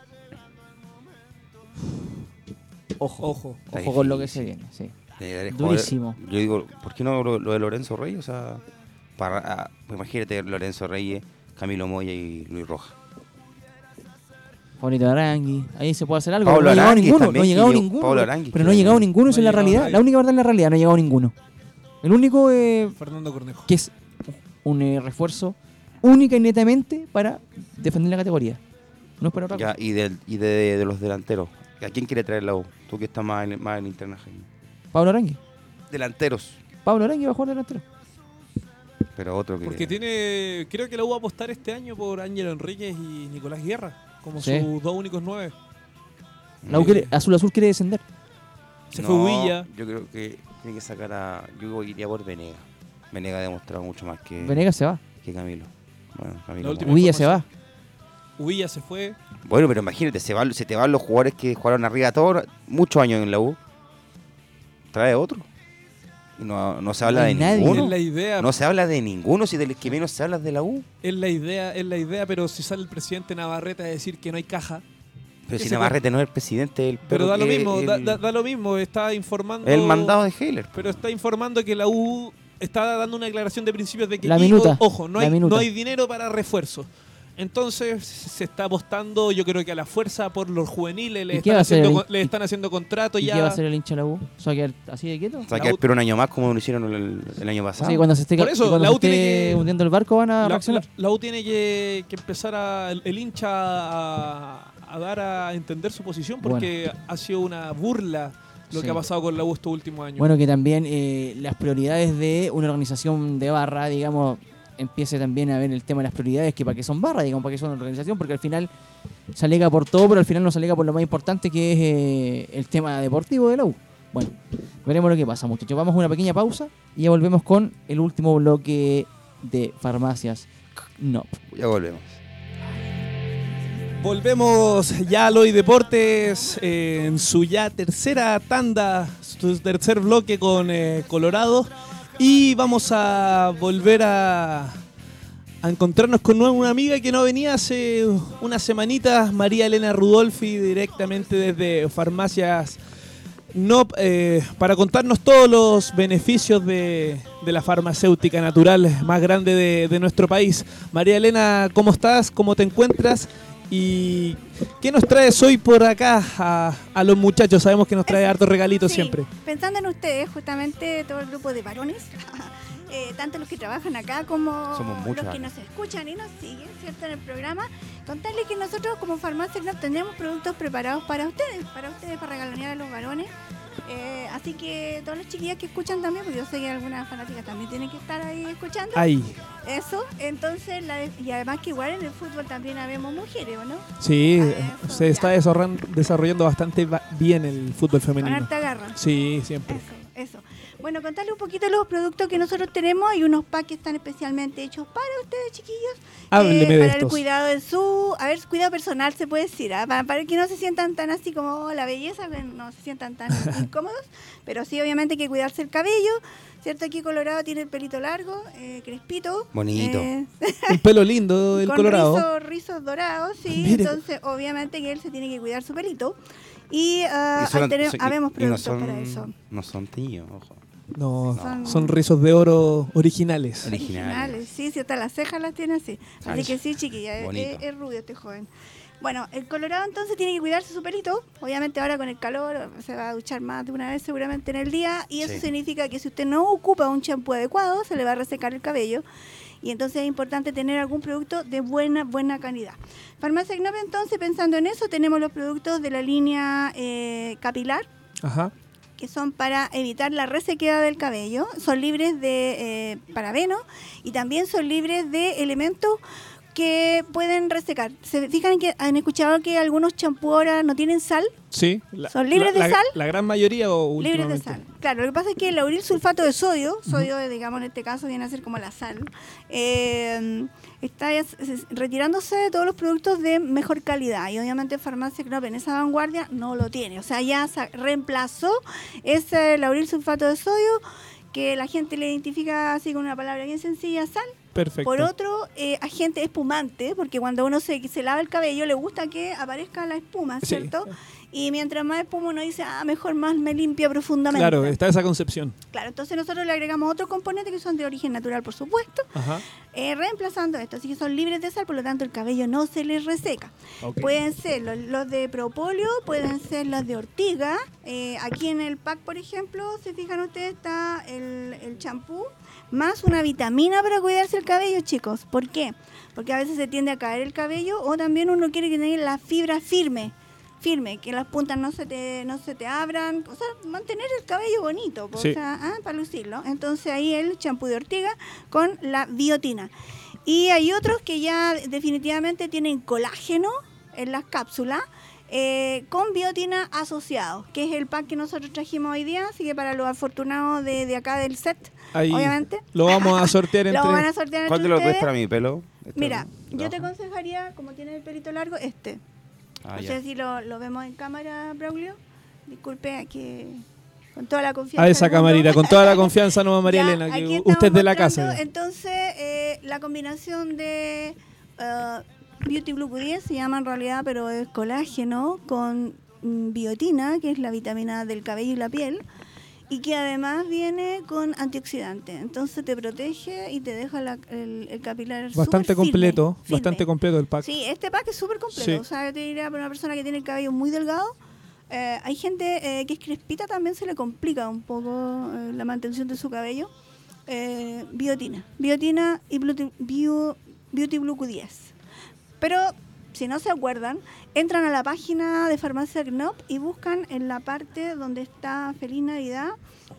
[SPEAKER 1] Ojo,
[SPEAKER 3] Ojo.
[SPEAKER 1] ojo con lo que se viene. Sí.
[SPEAKER 2] Eh, el
[SPEAKER 1] Durísimo.
[SPEAKER 2] jugador- Yo digo, ¿por qué no lo, lo de Lorenzo Reyes? O sea, para, ah, pues imagínate Lorenzo Reyes, Camilo Moya y Luis Rojas.
[SPEAKER 1] Favorito de Arangui. Ahí se puede hacer algo. pero no
[SPEAKER 2] Pablo
[SPEAKER 1] ha llegado
[SPEAKER 2] Aránguiz
[SPEAKER 1] ninguno. No
[SPEAKER 2] también,
[SPEAKER 1] ha
[SPEAKER 2] que
[SPEAKER 1] llegado
[SPEAKER 2] llegó-
[SPEAKER 1] ninguno.
[SPEAKER 2] Pablo Aránguiz,
[SPEAKER 1] pero no ha
[SPEAKER 2] que-
[SPEAKER 1] llegado ninguno, esa
[SPEAKER 3] No
[SPEAKER 1] es la
[SPEAKER 3] ha llegado
[SPEAKER 1] realidad.
[SPEAKER 3] nadie.
[SPEAKER 1] La única verdad es la realidad, no ha llegado ninguno. El único eh,
[SPEAKER 3] Fernando Cornejo.
[SPEAKER 1] que es un eh, refuerzo única y netamente para defender la categoría. No es para otra
[SPEAKER 2] Ya,
[SPEAKER 1] cosa.
[SPEAKER 2] y del- y de, de los delanteros. ¿A quién quiere traer la U? Tú que estás más en, más en interna, Jaime.
[SPEAKER 1] Pablo Arangui.
[SPEAKER 2] Delanteros.
[SPEAKER 1] Pablo Arangui va a jugar delantero.
[SPEAKER 2] Pero otro que.
[SPEAKER 3] Porque tiene. Creo que la U va a apostar este año por Ángel Enríquez y Nicolás Guerra. Como
[SPEAKER 1] Sí.
[SPEAKER 3] sus dos únicos nueve.
[SPEAKER 1] La U quiere- Azul Azul quiere descender.
[SPEAKER 3] Se
[SPEAKER 2] No,
[SPEAKER 3] fue Huilla.
[SPEAKER 2] Yo creo que tiene que sacar a. Yo iría por Venega. Venega ha demostrado mucho más que,
[SPEAKER 1] Venegas se va.
[SPEAKER 2] que Camilo. Bueno,
[SPEAKER 3] La
[SPEAKER 2] Camilo.
[SPEAKER 3] última-
[SPEAKER 2] bueno.
[SPEAKER 1] Huilla se va.
[SPEAKER 3] Huilla se fue.
[SPEAKER 2] Bueno, pero imagínate, se, van- se te van los jugadores que jugaron arriba todos muchos años en la U. Trae otro. Y no, no se habla
[SPEAKER 1] No
[SPEAKER 2] de
[SPEAKER 1] hay nadie. Uno.
[SPEAKER 2] ninguno.
[SPEAKER 3] Es la idea.
[SPEAKER 2] No se habla de ninguno, si de los que menos se habla es de la U.
[SPEAKER 3] Es la idea, es la idea, pero si sale el presidente Navarrete a decir que no hay caja.
[SPEAKER 2] Pero si
[SPEAKER 3] Ese
[SPEAKER 2] Navarrete no es el presidente del
[SPEAKER 3] Pero da lo
[SPEAKER 2] que-
[SPEAKER 3] mismo, da,
[SPEAKER 2] el,
[SPEAKER 3] da- da lo mismo, está informando.
[SPEAKER 2] el mandado de Heller.
[SPEAKER 3] Pero está informando que la U está dando una declaración de principios de que.
[SPEAKER 1] La
[SPEAKER 3] y,
[SPEAKER 1] minuta,
[SPEAKER 3] o- ojo, no
[SPEAKER 1] la
[SPEAKER 3] hay,
[SPEAKER 1] minuta.
[SPEAKER 3] no hay dinero para refuerzo. Entonces se está apostando, yo creo que a la fuerza por los juveniles. Le,
[SPEAKER 1] ¿Y qué
[SPEAKER 3] están
[SPEAKER 1] va a hacer
[SPEAKER 3] haciendo,
[SPEAKER 1] el-
[SPEAKER 3] con- le están haciendo contrato
[SPEAKER 1] ¿Y
[SPEAKER 3] ya.
[SPEAKER 1] qué va a hacer el hincha de la U? ¿Se va a quedar así de quieto?
[SPEAKER 2] O sea,
[SPEAKER 3] La
[SPEAKER 2] que
[SPEAKER 3] U-
[SPEAKER 2] espera un año más como lo hicieron el, el año pasado.
[SPEAKER 1] Sí, cuando se esté,
[SPEAKER 3] Por eso,
[SPEAKER 1] y cuando
[SPEAKER 3] la
[SPEAKER 1] se
[SPEAKER 3] U tiene
[SPEAKER 1] esté
[SPEAKER 3] que-
[SPEAKER 1] hundiendo el barco van a
[SPEAKER 3] La,
[SPEAKER 1] reaccionar.
[SPEAKER 3] la- la U tiene que, que empezar a, el, el hincha a, a dar a entender su posición porque ha sido una burla lo
[SPEAKER 1] Sí.
[SPEAKER 3] que ha pasado con la U estos últimos años.
[SPEAKER 1] Bueno, que también eh, las prioridades de una organización de barra, digamos, empiece también a ver el tema de las prioridades, que para qué son barra, digamos, para qué son organización, porque al final se alega por todo, pero al final no se alega por lo más importante que es eh, el tema deportivo de la U. Bueno, veremos lo que pasa, muchachos. Vamos a una pequeña pausa y ya volvemos con el último bloque de farmacias. No.
[SPEAKER 2] Ya volvemos.
[SPEAKER 3] Volvemos ya a Loy Deportes eh, en su ya tercera tanda, su tercer bloque con eh, Colorado. Y vamos a volver a, a encontrarnos con una amiga que no venía hace unas semanitas, María Elena Rudolfi, directamente desde Farmacias NOP, eh, para contarnos todos los beneficios de, de la farmacéutica natural más grande de, de nuestro país. María Elena, ¿cómo estás? ¿Cómo te encuentras? ¿Y qué nos traes hoy por acá a, a los muchachos? Sabemos que nos trae hartos regalitos
[SPEAKER 5] Sí,
[SPEAKER 3] siempre.
[SPEAKER 5] Pensando en ustedes, justamente todo el grupo de varones, eh, tanto los que trabajan acá como
[SPEAKER 2] Somos muchos
[SPEAKER 5] los que
[SPEAKER 2] acá.
[SPEAKER 5] nos escuchan y nos siguen, ¿cierto? En el programa, contarles que nosotros como farmacia no tenemos productos preparados para ustedes, para ustedes, para regalonear a los varones. Eh, así que todos los chiquillos que escuchan también, porque yo sé que algunas fanáticas también tienen que estar ahí escuchando.
[SPEAKER 3] Ahí,
[SPEAKER 5] Eso, entonces, la de- y además que igual en el fútbol también habemos mujeres, ¿o no?
[SPEAKER 3] sí,
[SPEAKER 5] Eso,
[SPEAKER 3] se está
[SPEAKER 5] ya.
[SPEAKER 3] desarran- desarrollando bastante ba- bien el fútbol
[SPEAKER 5] Con
[SPEAKER 3] femenino.
[SPEAKER 5] harta garra.
[SPEAKER 3] Sí, siempre.
[SPEAKER 5] Eso, eso. Bueno, contarle un poquito los productos que nosotros tenemos. Hay unos packs que están especialmente hechos para ustedes, chiquillos.
[SPEAKER 6] Ah,
[SPEAKER 3] Hábleme de
[SPEAKER 5] Eh, para el
[SPEAKER 3] estos.
[SPEAKER 5] cuidado de su... A ver, cuidado personal se puede decir. ah, Para, para que no se sientan tan así como "Oh, la belleza, que no se sientan tan incómodos. Pero sí, obviamente hay que cuidarse el cabello. ¿Cierto? Aquí Colorado tiene el pelito largo, eh, crespito.
[SPEAKER 2] Bonito.
[SPEAKER 5] eh,
[SPEAKER 3] Un pelo lindo el
[SPEAKER 5] con
[SPEAKER 3] Colorado.
[SPEAKER 5] rizos- rizos dorados, sí.
[SPEAKER 3] Mire.
[SPEAKER 5] Entonces, obviamente que él se tiene que cuidar su pelito. Y, ah,
[SPEAKER 2] Y son-
[SPEAKER 5] tenemos,
[SPEAKER 2] son- y-
[SPEAKER 5] habemos
[SPEAKER 2] y no
[SPEAKER 5] productos
[SPEAKER 2] son,
[SPEAKER 5] para eso.
[SPEAKER 2] No son teñidos, ojo.
[SPEAKER 3] No,
[SPEAKER 5] Son-
[SPEAKER 3] son rizos de oro originales.
[SPEAKER 2] Originales.
[SPEAKER 5] Sí, sí, hasta las cejas las tiene así. Así
[SPEAKER 2] Ay,
[SPEAKER 5] que sí, chiquilla, es,
[SPEAKER 2] bonito.
[SPEAKER 5] es- es rubio este joven. Bueno, el colorado entonces tiene que cuidarse su pelito. Obviamente ahora con el calor se va a duchar más de una vez seguramente en el día. Y eso
[SPEAKER 2] Sí.
[SPEAKER 5] significa que si usted no ocupa un champú adecuado, se le va a resecar el cabello. Y entonces es importante tener algún producto de buena, buena calidad. Farmacia Ignope, entonces, pensando en eso, tenemos los productos de la línea eh, capilar
[SPEAKER 3] Ajá.
[SPEAKER 5] que son para evitar la resequedad del cabello, son libres de eh, parabeno y también son libres de elementos que pueden resecar. ¿Se fijan que han escuchado que algunos champú ahora no tienen sal?
[SPEAKER 3] Sí. la-
[SPEAKER 5] ¿Son libres
[SPEAKER 3] la-
[SPEAKER 5] de
[SPEAKER 3] la-
[SPEAKER 5] sal?
[SPEAKER 3] La gran mayoría o
[SPEAKER 5] Libres de
[SPEAKER 3] últimamente?
[SPEAKER 5] sal. Claro, lo que pasa es que el lauril sulfato de sodio, sodio digamos en este caso viene a ser como la sal, eh, está es- es- retirándose de todos los productos de mejor calidad y obviamente Farmacia Knop en esa vanguardia no lo tiene. O sea, ya sa- reemplazó ese lauril sulfato de sodio que la gente le identifica así con una palabra bien sencilla, sal,
[SPEAKER 3] Perfecto.
[SPEAKER 5] por otro, eh, agente espumante, porque cuando uno se, se lava el cabello le gusta que aparezca la espuma,
[SPEAKER 3] Sí.
[SPEAKER 5] ¿cierto? Y mientras más espuma uno dice, ah, mejor más me limpia profundamente.
[SPEAKER 3] claro, está esa concepción.
[SPEAKER 5] Claro, entonces nosotros le agregamos otros componentes que son de origen natural, por supuesto,
[SPEAKER 3] Ajá.
[SPEAKER 5] eh, reemplazando esto. Así que son libres de sal, por lo tanto el cabello no se les reseca.
[SPEAKER 3] ok.
[SPEAKER 5] Pueden ser los, los de propóleo, pueden ser los de ortiga. Eh, aquí en el pack, por ejemplo, si fijan ustedes, está el el champú más una vitamina para cuidarse el cabello, chicos. ¿Por qué? Porque a veces se tiende a caer el cabello o también uno quiere que tenga la fibra firme. firme, que las puntas no se te, no se te abran, o sea, mantener el cabello bonito, po, o
[SPEAKER 6] Sí.
[SPEAKER 5] sea, ah, para lucirlo. Entonces ahí el champú de ortiga con la biotina. Y hay otros que ya definitivamente tienen colágeno en las cápsulas. eh, con biotina asociado, que es el pack que nosotros trajimos hoy día, así que para los afortunados de, de acá del set,
[SPEAKER 6] Ahí
[SPEAKER 5] obviamente,
[SPEAKER 6] lo vamos a sortear entre.
[SPEAKER 5] lo van a sortear entre
[SPEAKER 2] ¿Cuál de los dos es
[SPEAKER 5] ustedes.
[SPEAKER 2] para mi pelo? Este,
[SPEAKER 5] Mira,
[SPEAKER 2] ¿no?
[SPEAKER 5] yo te aconsejaría, como tienes el pelito largo, este.
[SPEAKER 2] Ah,
[SPEAKER 5] no
[SPEAKER 2] ya.
[SPEAKER 5] sé si lo, lo vemos en cámara, Braulio. Disculpe, que con toda la confianza.
[SPEAKER 6] A esa
[SPEAKER 5] del mundo.
[SPEAKER 6] camarita, con toda la confianza nomás, María
[SPEAKER 5] Ya,
[SPEAKER 6] Elena,
[SPEAKER 5] aquí
[SPEAKER 6] que
[SPEAKER 5] estamos
[SPEAKER 6] usted es de la
[SPEAKER 5] mostrando,
[SPEAKER 6] casa. ya.
[SPEAKER 5] Entonces, eh, la combinación de eh, Beauty Blue Q10 se llama en realidad, pero es colágeno con mm, biotina, que es la vitamina del cabello y la piel, y que además viene con antioxidante. Entonces te protege y te deja la- el, el capilar
[SPEAKER 6] Bastante
[SPEAKER 5] súper firme,
[SPEAKER 6] completo,
[SPEAKER 5] firme.
[SPEAKER 6] bastante completo el pack.
[SPEAKER 5] Sí, este pack es súper completo.
[SPEAKER 6] Sí.
[SPEAKER 5] O sea, yo te diría para una persona que tiene el cabello muy delgado. eh, hay gente eh, que es crespita, también se le complica un poco eh, la mantención de su cabello. Eh, biotina. Biotina y Bluti- Bio- Beauty Blue Q10. Pero si no se acuerdan, entran a la página de Farmacia Knop y buscan en la parte donde está Feliz Navidad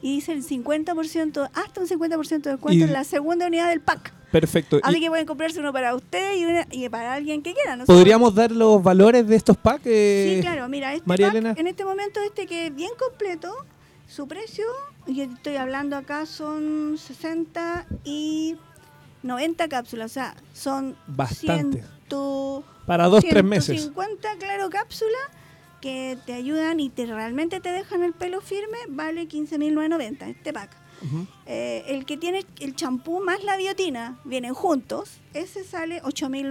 [SPEAKER 5] y dice el 50%, hasta un 50% de descuento
[SPEAKER 6] Y-
[SPEAKER 5] en la segunda unidad del pack.
[SPEAKER 6] Perfecto.
[SPEAKER 5] Así
[SPEAKER 6] Y
[SPEAKER 5] que pueden comprarse uno para ustedes y, una- y para alguien que quiera. ¿no?
[SPEAKER 6] ¿Podríamos dar los valores de estos packs? eh?
[SPEAKER 5] Sí, claro, mira, este
[SPEAKER 6] María
[SPEAKER 5] pack,
[SPEAKER 6] Elena.
[SPEAKER 5] en este momento este que es bien completo, su precio, yo estoy hablando acá, son 60 y 90 cápsulas, o sea, son
[SPEAKER 6] Bastante.
[SPEAKER 5] 100
[SPEAKER 6] Para dos, tres meses.
[SPEAKER 5] 150, claro, cápsulas que te ayudan y te realmente te dejan el pelo firme, vale 15.990 este pack. Eh, el que tiene el champú más la biotina, vienen juntos, ese sale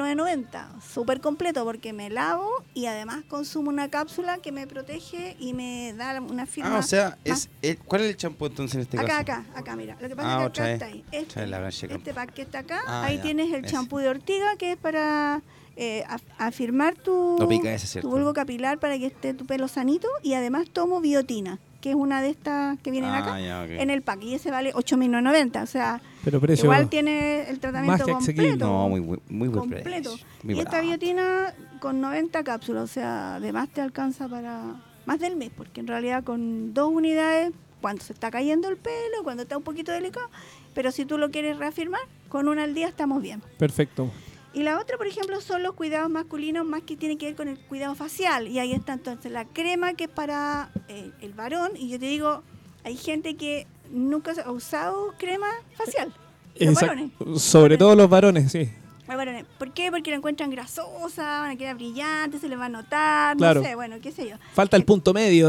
[SPEAKER 5] 8.990, súper completo porque me lavo y además consumo una cápsula que me protege y me da una firma.
[SPEAKER 2] Ah, o sea, es
[SPEAKER 5] más-
[SPEAKER 2] el- ¿cuál es el champú entonces en este
[SPEAKER 5] acá,
[SPEAKER 2] caso?
[SPEAKER 5] acá, acá, mira. Lo que
[SPEAKER 2] Ah,
[SPEAKER 5] pasa es que
[SPEAKER 2] otra
[SPEAKER 5] acá
[SPEAKER 2] vez.
[SPEAKER 5] está ahí. Este,
[SPEAKER 2] Trae la plancha de
[SPEAKER 5] este pack que está acá,
[SPEAKER 2] Ah,
[SPEAKER 5] ahí
[SPEAKER 2] ya,
[SPEAKER 5] tienes el
[SPEAKER 2] ese.
[SPEAKER 5] champú de ortiga que es para eh, af- afirmar tu,
[SPEAKER 2] No pica ese, ¿cierto?
[SPEAKER 5] tu bulbo capilar para que esté tu pelo sanito y además tomo biotina, que es una de estas que vienen
[SPEAKER 2] Ah,
[SPEAKER 5] acá
[SPEAKER 2] ya, ok.
[SPEAKER 5] en el pack y ese vale 8.990, o sea,
[SPEAKER 6] Pero precio.
[SPEAKER 5] igual tiene el tratamiento
[SPEAKER 6] que asequible.
[SPEAKER 5] completo.
[SPEAKER 2] No, muy, bu- muy buen
[SPEAKER 5] completo.
[SPEAKER 2] precio. Muy
[SPEAKER 5] Y esta
[SPEAKER 2] barato.
[SPEAKER 5] biotina con 90 cápsulas, o sea, además te alcanza para más del mes, porque en realidad con dos unidades, cuando se está cayendo el pelo, cuando está un poquito delicado, pero si tú lo quieres reafirmar, con una al día estamos bien.
[SPEAKER 6] Perfecto.
[SPEAKER 5] Y la otra, por ejemplo, son los cuidados masculinos más que tienen que ver con el cuidado facial. Y ahí está entonces la crema que es para eh, el varón. Y yo te digo, hay gente que nunca ha usado crema facial. Los varones.
[SPEAKER 6] Eh, Exacto. Sobre todo los varones, sí.
[SPEAKER 5] Los varones. ¿Por qué? Porque la encuentran grasosa, van a quedar brillantes, se les va a notar,
[SPEAKER 6] Claro.
[SPEAKER 5] no sé, bueno, qué sé yo.
[SPEAKER 6] Falta el punto medio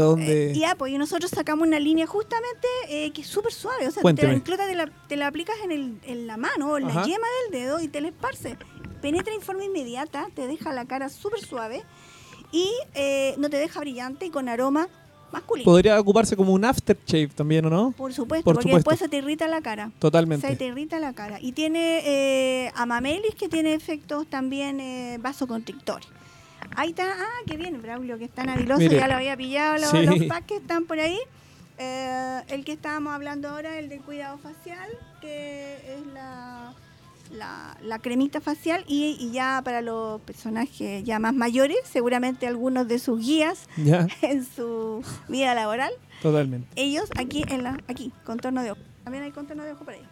[SPEAKER 5] Eh, y,
[SPEAKER 6] donde.
[SPEAKER 5] ah, pues, y nosotros sacamos una línea justamente eh, que es súper suave. O sea,
[SPEAKER 6] Cuénteme.
[SPEAKER 5] te la inclutas, te la, te la aplicas en, el- en la mano o en
[SPEAKER 6] Ajá.
[SPEAKER 5] la yema del dedo y te la esparce. Penetra en forma inmediata, te deja la cara súper suave y eh, no te deja brillante y con aroma masculino.
[SPEAKER 6] Podría ocuparse como un aftershave también, ¿o no?
[SPEAKER 5] por supuesto,
[SPEAKER 6] por
[SPEAKER 5] porque
[SPEAKER 6] supuesto.
[SPEAKER 5] después se te irrita la cara.
[SPEAKER 6] Totalmente.
[SPEAKER 5] Se te irrita la cara. Y tiene eh, amamelis que tiene efectos también eh, vasoconstrictores. Ahí está, ah, qué bien, Braulio, que está naviloso,
[SPEAKER 6] Mire.
[SPEAKER 5] ya lo había pillado, los,
[SPEAKER 6] Sí.
[SPEAKER 5] los packs que están por ahí. Eh, el que estábamos hablando ahora, el del cuidado facial, que es la, la, la cremita facial. Y, y ya para los personajes ya más mayores, seguramente algunos de sus guías
[SPEAKER 6] Ya,
[SPEAKER 5] en su vida laboral,
[SPEAKER 6] totalmente.
[SPEAKER 5] ellos aquí en la aquí contorno de ojo también hay contorno de ojo para ellos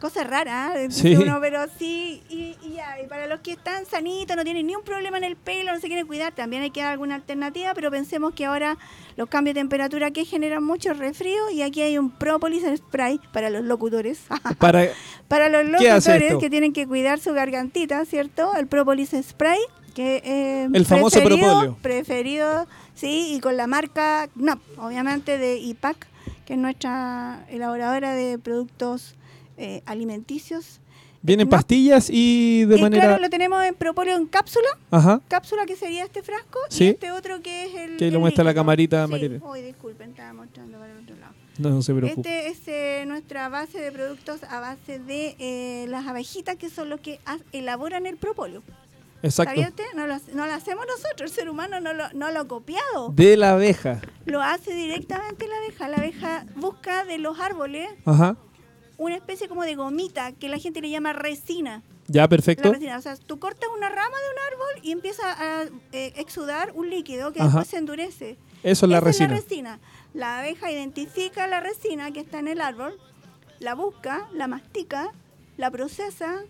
[SPEAKER 5] cosa rara ¿eh?
[SPEAKER 6] Sí.
[SPEAKER 5] Dice uno, pero sí y, y ya y para los que están sanitos no tienen ni un problema en el pelo no se quieren cuidar también hay que dar alguna alternativa pero pensemos que ahora los cambios de temperatura que generan mucho resfrío y aquí hay un própolis en spray para los locutores
[SPEAKER 6] Para,
[SPEAKER 5] para los
[SPEAKER 6] ¿Qué hace
[SPEAKER 5] locutores
[SPEAKER 6] esto?
[SPEAKER 5] que tienen que cuidar su gargantita, ¿cierto? El Propolis Spray, que eh,
[SPEAKER 6] El famoso
[SPEAKER 5] preferido,
[SPEAKER 6] propóleo.
[SPEAKER 5] Preferido, sí, y con la marca KNOP, obviamente de IPAC, que es nuestra elaboradora de productos eh, alimenticios.
[SPEAKER 6] vienen
[SPEAKER 5] No.
[SPEAKER 6] pastillas y de
[SPEAKER 5] y
[SPEAKER 6] manera.
[SPEAKER 5] claro, lo tenemos en propóleo en cápsula,
[SPEAKER 6] Ajá.
[SPEAKER 5] cápsula que sería este frasco,
[SPEAKER 6] Sí.
[SPEAKER 5] y este otro que es el...
[SPEAKER 6] Que ahí lo
[SPEAKER 5] el
[SPEAKER 6] muestra la
[SPEAKER 5] líquido.
[SPEAKER 6] camarita,
[SPEAKER 5] Sí.
[SPEAKER 6] Mariela.
[SPEAKER 5] Uy, disculpen, estaba mostrando para el otro lado.
[SPEAKER 6] No, no se preocupe.
[SPEAKER 5] Este es eh, nuestra base de productos a base de eh, las abejitas que son los que ha- elaboran el propóleo. ¿Sabía
[SPEAKER 6] Exacto.
[SPEAKER 5] usted? No lo, hace- no lo hacemos nosotros, el ser humano no lo, no lo ha copiado.
[SPEAKER 6] De la abeja.
[SPEAKER 5] Lo hace directamente la abeja. La abeja busca de los árboles
[SPEAKER 6] Ajá.
[SPEAKER 5] una especie como de gomita que la gente le llama resina.
[SPEAKER 3] Ya, perfecto.
[SPEAKER 5] La resina, o sea, tú cortas una rama de un árbol y empieza a eh, exudar un líquido que
[SPEAKER 3] Ajá.
[SPEAKER 5] después se endurece.
[SPEAKER 3] Eso es la
[SPEAKER 5] Esa
[SPEAKER 3] resina.
[SPEAKER 5] Este Es la resina. La abeja identifica la resina que está en el árbol, la busca, la mastica, la procesa,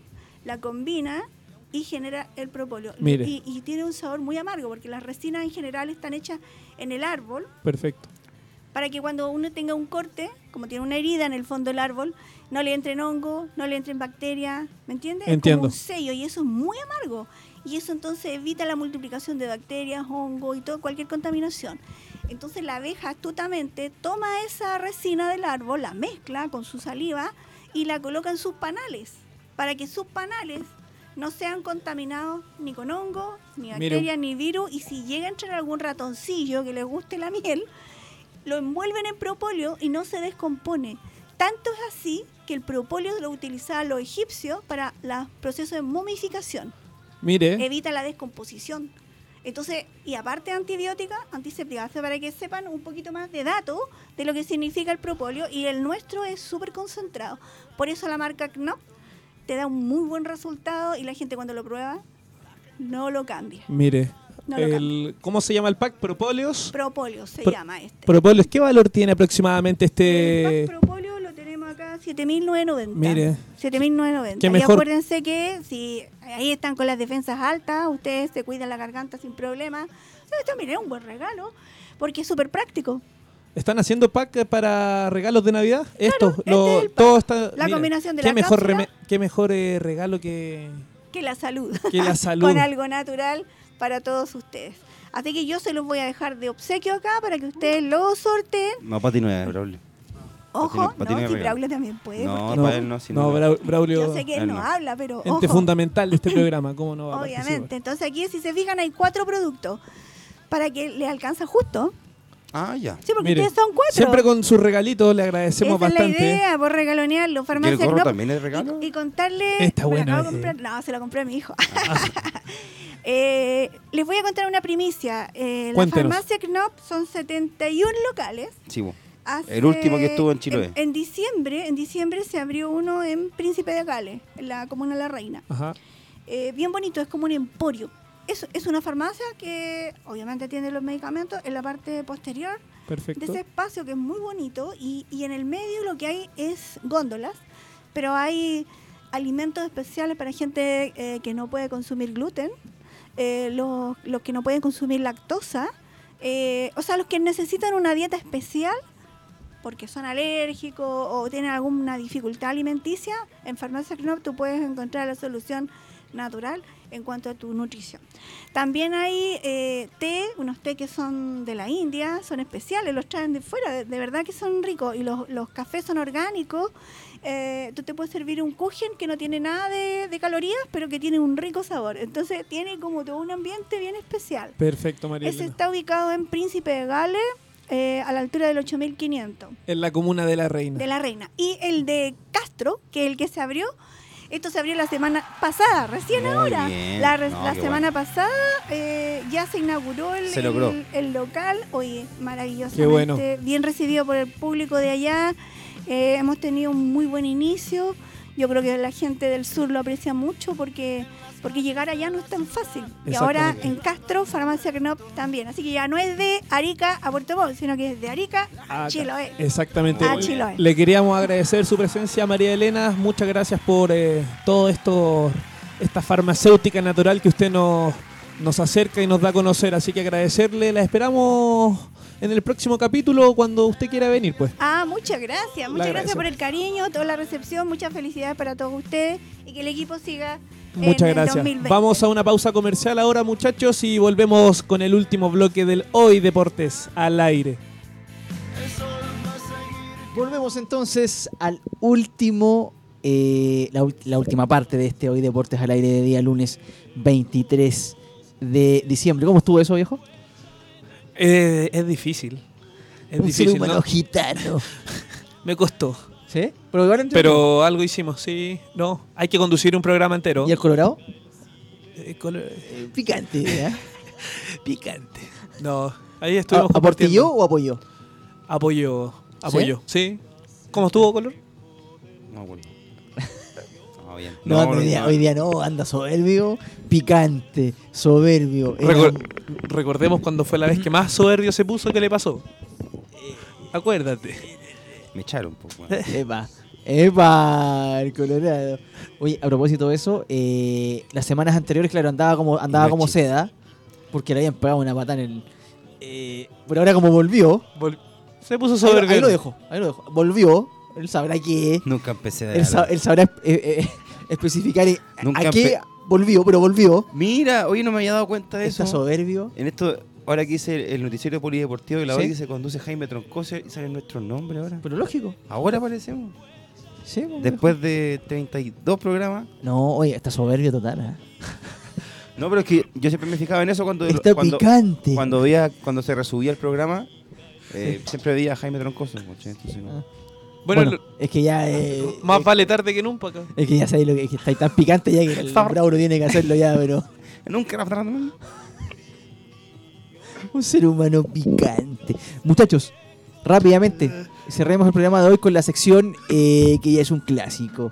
[SPEAKER 5] la combina y genera el propóleo.
[SPEAKER 3] Mire.
[SPEAKER 5] Y, y tiene un sabor muy amargo porque las resinas en general están hechas en el árbol
[SPEAKER 3] Perfecto.
[SPEAKER 5] para que cuando uno tenga un corte, como tiene una herida en el fondo del árbol, no le entren hongo, no le entren bacterias, ¿me entiendes?
[SPEAKER 3] Entiendo.
[SPEAKER 5] Es como un sello y eso es muy amargo. Y eso entonces evita la multiplicación de bacterias, hongo y todo, cualquier contaminación. Entonces la abeja astutamente toma esa resina del árbol, la mezcla con su saliva y la coloca en sus panales, para que sus panales no sean contaminados ni con hongo, ni
[SPEAKER 3] Mire.
[SPEAKER 5] bacterias, ni virus. Y si llega a entrar algún ratoncillo que le guste la miel, lo envuelven en propóleo y no se descompone. Tanto es así que el propóleo lo utilizaban los egipcios para los procesos de momificación.
[SPEAKER 3] Mire,
[SPEAKER 5] Evita la descomposición. Entonces, y aparte de antibiótica, antiséptica, hace para que sepan un poquito más de datos de lo que significa el propóleo y el nuestro es súper concentrado. Por eso la marca Knop te da un muy buen resultado y la gente cuando lo prueba no lo cambia.
[SPEAKER 3] mire.
[SPEAKER 5] No lo
[SPEAKER 3] El-
[SPEAKER 5] cambio.
[SPEAKER 7] ¿Cómo se llama el pack? ¿Propóleos?
[SPEAKER 5] Propóleo se
[SPEAKER 3] Pro-
[SPEAKER 5] llama este.
[SPEAKER 3] Propolis, ¿qué valor tiene aproximadamente este...?
[SPEAKER 5] El pack propóleo lo tenemos acá 7990.
[SPEAKER 3] Mire.
[SPEAKER 5] 7990.
[SPEAKER 3] Qué
[SPEAKER 5] Y
[SPEAKER 3] mejor.
[SPEAKER 5] acuérdense que si ahí están con las defensas altas, ustedes se cuidan la garganta sin problema. Esto mire, es un buen regalo porque es súper práctico.
[SPEAKER 3] ¿Están haciendo pack eh, para regalos de Navidad? Esto,
[SPEAKER 5] este
[SPEAKER 3] lo-
[SPEAKER 5] es el pack.
[SPEAKER 3] todo está...
[SPEAKER 5] La combinación de
[SPEAKER 3] qué
[SPEAKER 5] la
[SPEAKER 3] mejor
[SPEAKER 5] cápsula.
[SPEAKER 3] reme- Qué mejor eh, regalo que...
[SPEAKER 5] Que la salud.
[SPEAKER 3] Que la salud.
[SPEAKER 5] con algo natural para todos ustedes. Así que yo se los voy a dejar de obsequio acá para que ustedes lo sorteen.
[SPEAKER 2] No, para ti no es, Braulio.
[SPEAKER 5] Ojo,
[SPEAKER 2] Patino- patino de
[SPEAKER 5] no, si
[SPEAKER 2] regalo.
[SPEAKER 5] Braulio también puede.
[SPEAKER 2] No,
[SPEAKER 5] porque
[SPEAKER 2] para él no, si no.
[SPEAKER 3] Brau- Braulio,
[SPEAKER 5] yo sé que él
[SPEAKER 2] él
[SPEAKER 5] no,
[SPEAKER 2] no.
[SPEAKER 5] habla, pero ojo.
[SPEAKER 3] ente fundamental de este programa, ¿cómo no va a participar?
[SPEAKER 5] Obviamente, entonces aquí si se fijan hay cuatro productos para que le alcanza justo.
[SPEAKER 2] Ah, ya.
[SPEAKER 5] Sí, porque
[SPEAKER 3] Mire,
[SPEAKER 5] ustedes son cuatro.
[SPEAKER 3] Siempre con sus regalitos le agradecemos
[SPEAKER 5] Esa
[SPEAKER 3] bastante.
[SPEAKER 5] es la idea, por regalonearlo. Farmacia
[SPEAKER 2] gorro
[SPEAKER 5] Knop.
[SPEAKER 2] también es regalo?
[SPEAKER 5] Y, y contarle...
[SPEAKER 3] Está
[SPEAKER 5] me lo
[SPEAKER 3] bueno
[SPEAKER 5] acabo de
[SPEAKER 3] ese.
[SPEAKER 5] comprar- No, se lo compré a mi hijo.
[SPEAKER 3] Ah,
[SPEAKER 5] Eh, les voy a contar una primicia. Eh, la
[SPEAKER 3] Cuéntenos.
[SPEAKER 5] farmacia Knop son 71 locales.
[SPEAKER 2] Sí, vos.
[SPEAKER 5] Hace-
[SPEAKER 2] El último que estuvo en Chiloé.
[SPEAKER 5] En, en diciembre, en diciembre se abrió uno en Príncipe de Gales, en la comuna La Reina.
[SPEAKER 3] Ajá.
[SPEAKER 5] Eh, bien bonito, es como un emporio. Es, es una farmacia que obviamente tiene los medicamentos en la parte posterior de
[SPEAKER 3] Perfecto.
[SPEAKER 5] ese espacio que es muy bonito y, y en el medio lo que hay es góndolas, pero hay alimentos especiales para gente eh, que no puede consumir gluten, eh, los, los que no pueden consumir lactosa, eh, o sea, los que necesitan una dieta especial porque son alérgicos o tienen alguna dificultad alimenticia, en Farmacia Knop tú puedes encontrar la solución natural en cuanto a tu nutrición. También hay eh, té, unos té que son de la India, son especiales, los traen de fuera, de, de verdad que son ricos. Y los, los cafés son orgánicos. Eh, tú te puedes servir un kuchen que no tiene nada de, de calorías, pero que tiene un rico sabor. Entonces tiene como todo un ambiente bien especial.
[SPEAKER 3] Perfecto, María
[SPEAKER 5] Ese
[SPEAKER 3] Elena.
[SPEAKER 5] está ubicado en Príncipe de Gales, eh, a la altura del 8500
[SPEAKER 3] En la comuna de la reina.
[SPEAKER 5] de la reina. Y el de Castro, que es el que se abrió, esto se abrió la semana pasada, recién
[SPEAKER 2] Muy
[SPEAKER 5] ahora.
[SPEAKER 2] bien.
[SPEAKER 5] La, re-
[SPEAKER 2] No,
[SPEAKER 5] la
[SPEAKER 2] qué
[SPEAKER 5] semana pasada eh, ya se inauguró el,
[SPEAKER 2] Se logró.
[SPEAKER 5] el- el local. Oye, maravilloso.
[SPEAKER 3] Qué bueno.
[SPEAKER 5] Bien recibido por el público de allá. Eh, hemos tenido un muy buen inicio. Yo creo que la gente del sur lo aprecia mucho porque, porque llegar allá no es tan fácil. Y ahora
[SPEAKER 3] Exactamente.
[SPEAKER 5] en Castro, Farmacia Knop también. Así que ya no es de Arica a Puerto Montt, sino que es de Arica a
[SPEAKER 3] Acá.
[SPEAKER 5] Chiloé.
[SPEAKER 3] Exactamente.
[SPEAKER 5] A Chiloé.
[SPEAKER 3] Le queríamos agradecer su presencia, María Elena. Muchas gracias por eh, todo esto, esta farmacéutica natural que usted nos, nos acerca y nos da a conocer. Así que agradecerle. La esperamos en el próximo capítulo cuando usted quiera venir, pues.
[SPEAKER 5] Ah, muchas gracias, muchas gracias
[SPEAKER 3] agradecemos.
[SPEAKER 5] por el cariño, toda la recepción, muchas felicidades para todos ustedes y que el equipo siga. en
[SPEAKER 3] Muchas
[SPEAKER 5] el
[SPEAKER 3] gracias.
[SPEAKER 5] 2020.
[SPEAKER 3] Vamos a una pausa comercial ahora, muchachos, y volvemos con el último bloque del Hoy Deportes al aire.
[SPEAKER 1] Volvemos entonces al último, eh, la, ul- la última parte de este Hoy Deportes al Aire de día lunes 23 de diciembre. ¿Cómo estuvo eso, viejo?
[SPEAKER 3] Eh, es difícil. Es
[SPEAKER 1] Un
[SPEAKER 3] difícil,
[SPEAKER 1] ser humano
[SPEAKER 3] ¿no?
[SPEAKER 1] gitano.
[SPEAKER 3] Me costó.
[SPEAKER 1] ¿Sí? Pero, igual entró.
[SPEAKER 3] Pero algo hicimos, sí. No, hay que conducir un programa entero.
[SPEAKER 1] ¿Y el Colorado?
[SPEAKER 3] Eh, color- eh,
[SPEAKER 1] Picante, ¿eh?
[SPEAKER 3] Picante. No, ahí
[SPEAKER 1] ¿A-
[SPEAKER 3] estuvimos
[SPEAKER 1] Ah, ¿Aportilló
[SPEAKER 3] compartiendo.
[SPEAKER 1] o apoyó? Eh,
[SPEAKER 3] Apoyo. Apoyo, ¿Sí? ¿Cómo estuvo, Color?
[SPEAKER 2] No, bueno. No, Ah, bien.
[SPEAKER 1] No, hoy, día,
[SPEAKER 2] no.
[SPEAKER 1] hoy día no, anda soberbio, picante, soberbio. Era-
[SPEAKER 6] Recor- recordemos cuando fue la vez que más soberbio se puso, ¿qué le pasó?
[SPEAKER 1] Eh,
[SPEAKER 6] Acuérdate.
[SPEAKER 2] Me echaron un poco. weón.
[SPEAKER 1] Epa, epa, el Colorado. Oye, a propósito de eso, eh, las semanas anteriores, claro, andaba como, andaba
[SPEAKER 2] Una
[SPEAKER 1] como
[SPEAKER 2] chica.
[SPEAKER 1] seda, porque le habían pegado una patada en el. eh, pero ahora, como volvió,
[SPEAKER 6] Vol- se puso
[SPEAKER 1] ahí,
[SPEAKER 6] soberbio.
[SPEAKER 1] ahí lo dejo, ahí lo dejo. Volvió, él sabrá qué.
[SPEAKER 2] Nunca empecé a
[SPEAKER 1] Él, sa-
[SPEAKER 2] dar.
[SPEAKER 1] él sabrá eh, eh, especificar eh,
[SPEAKER 2] Nunca
[SPEAKER 1] a qué
[SPEAKER 2] empe-
[SPEAKER 1] volvió, pero volvió.
[SPEAKER 2] Mira, hoy no me había dado cuenta de
[SPEAKER 1] Está
[SPEAKER 2] eso.
[SPEAKER 1] soberbio.
[SPEAKER 2] En esto, ahora que hice el noticiero polideportivo y la
[SPEAKER 1] ¿Sí?
[SPEAKER 2] hora que se conduce Jaime Troncoser y salen nuestros nombres ahora.
[SPEAKER 1] Pero lógico.
[SPEAKER 2] Ahora aparecemos.
[SPEAKER 1] Sí, pues,
[SPEAKER 2] Después de 32 programas.
[SPEAKER 1] No, oye, está soberbio total. ¿eh?
[SPEAKER 2] No, pero es que yo siempre me fijaba en eso cuando
[SPEAKER 1] Está
[SPEAKER 2] cuando,
[SPEAKER 1] picante.
[SPEAKER 2] cuando veía cuando se resubía el programa. eh, Siempre veía a Jaime Troncoso. coche, entonces no.
[SPEAKER 1] Ah.
[SPEAKER 6] Bueno,
[SPEAKER 1] Bueno, es que ya. eh,
[SPEAKER 6] lo- más
[SPEAKER 1] eh,
[SPEAKER 6] vale tarde que nunca. acá.
[SPEAKER 1] Es que ya sabéis lo que, es que estáis tan picante ya que el Brauro tiene que hacerlo ya, pero.
[SPEAKER 2] Nunca era Fernando.
[SPEAKER 1] Un ser humano picante. Muchachos, rápidamente, cerremos el programa de hoy con la sección eh, que ya es un clásico.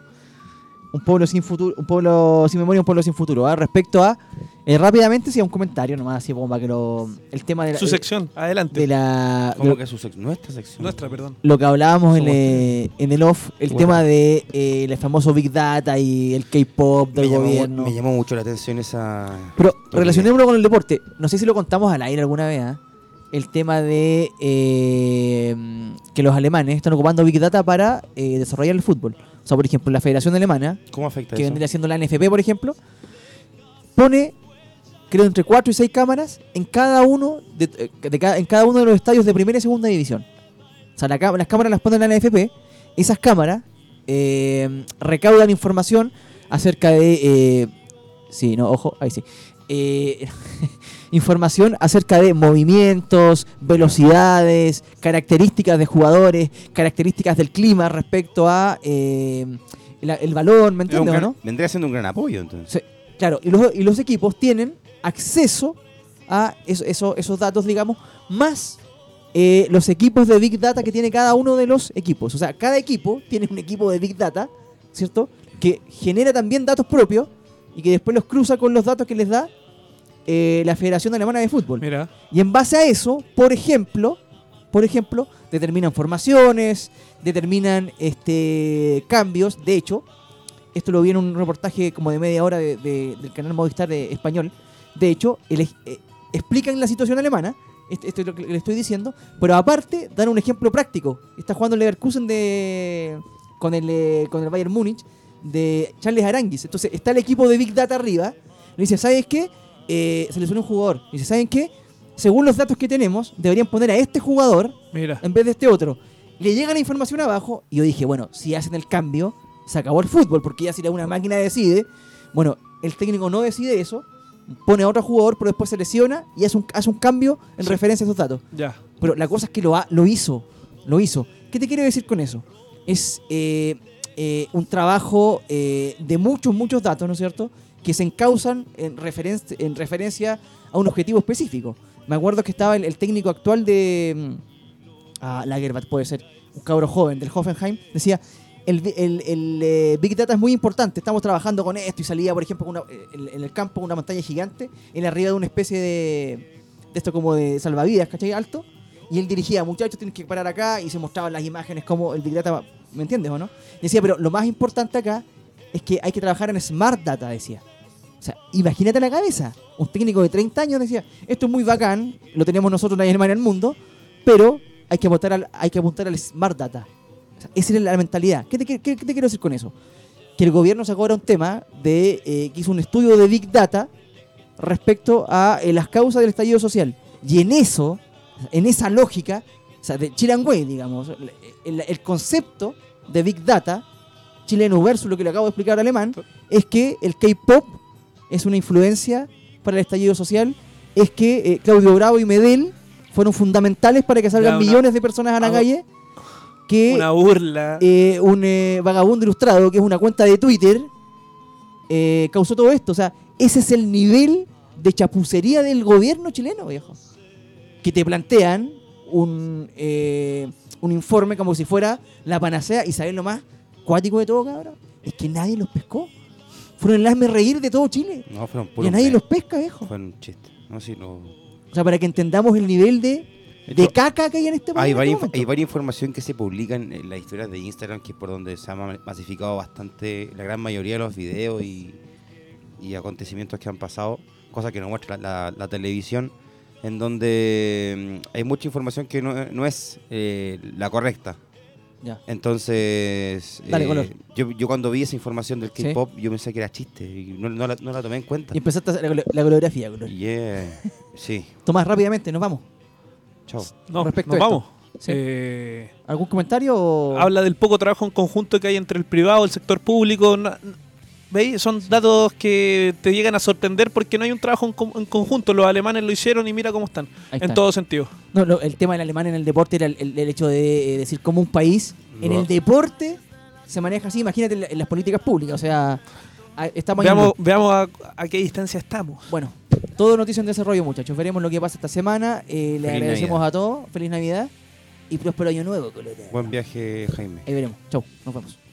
[SPEAKER 1] Un pueblo sin futuro, un pueblo sin memoria, un pueblo sin futuro. ¿ah? Respecto a. eh, rápidamente, sí, un comentario nomás, así bomba, que lo. El tema de la.
[SPEAKER 6] Su sección,
[SPEAKER 1] De
[SPEAKER 6] adelante.
[SPEAKER 1] la. de
[SPEAKER 2] Como
[SPEAKER 1] lo-
[SPEAKER 2] que su sec- nuestra sección.
[SPEAKER 6] Nuestra, perdón.
[SPEAKER 1] lo que hablábamos en,
[SPEAKER 6] Somos
[SPEAKER 1] eh, en el off, el
[SPEAKER 2] Bueno.
[SPEAKER 1] tema de eh, el famoso Big Data y el K-pop
[SPEAKER 2] Me
[SPEAKER 1] del
[SPEAKER 2] llamó,
[SPEAKER 1] gobierno.
[SPEAKER 2] me llamó mucho la atención esa.
[SPEAKER 1] Pero
[SPEAKER 2] Porque-
[SPEAKER 1] relacionémoslo con el deporte. No sé si lo contamos al aire alguna vez. ¿ah? El tema de eh, que los alemanes están ocupando Big Data para eh, desarrollar el fútbol. O sea, por ejemplo, la Federación Alemana,
[SPEAKER 2] ¿Cómo afecta
[SPEAKER 1] que
[SPEAKER 2] eso?
[SPEAKER 1] vendría siendo la NFP, por ejemplo, pone, creo, entre 4 y 6 cámaras en cada uno de, eh, de cada- en cada uno de los estadios de primera y segunda división. O sea, la cá- las cámaras las pone la NFP. Esas cámaras eh, recaudan información acerca de... eh, sí, no, ojo, ahí sí. Eh, información acerca de movimientos, velocidades, características de jugadores, características del clima respecto a eh, la- el balón, ¿me
[SPEAKER 2] Es un
[SPEAKER 1] entiendes o
[SPEAKER 2] gran-
[SPEAKER 1] no?
[SPEAKER 2] Vendría siendo un gran apoyo entonces.
[SPEAKER 1] Sí, claro, y los, y los equipos tienen acceso a eso- eso- esos datos, digamos, más eh, los equipos de Big Data que tiene cada uno de los equipos. O sea, cada equipo tiene un equipo de Big Data, ¿cierto? Que genera también datos propios y que después los cruza con los datos que les da eh, la Federación Alemana de Fútbol.
[SPEAKER 6] Mira,
[SPEAKER 1] Y en base a eso, por ejemplo, por ejemplo, determinan formaciones, determinan este cambios. De hecho, esto lo vi en un reportaje como de media hora de- de- del canal Movistar de español. De hecho, el ej- eh, explican la situación alemana. Esto, esto es lo que le estoy diciendo. Pero aparte, dan un ejemplo práctico. Está jugando el Leverkusen de, con, el, eh, con el Bayern Múnich de Charles Aranguis. Entonces, está el equipo de Big Data arriba. Le dice, ¿sabes qué? Eh, se lesionó un jugador. Le dice, ¿saben qué? Según los datos que tenemos, deberían poner a este jugador
[SPEAKER 6] mira.
[SPEAKER 1] en vez de este otro. Le llega la información abajo y yo dije, bueno, si hacen el cambio, se acabó el fútbol, porque ya si la- una máquina decide, bueno, el técnico no decide eso, pone a otro jugador, pero después se lesiona y hace un, hace un cambio en
[SPEAKER 6] Sí.
[SPEAKER 1] referencia a esos datos.
[SPEAKER 6] Ya.
[SPEAKER 1] Pero la cosa es que lo, ha- lo hizo, lo hizo. ¿Qué te quiero decir con eso? Es eh, eh, un trabajo eh, de muchos, muchos datos, ¿no es cierto? Que se encausan en, referen- en referencia a un objetivo específico. Me acuerdo que estaba el, el técnico actual de mm, ah, Lagerbat, puede ser, un cabro joven del Hoffenheim, decía... El, bi- el- el, eh, Big Data es muy importante, estamos trabajando con esto y salía, por ejemplo, con una- en, en el campo una montaña gigante, en arriba de una especie de, de esto como de salvavidas, ¿cachai? Alto, y él dirigía, muchachos, tienes que parar acá, y se mostraban las imágenes como el Big Data, va- ¿me entiendes o no? Decía, pero lo más importante acá es que hay que trabajar en Smart Data, decía. O sea, imagínate la cabeza. Un técnico de 30 años decía, esto es muy bacán, lo tenemos nosotros nadie más en el mundo, pero hay que apuntar al, hay que apuntar al Smart Data. O sea, esa era la mentalidad. ¿Qué te, qui- qué- qué te quiero decir con eso? Que el gobierno sacó ahora un tema de eh, que hizo un estudio de Big Data respecto a eh, las causas del estallido social. Y en eso, en esa lógica, o sea, de Chilangüey, digamos, el, el- el concepto de Big Data, chileno versus lo que le acabo de explicar al alemán, es que el K-pop es una influencia para el estallido social, es que eh, Claudio Bravo y Medel fueron fundamentales para que salgan
[SPEAKER 6] Ya, una-
[SPEAKER 1] millones de personas a la
[SPEAKER 6] Ah,
[SPEAKER 1] calle, que
[SPEAKER 6] Una burla.
[SPEAKER 1] eh, un eh, vagabundo ilustrado, que es una cuenta de Twitter, eh, causó todo esto. O sea, ese es el nivel de chapucería del gobierno chileno, viejo. Que te plantean un, eh, un informe como si fuera la panacea y saber lo más cuático de todo, cabrón. es que nadie los pescó. Fueron el hazme reír de todo Chile.
[SPEAKER 2] No, fueron
[SPEAKER 1] Y a
[SPEAKER 2] puros
[SPEAKER 1] nadie
[SPEAKER 2] memes.
[SPEAKER 1] los pesca, viejo.
[SPEAKER 2] Fue un chiste. No, sí, no.
[SPEAKER 1] O sea, para que entendamos el nivel de, de
[SPEAKER 2] Yo-
[SPEAKER 1] caca que hay en este
[SPEAKER 2] Hay
[SPEAKER 1] en
[SPEAKER 2] varias,
[SPEAKER 1] este
[SPEAKER 2] inf- hay
[SPEAKER 1] momento.
[SPEAKER 2] varias información que se publican en las historias de Instagram, que es por donde se ha ma- masificado bastante la gran mayoría de los videos y, y acontecimientos que han pasado, cosa que no muestra la, la- la televisión, en donde mm, hay mucha información que no, no es eh, la correcta.
[SPEAKER 1] Ya.
[SPEAKER 2] Entonces,
[SPEAKER 1] Dale,
[SPEAKER 2] eh,
[SPEAKER 1] color.
[SPEAKER 2] yo, yo cuando vi esa información del
[SPEAKER 1] Sí.
[SPEAKER 2] K-pop, yo pensé que era chiste y no, no la, no la tomé en cuenta.
[SPEAKER 1] Y empezaste a hacer la, cole- la coreografía, color.
[SPEAKER 2] Yeah. Sí,
[SPEAKER 1] Tomás, rápidamente, nos vamos.
[SPEAKER 2] chao.
[SPEAKER 3] No,
[SPEAKER 1] Respecto
[SPEAKER 3] nos
[SPEAKER 1] a esto.
[SPEAKER 3] vamos.
[SPEAKER 1] Sí.
[SPEAKER 3] Eh,
[SPEAKER 1] ¿Algún comentario? o-
[SPEAKER 3] Habla del poco trabajo en conjunto que hay entre el privado, el sector público. no- no- ¿Veis? Son datos que te llegan a sorprender porque no hay un trabajo en, co- en conjunto. Los alemanes lo hicieron y mira cómo están.
[SPEAKER 1] Ahí
[SPEAKER 3] En
[SPEAKER 1] está.
[SPEAKER 3] todo sentido.
[SPEAKER 1] No, no, el tema del alemán en el deporte era el, el- el hecho de eh, decir cómo un país en el deporte se maneja así, imagínate en, la- en las políticas públicas, o sea, a- estamos ahí en
[SPEAKER 3] Veamos,
[SPEAKER 1] un-
[SPEAKER 3] veamos a, a qué distancia estamos.
[SPEAKER 1] Bueno, todo noticia en desarrollo, muchachos. Veremos lo que pasa esta semana. Eh, le
[SPEAKER 2] Feliz
[SPEAKER 1] agradecemos
[SPEAKER 2] Navidad.
[SPEAKER 1] a todos. Feliz Navidad y próspero año nuevo, Colorado.
[SPEAKER 2] Buen viaje, Jaime.
[SPEAKER 1] Ahí veremos. Chau, nos vemos.